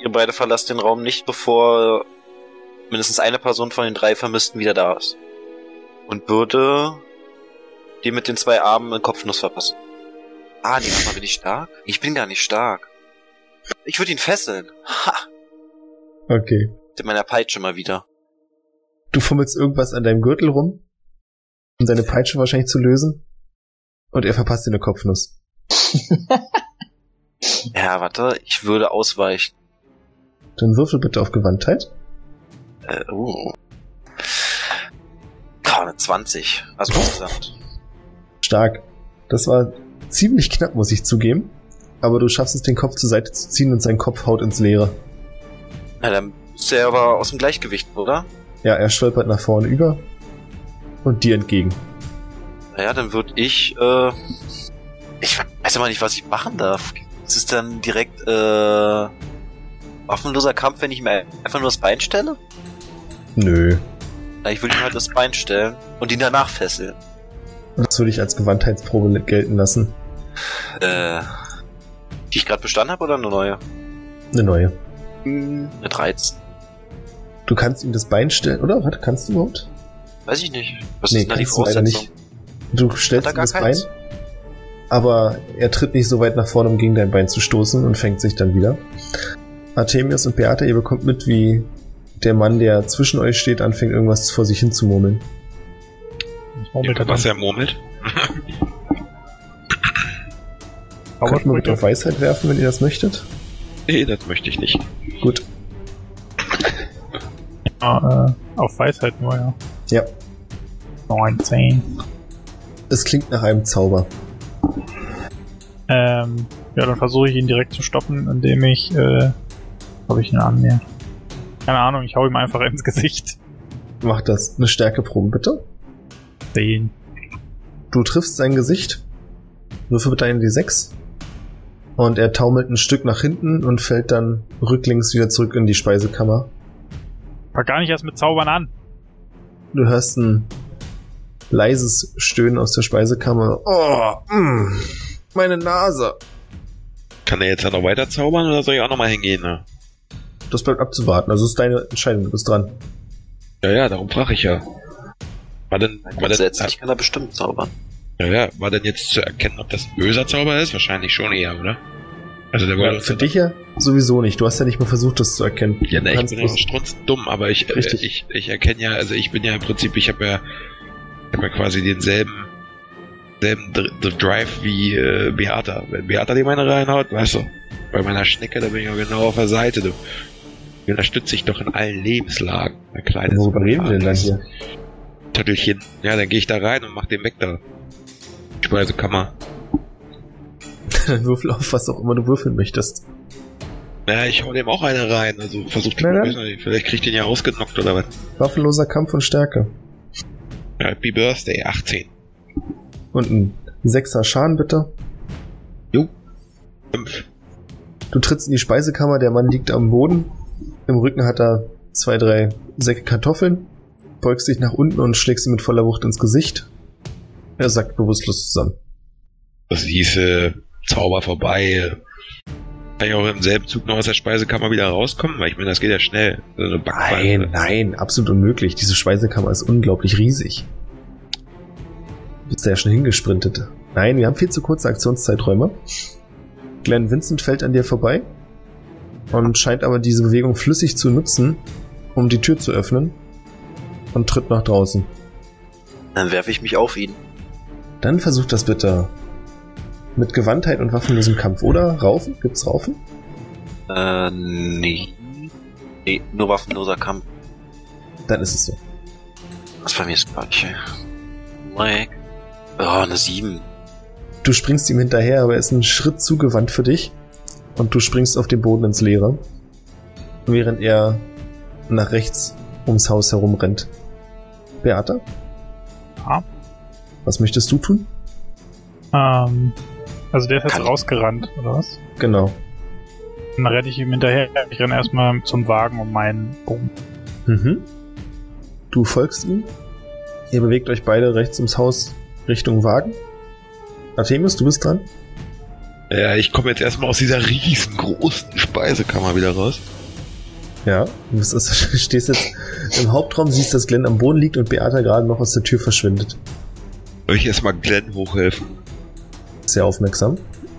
S3: ihr beide verlasst den Raum nicht, bevor mindestens eine Person von den drei Vermissten wieder da ist. Und würde dir mit den zwei Armen eine Kopfnuss verpassen. Ah, nee, warte mal, bin ich stark? Ich bin gar nicht stark. Ich würde ihn fesseln. Ha!
S2: Okay.
S3: Mit meiner Peitsche mal wieder.
S2: Du fummelst irgendwas an deinem Gürtel rum, um deine Peitsche wahrscheinlich zu lösen. Und er verpasst dir eine Kopfnuss.
S3: Ja, warte, ich würde ausweichen.
S2: Dann würfel bitte auf Gewandtheit.
S3: Äh, uh. Ah, eine 20. Also insgesamt.
S2: Stark. Das war ziemlich knapp, muss ich zugeben. Aber du schaffst es, den Kopf zur Seite zu ziehen und sein Kopf haut ins Leere.
S3: Na, dann ist er aber aus dem Gleichgewicht, oder?
S2: Ja, er stolpert nach vorne über und dir entgegen.
S3: Naja, dann würde ich, äh, ich weiß immer nicht, was ich machen darf. Es ist dann direkt, äh, waffenloser Kampf, wenn ich mir einfach nur das Bein stelle?
S2: Nö.
S3: Na, ich würde ihm halt das Bein stellen und ihn danach fesseln.
S2: Das würde ich als Gewandtheitsprobe gelten lassen.
S3: Äh, die ich gerade bestanden habe oder eine neue?
S2: Eine neue.
S3: Eine 13.
S2: Du kannst ihm das Bein stellen, oder? Warte, kannst du überhaupt?
S3: Weiß ich nicht. Was
S2: Nee,
S3: ist denn da die
S2: kannst du leider
S3: Voraussetzung?
S2: Du stellst
S3: Hat er
S2: ihm
S3: gar
S2: das Bein,
S3: keins?
S2: aber er tritt nicht so weit nach vorne, um gegen dein Bein zu stoßen und fängt sich dann wieder. Artemius und Beate, ihr bekommt mit, wie der Mann, der zwischen euch steht, anfängt, irgendwas vor sich hin zu murmeln.
S6: Das murmelt er
S5: Was
S6: dann.
S5: er murmelt?
S2: Könnt man bitte
S6: Zaubersprüche.
S2: auf Weisheit werfen, wenn ihr das möchtet?
S5: Nee, das möchte ich nicht.
S2: Gut.
S6: Ah, äh, auf Weisheit nur, ja.
S2: Ja.
S6: 19.
S2: Es klingt nach einem Zauber.
S6: Ähm, ja, dann versuche ich ihn direkt zu stoppen, indem ich, äh, habe ich ihn an mir. Keine Ahnung, ich hau ihm einfach ins Gesicht.
S2: Macht das. Eine Stärkeprobe, bitte.
S6: 10.
S2: Du triffst sein Gesicht. Würfel bitte einen D6. Und er taumelt ein Stück nach hinten und fällt dann rücklings wieder zurück in die Speisekammer.
S6: Fang gar nicht erst mit Zaubern an.
S2: Du hörst ein leises Stöhnen aus der Speisekammer. Oh, mm, meine Nase.
S5: Kann er jetzt halt noch weiter zaubern oder soll ich auch nochmal hingehen? Ne?
S2: Das bleibt abzuwarten. Also es ist deine Entscheidung. Du bist dran.
S5: Ja, ja, darum frage ich ja. War denn, war denn,
S3: Grundsätzlich kann er bestimmt zaubern.
S5: ja, ja, war denn jetzt zu erkennen, ob das ein böser Zauber ist? Wahrscheinlich schon eher, oder? Also der wurde
S2: Für dich ja sowieso nicht. Du hast ja nicht mal versucht, das zu erkennen.
S5: Ja, ne,
S2: Du
S5: ich
S2: kannst
S5: bin
S2: bloß-
S5: auch strunzdumm, aber ich, äh,
S2: Richtig.
S5: ich, ich erkenne ja, also ich bin ja im Prinzip, ich habe ja, ich hab ja quasi denselben selben Dr Dr- Drive wie äh, Beata. Wenn Beata die meine reinhaut, weißt du, bei meiner Schnecke, da bin ich ja genau auf der Seite. Du. Die unterstütze ich doch in allen Lebenslagen. Ein kleines
S2: Worüber reden wir denn
S5: Ah,
S2: dann hier?
S5: Töttelchen. Ja, dann gehe ich da rein und mach den weg da. Speisekammer.
S2: Dann würfel auf, was auch immer du würfeln möchtest.
S5: Naja, ich hau dem auch eine rein. Also versucht,
S2: Na dann.
S5: weiß nicht, vielleicht kriegt den ja ausgenockt oder was.
S2: Waffenloser Kampf und Stärke.
S5: Happy Birthday, 18.
S2: Und ein Sechser Schaden, bitte.
S5: 5.
S2: Du trittst in die Speisekammer, der Mann liegt am Boden. Im Rücken hat er zwei, drei Säcke Kartoffeln. Beugst dich nach unten und schlägst ihm mit voller Wucht ins Gesicht. Er sackt bewusstlos zusammen.
S5: Das hieße Zauber äh, vorbei. Kann ich auch im selben Zug noch aus der Speisekammer wieder rauskommen? Weil ich meine, das geht ja schnell. So eine Backpfeife.
S2: Nein, nein, absolut unmöglich. Diese Speisekammer ist unglaublich riesig. Bist du ja schon hingesprintet. Nein, wir haben viel zu kurze Aktionszeiträume. Glenn Vincent fällt an dir vorbei und scheint aber diese Bewegung flüssig zu nutzen, um die Tür zu öffnen und tritt nach draußen.
S3: Dann werfe ich mich auf ihn.
S2: Dann versucht das bitte mit Gewandtheit und waffenlosem Kampf, oder? Raufen? Gibt's Raufen?
S3: Äh, nee. Nee, nur waffenloser Kampf.
S2: Dann ist es so.
S3: Was bei mir ist Quatsch. Mike. Oh, eine 7.
S2: Du springst ihm hinterher, aber er ist einen Schritt zugewandt für dich und du springst auf den Boden ins Leere, während er nach rechts ums Haus herumrennt. Beata?
S6: Ja.
S2: Was möchtest du tun?
S6: Ähm, also der ist jetzt
S3: Kann ich-
S6: rausgerannt, oder was?
S2: Genau.
S6: Dann renne ich ihm hinterher. Ich renne erstmal zum Wagen um meinen Bogen.
S2: Mhm. Du folgst ihm. Ihr bewegt euch beide rechts ums Haus Richtung Wagen. Artemis, du bist dran.
S5: Ja, ich komme jetzt erstmal aus dieser riesengroßen Speisekammer wieder raus.
S2: Ja. Du bist, stehst jetzt im Hauptraum, siehst, dass Glenn am Boden liegt und Beata gerade noch aus der Tür verschwindet.
S5: Will ich erstmal Glenn hochhelfen.
S2: Sehr aufmerksam.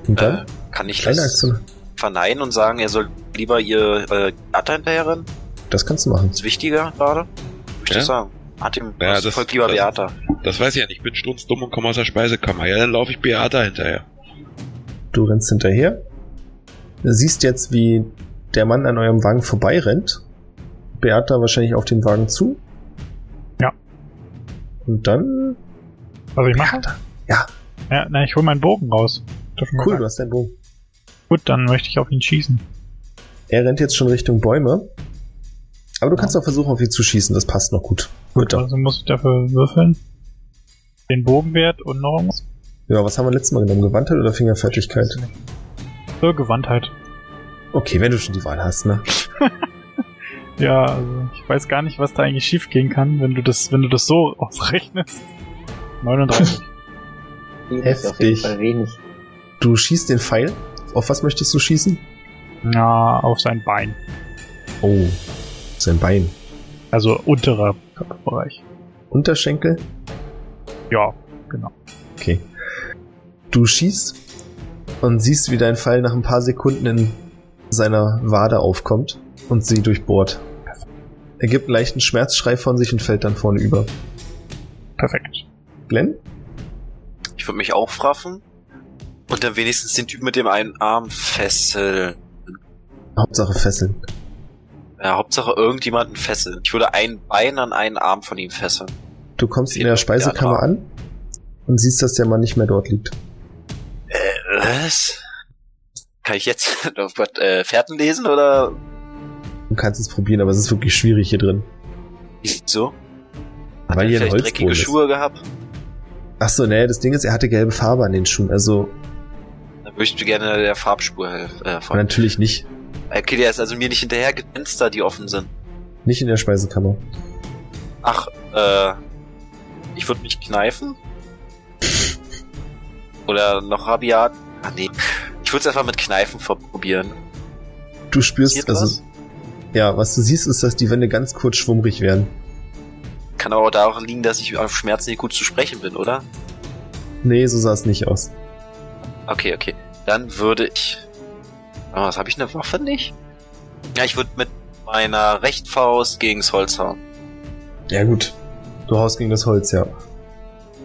S2: Und dann?
S3: Äh, kann ich
S2: Kleine
S3: das
S2: Aktion.
S3: verneinen und sagen, er soll lieber ihr äh, Atta hinterherrennen?
S2: Das kannst du machen.
S3: Ist wichtiger gerade? Möchte ich
S5: Ja.
S3: das sagen? Hat ihm
S5: Ja,
S3: ja,
S5: das-
S3: folgt lieber
S5: das-
S3: Beata.
S5: Das weiß ich ja nicht. Ich bin strunzdumm und komme aus der Speisekammer. Ja, dann laufe ich Beata hinterher.
S2: Du rennst hinterher. Siehst jetzt, wie der Mann an eurem Wagen vorbeirennt. Beata wahrscheinlich auf den Wagen zu.
S6: Ja.
S2: Und dann.
S6: Also ich mache.
S2: Ja.
S6: Ja, na, ich hole meinen Bogen raus. Hab doch schon
S2: Cool,
S6: gesagt.
S2: du hast deinen Bogen.
S6: Gut, dann möchte ich auf ihn schießen.
S2: Er rennt jetzt schon Richtung Bäume. Aber du kannst auch versuchen, auf ihn zu schießen. Das passt noch gut. Gut, doch.
S6: Also muss ich dafür würfeln. Den Bogenwert und noch irgendwas.
S2: Ja, was haben wir letztes Mal genommen? Gewandtheit oder Fingerfertigkeit?
S6: So, Gewandtheit.
S2: Okay, wenn du schon die Wahl hast, ne?
S6: Ja, also ich weiß gar nicht, was da eigentlich schief gehen kann, wenn du das, wenn du das so ausrechnest. 39.
S4: Wenig, Auf jeden
S2: Heftig.
S4: Fall wenig.
S2: Du schießt den Pfeil. Auf was möchtest du schießen?
S6: Na, auf sein Bein.
S2: Oh, sein Bein.
S6: Also unterer Körperbereich.
S2: Unterschenkel?
S6: Ja,
S2: Okay. Du schießt und siehst, wie dein Pfeil nach ein paar Sekunden in seiner Wade aufkommt und sie durchbohrt. Er gibt einen leichten Schmerzschrei von sich und fällt dann vorne über.
S6: perfekt.
S2: Glenn?
S3: Ich würde mich aufraffen und dann wenigstens den Typ mit dem einen Arm fesseln.
S2: Hauptsache fesseln.
S3: Ja, Hauptsache irgendjemanden fesseln. Ich würde ein Bein an einen Arm von ihm fesseln.
S2: Du kommst in
S3: Sieht
S2: der
S3: man
S2: Speisekammer
S3: der
S2: an und siehst, dass der Mann nicht mehr dort liegt.
S3: Äh, Was? Kann ich jetzt oh Gott, äh, Fährten lesen oder
S2: Du kannst es probieren, aber es ist wirklich schwierig hier drin.
S3: wieso? Hat
S2: Weil
S3: er
S2: hier ein
S3: vielleicht dreckige
S2: Holzboden ist.
S3: Schuhe gehabt?
S2: Achso, nee, das Ding ist, er hatte gelbe Farbe an den Schuhen, also
S3: Dann würde ich gerne der Farbspur helfen. Äh, von-
S2: natürlich nicht.
S3: okay, der ist also mir nicht hinterher Fenster, die offen sind.
S2: Nicht in der Speisekammer.
S3: Ach, äh, ich würde mich kneifen? Oder noch rabiat? Ach nee, ich würde es einfach mit Kneifen probieren.
S2: Du spürst,
S3: Passiert
S2: also,
S3: was?
S2: ja, was du siehst, ist, dass die Wände ganz kurz schwummrig werden.
S3: Kann aber auch daran liegen, dass ich auf Schmerzen nicht gut zu sprechen bin, oder?
S2: Nee, so sah es nicht aus.
S3: Okay, okay. Dann würde ich. Oh, was habe ich eine Waffe nicht? Ja, ich würde mit meiner Rechtfaust gegens Holz hauen.
S2: Ja, gut. Du haust gegen das Holz, ja.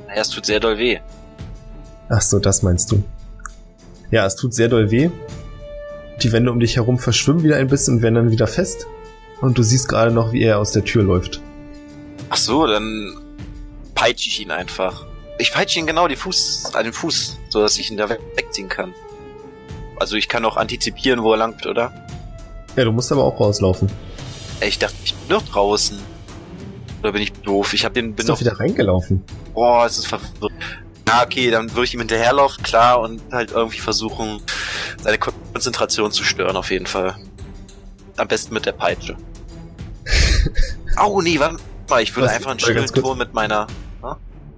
S3: Ja, es tut sehr doll weh.
S2: Ach so, das meinst du. Ja, es tut sehr doll weh. Die Wände um dich herum verschwimmen wieder ein bisschen und werden dann wieder fest. Und du siehst gerade noch, wie er aus der Tür läuft.
S3: Ach so, dann peitsche ich ihn einfach. Ich peitsche ihn genau die Fuß, an den Fuß, so dass ich ihn da we- wegziehen kann. Also ich kann auch antizipieren, wo er langt, oder?
S2: Ja, du musst aber auch rauslaufen.
S3: Ey, Ich dachte, ich bin doch draußen. Oder bin ich doof? Ich habe den bin
S2: Bist doch
S3: noch.
S2: wieder reingelaufen.
S3: Boah, es ist verwirrt. Na, okay, dann würde ich ihm hinterherlaufen, klar, und halt irgendwie versuchen, seine Kon- Konzentration zu stören, auf jeden Fall. Am besten mit der Peitsche. Au, nee, warte mal, ich würde
S2: Was?
S3: einfach einen
S2: Warte, ganz
S3: schönen Ton mit meiner.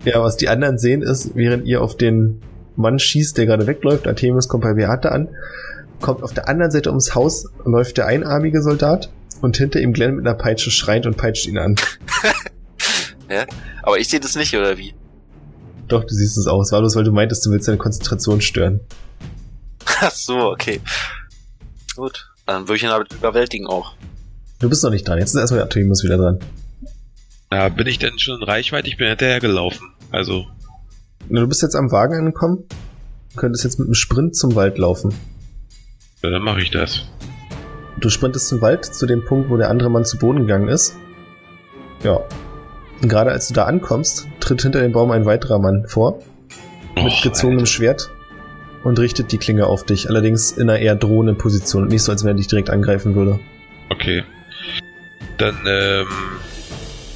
S2: Ja, was die anderen sehen ist, während ihr auf den Mann schießt, der gerade wegläuft, Artemis kommt bei Beate an, kommt auf der anderen Seite ums Haus, läuft der einarmige Soldat und hinter ihm Glenn mit einer Peitsche schreit und peitscht ihn an.
S3: Aber ich sehe das nicht, oder wie?
S2: Doch, du siehst es aus. War bloß, weil du meintest, du willst deine Konzentration stören.
S3: Ach so, okay. Gut. Dann würde ich ihn damit überwältigen auch.
S2: Du bist noch nicht dran. Jetzt ist erstmal Artemis wieder dran.
S5: Da bin ich denn schon in Reichweite, ich bin hinterhergelaufen. Also,
S2: Na, Du bist jetzt am Wagen angekommen. Du könntest jetzt mit einem Sprint zum Wald laufen.
S5: ja, dann mache ich das.
S2: Du sprintest zum Wald, zu dem Punkt, wo der andere Mann zu Boden gegangen ist. Ja. Und gerade als du da ankommst, tritt hinter dem Baum ein weiterer Mann vor, mit
S5: Och,
S2: gezogenem Schwert und richtet die Klinge auf dich, allerdings in einer eher drohenden Position und nicht so, als wenn er dich direkt angreifen würde.
S5: Alter. Okay. Dann, ähm,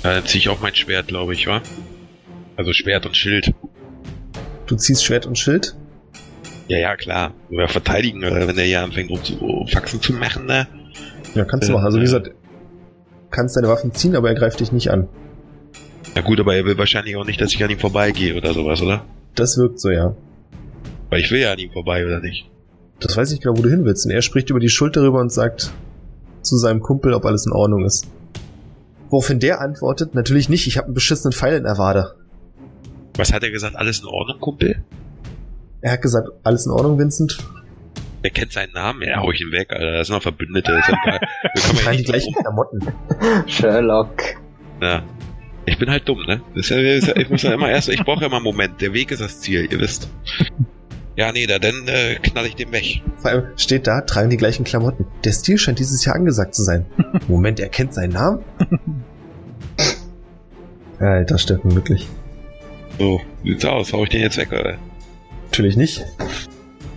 S5: ja, dann ziehe ich auch mein Schwert, glaube ich, wa? Also Schwert und Schild.
S2: Du ziehst Schwert und Schild.
S5: Ja, ja, klar. Wenn wir verteidigen oder wenn der hier anfängt rumzufaxen zu machen, ne?
S2: Ja, kannst du machen. Also wie gesagt, kannst deine Waffen ziehen, aber er greift dich nicht an.
S5: Na gut, aber er will wahrscheinlich auch nicht, dass ich an ihm vorbeigehe oder sowas, oder?
S2: Das wirkt so, ja.
S5: Weil ich will ja an ihm vorbei, oder nicht?
S2: Das weiß ich nicht genau, wo du hin willst. Und er spricht über die Schulter rüber und sagt zu seinem Kumpel, ob alles in Ordnung ist. Woraufhin der antwortet, natürlich nicht, ich habe einen beschissenen Pfeil in der Wade.
S5: Was hat er gesagt? Alles in Ordnung, Kumpel?
S2: Er hat gesagt, alles in Ordnung, Vincent.
S5: Er kennt seinen Namen, ja, hau ich ihn weg, Alter. Das sind noch Verbündete. Ist ja egal. Wir kommen ja
S2: Nein, die
S5: nicht
S2: gleichen
S5: gleich.
S2: Klamotten.
S4: Sherlock.
S5: Ja. Ich bin halt dumm, ne? Das ist ja, das ist ja, ich muss ja immer erst, ich brauche ja immer einen Moment. Der Weg ist das Ziel, ihr wisst. Ja, nee, da dann äh, knall ich den weg.
S2: Vor allem steht da, tragen die gleichen Klamotten. Der Stil scheint dieses Jahr angesagt zu sein. Moment, er kennt seinen Namen? Alter, Steffen, wirklich.
S5: So, sieht's aus. Hau ich den jetzt weg, Alter.
S2: Natürlich nicht.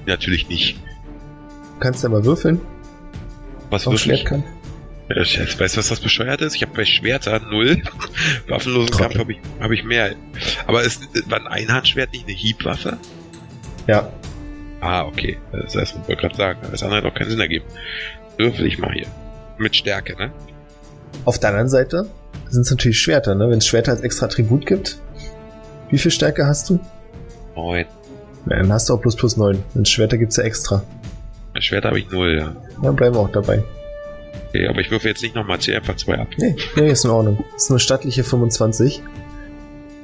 S5: Natürlich nicht.
S2: Du kannst ja mal würfeln.
S5: Was
S2: Auf
S5: würfel ich?
S2: Schwertkampf.
S5: Ja, Chef, weißt du, was das bescheuert ist? Ich habe bei Schwertern null. Waffenlosen
S2: Trottel.
S5: Kampf habe ich, hab ich mehr. Aber ist, war ein Einhandschwert nicht eine Hiebwaffe?
S2: Ja.
S5: Ah, okay. Das heißt, ich wollte gerade sagen, das andere hat halt auch keinen Sinn ergeben. Würfel ich mal hier. Mit Stärke, ne?
S2: Auf der anderen Seite sind es natürlich Schwerter, ne? Wenn es Schwerter als extra Tribut gibt. Wie viel Stärke hast du?
S5: Moin.
S2: Ja, dann hast du auch plus plus 9. Und Schwerter gibt's ja extra.
S5: Bei Schwert habe ich null, ja.
S2: Dann bleiben wir auch dabei.
S5: Okay, aber ich würfel jetzt nicht nochmal, zieh einfach zwei ab.
S2: Nee, nee, ist in Ordnung. Ist eine stattliche 25.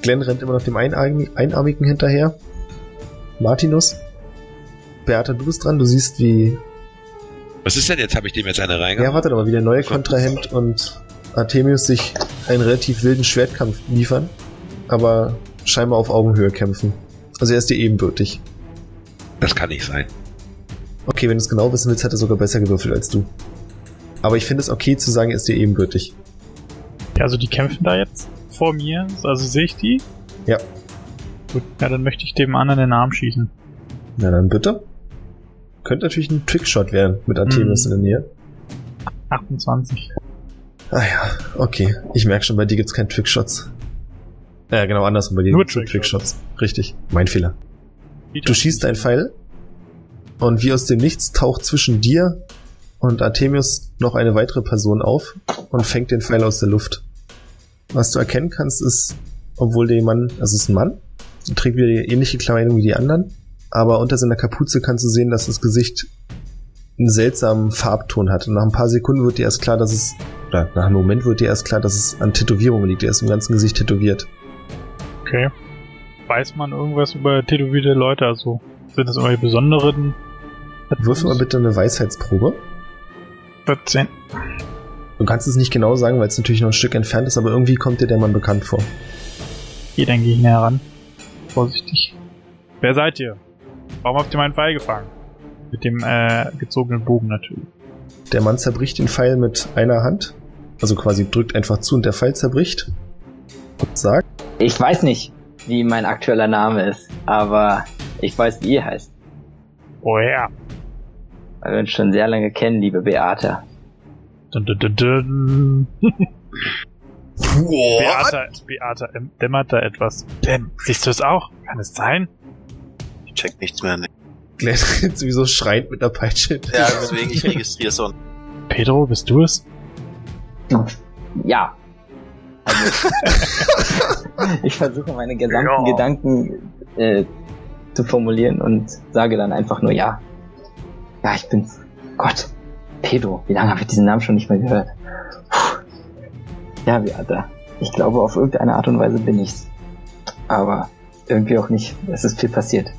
S2: Glenn rennt immer noch dem Einarmigen, Einarmigen hinterher. Martinus. Beata, du bist dran. Du siehst, wie...
S5: Was ist denn jetzt? Habe ich dem jetzt eine
S2: Ja,
S5: reingehauen?
S2: warte doch mal, wie der neue Kontrahent und Artemius sich einen relativ wilden Schwertkampf liefern. Aber scheinbar auf Augenhöhe kämpfen. Also er ist dir ebenbürtig.
S5: Das kann nicht sein.
S2: Okay, wenn du es genau wissen willst, hat er sogar besser gewürfelt als du. Aber ich finde es okay zu sagen, er ist dir ebenbürtig.
S6: Ja, also die kämpfen da jetzt vor mir. Also sehe ich die?
S2: Ja.
S6: Gut, ja, dann möchte ich dem anderen in den Arm schießen.
S2: Na dann bitte. Könnte natürlich ein Trickshot werden mit Artemis
S6: Mhm.
S2: in der Nähe.
S6: 28.
S2: Ah ja, okay. Ich merke schon, bei dir gibt's keinen Trickshots. Ja, genau andersrum, bei dir
S6: Nur
S2: gibt's nur
S6: Trickshots.
S2: Trickshots. Richtig, mein Fehler. Du schießt einen Pfeil und wie aus dem Nichts taucht zwischen dir und Artemius noch eine weitere Person auf und fängt den Pfeil aus der Luft. Was du erkennen kannst, ist, obwohl der Mann, also es ist ein Mann, er trägt wieder die ähnliche Kleidung wie die anderen, aber unter seiner Kapuze kannst du sehen, dass das Gesicht einen seltsamen Farbton hat. Und nach ein paar Sekunden wird dir erst klar, dass es, oder nach einem Moment wird dir erst klar, dass es an Tätowierungen liegt. Er ist im ganzen Gesicht tätowiert.
S6: Okay. Weiß man irgendwas über tätowierte Leute? Also sind das irgendwelche besonderen?
S2: Wirf mal bitte eine Weisheitsprobe.
S6: 14.
S2: Du kannst es nicht genau sagen, weil es natürlich noch ein Stück entfernt ist, aber irgendwie kommt dir der Mann bekannt vor.
S6: Geh dein Gegner heran. Vorsichtig. Wer seid ihr? Warum habt ihr meinen Pfeil gefangen? Mit dem äh, gezogenen Bogen natürlich.
S2: Der Mann zerbricht den Pfeil mit einer Hand, also quasi drückt einfach zu und der Pfeil zerbricht und sagt,
S4: Ich weiß nicht, wie mein aktueller Name ist, aber ich weiß, wie ihr heißt.
S6: Oh ja.
S4: Weil wir uns schon sehr lange kennen, liebe Beata.
S6: Dun, dun, dun, dun.
S2: What?
S6: Beata, Beata ähm, dämmert da etwas. Denn, siehst du es auch? Kann es sein?
S3: Ich check nichts mehr. Ne?
S2: Glenn rennt sowieso schreit mit einer Peitsche.
S3: Ja, deswegen, ich registriere es auch.
S6: Pedro, bist du es?
S4: Ja. Also, ich versuche meine gesamten
S6: Ja.
S4: Gedanken äh, zu formulieren und sage dann einfach nur ja. Ja, ich bin's. Gott. Pedro, wie lange habe ich diesen Namen schon nicht mehr gehört? Puh. Ja, Beata. Ich glaube, auf irgendeine Art und Weise bin ich's. Aber irgendwie auch nicht. Es ist viel passiert.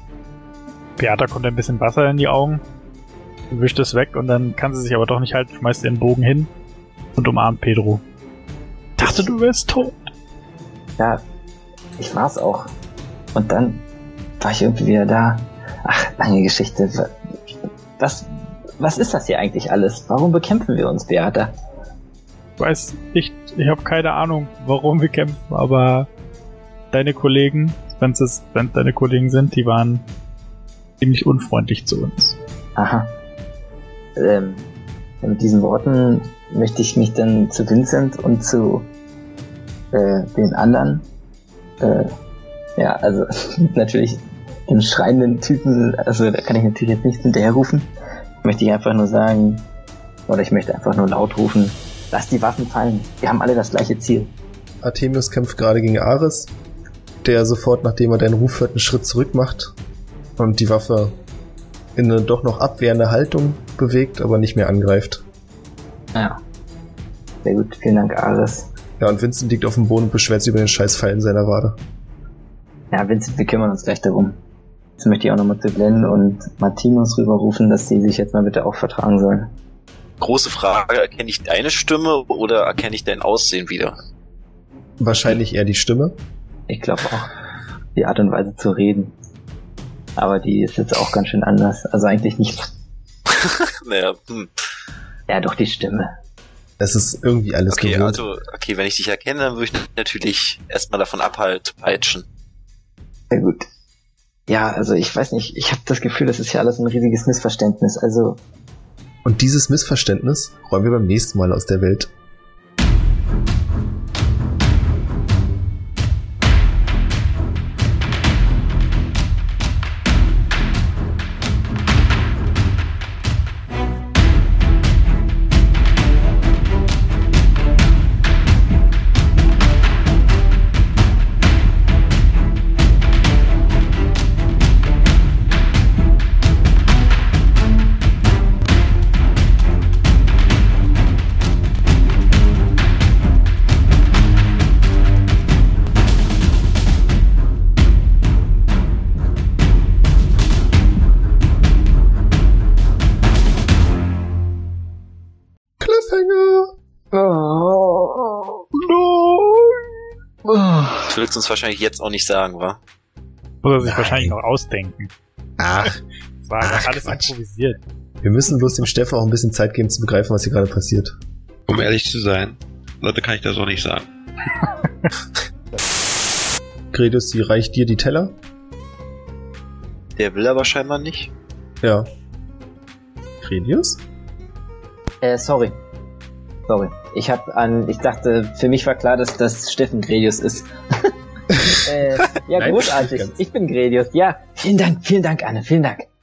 S6: Beata kommt ein bisschen Wasser in die Augen, wischt es weg und dann kann sie sich aber doch nicht halten, schmeißt ihren Bogen hin und umarmt Pedro. Dachte, du wärst tot.
S4: Ja, ich war's auch. Und dann war ich irgendwie wieder da. Ach, lange Geschichte. Was, was ist das hier eigentlich alles? Warum bekämpfen wir uns, Beata?
S6: Weiß nicht, ich habe keine Ahnung, warum wir kämpfen, aber deine Kollegen, wenn es deine Kollegen sind, die waren ziemlich unfreundlich zu uns.
S4: Aha. Ähm, mit diesen Worten möchte ich mich dann zu Vincent und zu äh, den anderen, äh, ja, also natürlich den schreienden Typen, also da kann ich natürlich jetzt nichts hinterherrufen, möchte ich einfach nur sagen, oder ich möchte einfach nur laut rufen, lasst die Waffen fallen, wir haben alle das gleiche Ziel.
S2: Artemius kämpft gerade gegen Ares, der sofort, nachdem er deinen Ruf hört, einen Schritt zurück macht und die Waffe in eine doch noch abwehrende Haltung bewegt, aber nicht mehr angreift.
S4: Ja. Sehr gut, vielen Dank, Ares.
S2: Ja, und Vincent liegt auf dem Boden und beschwert sich über den Scheißfall in seiner Wade.
S4: Ja, Vincent, wir kümmern uns gleich darum. Jetzt möchte ich auch nochmal zu Glenn und Martinus rüberrufen, dass sie sich jetzt mal bitte auch vertragen sollen.
S3: Große Frage, erkenne ich deine Stimme oder erkenne ich dein Aussehen wieder?
S2: Wahrscheinlich eher die Stimme.
S4: Ich glaube auch, die Art und Weise zu reden. Aber die ist jetzt auch ganz schön anders. Also eigentlich nicht.
S3: naja, hm.
S4: Ja, doch die Stimme.
S2: Es ist irgendwie alles
S3: Okay,
S2: gewohnt.
S3: also, okay, wenn ich dich erkenne, dann würde ich natürlich erstmal davon abhalten, peitschen.
S4: Sehr gut. Ja, also ich weiß nicht, ich habe das Gefühl, das ist ja alles ein riesiges Missverständnis. Also,
S2: Und dieses Missverständnis räumen wir beim nächsten Mal aus der Welt. Cliffhanger!
S4: Ah.
S3: Das willst du uns wahrscheinlich jetzt auch nicht sagen, wa?
S6: Muss er sich
S2: Nein.
S6: wahrscheinlich noch ausdenken.
S2: Ach,
S6: Das war
S2: Ach,
S6: alles
S2: Quatsch.
S6: improvisiert.
S2: wir müssen bloß dem Stefan auch ein bisschen Zeit geben zu begreifen, was hier gerade passiert.
S5: Um ehrlich zu sein, Leute, kann ich das auch nicht sagen.
S2: Gredus, sie reicht dir die Teller?
S3: Der will aber scheinbar nicht.
S2: Ja. Gredius?
S4: äh, sorry. Sorry. Ich habe an, ich dachte, für mich war klar, dass das Steffen Gredius ist. äh, ja,
S2: Nein,
S4: großartig.
S2: nicht ganz.
S4: Ich bin Gredius. Ja, vielen Dank, vielen Dank, Anne, vielen Dank.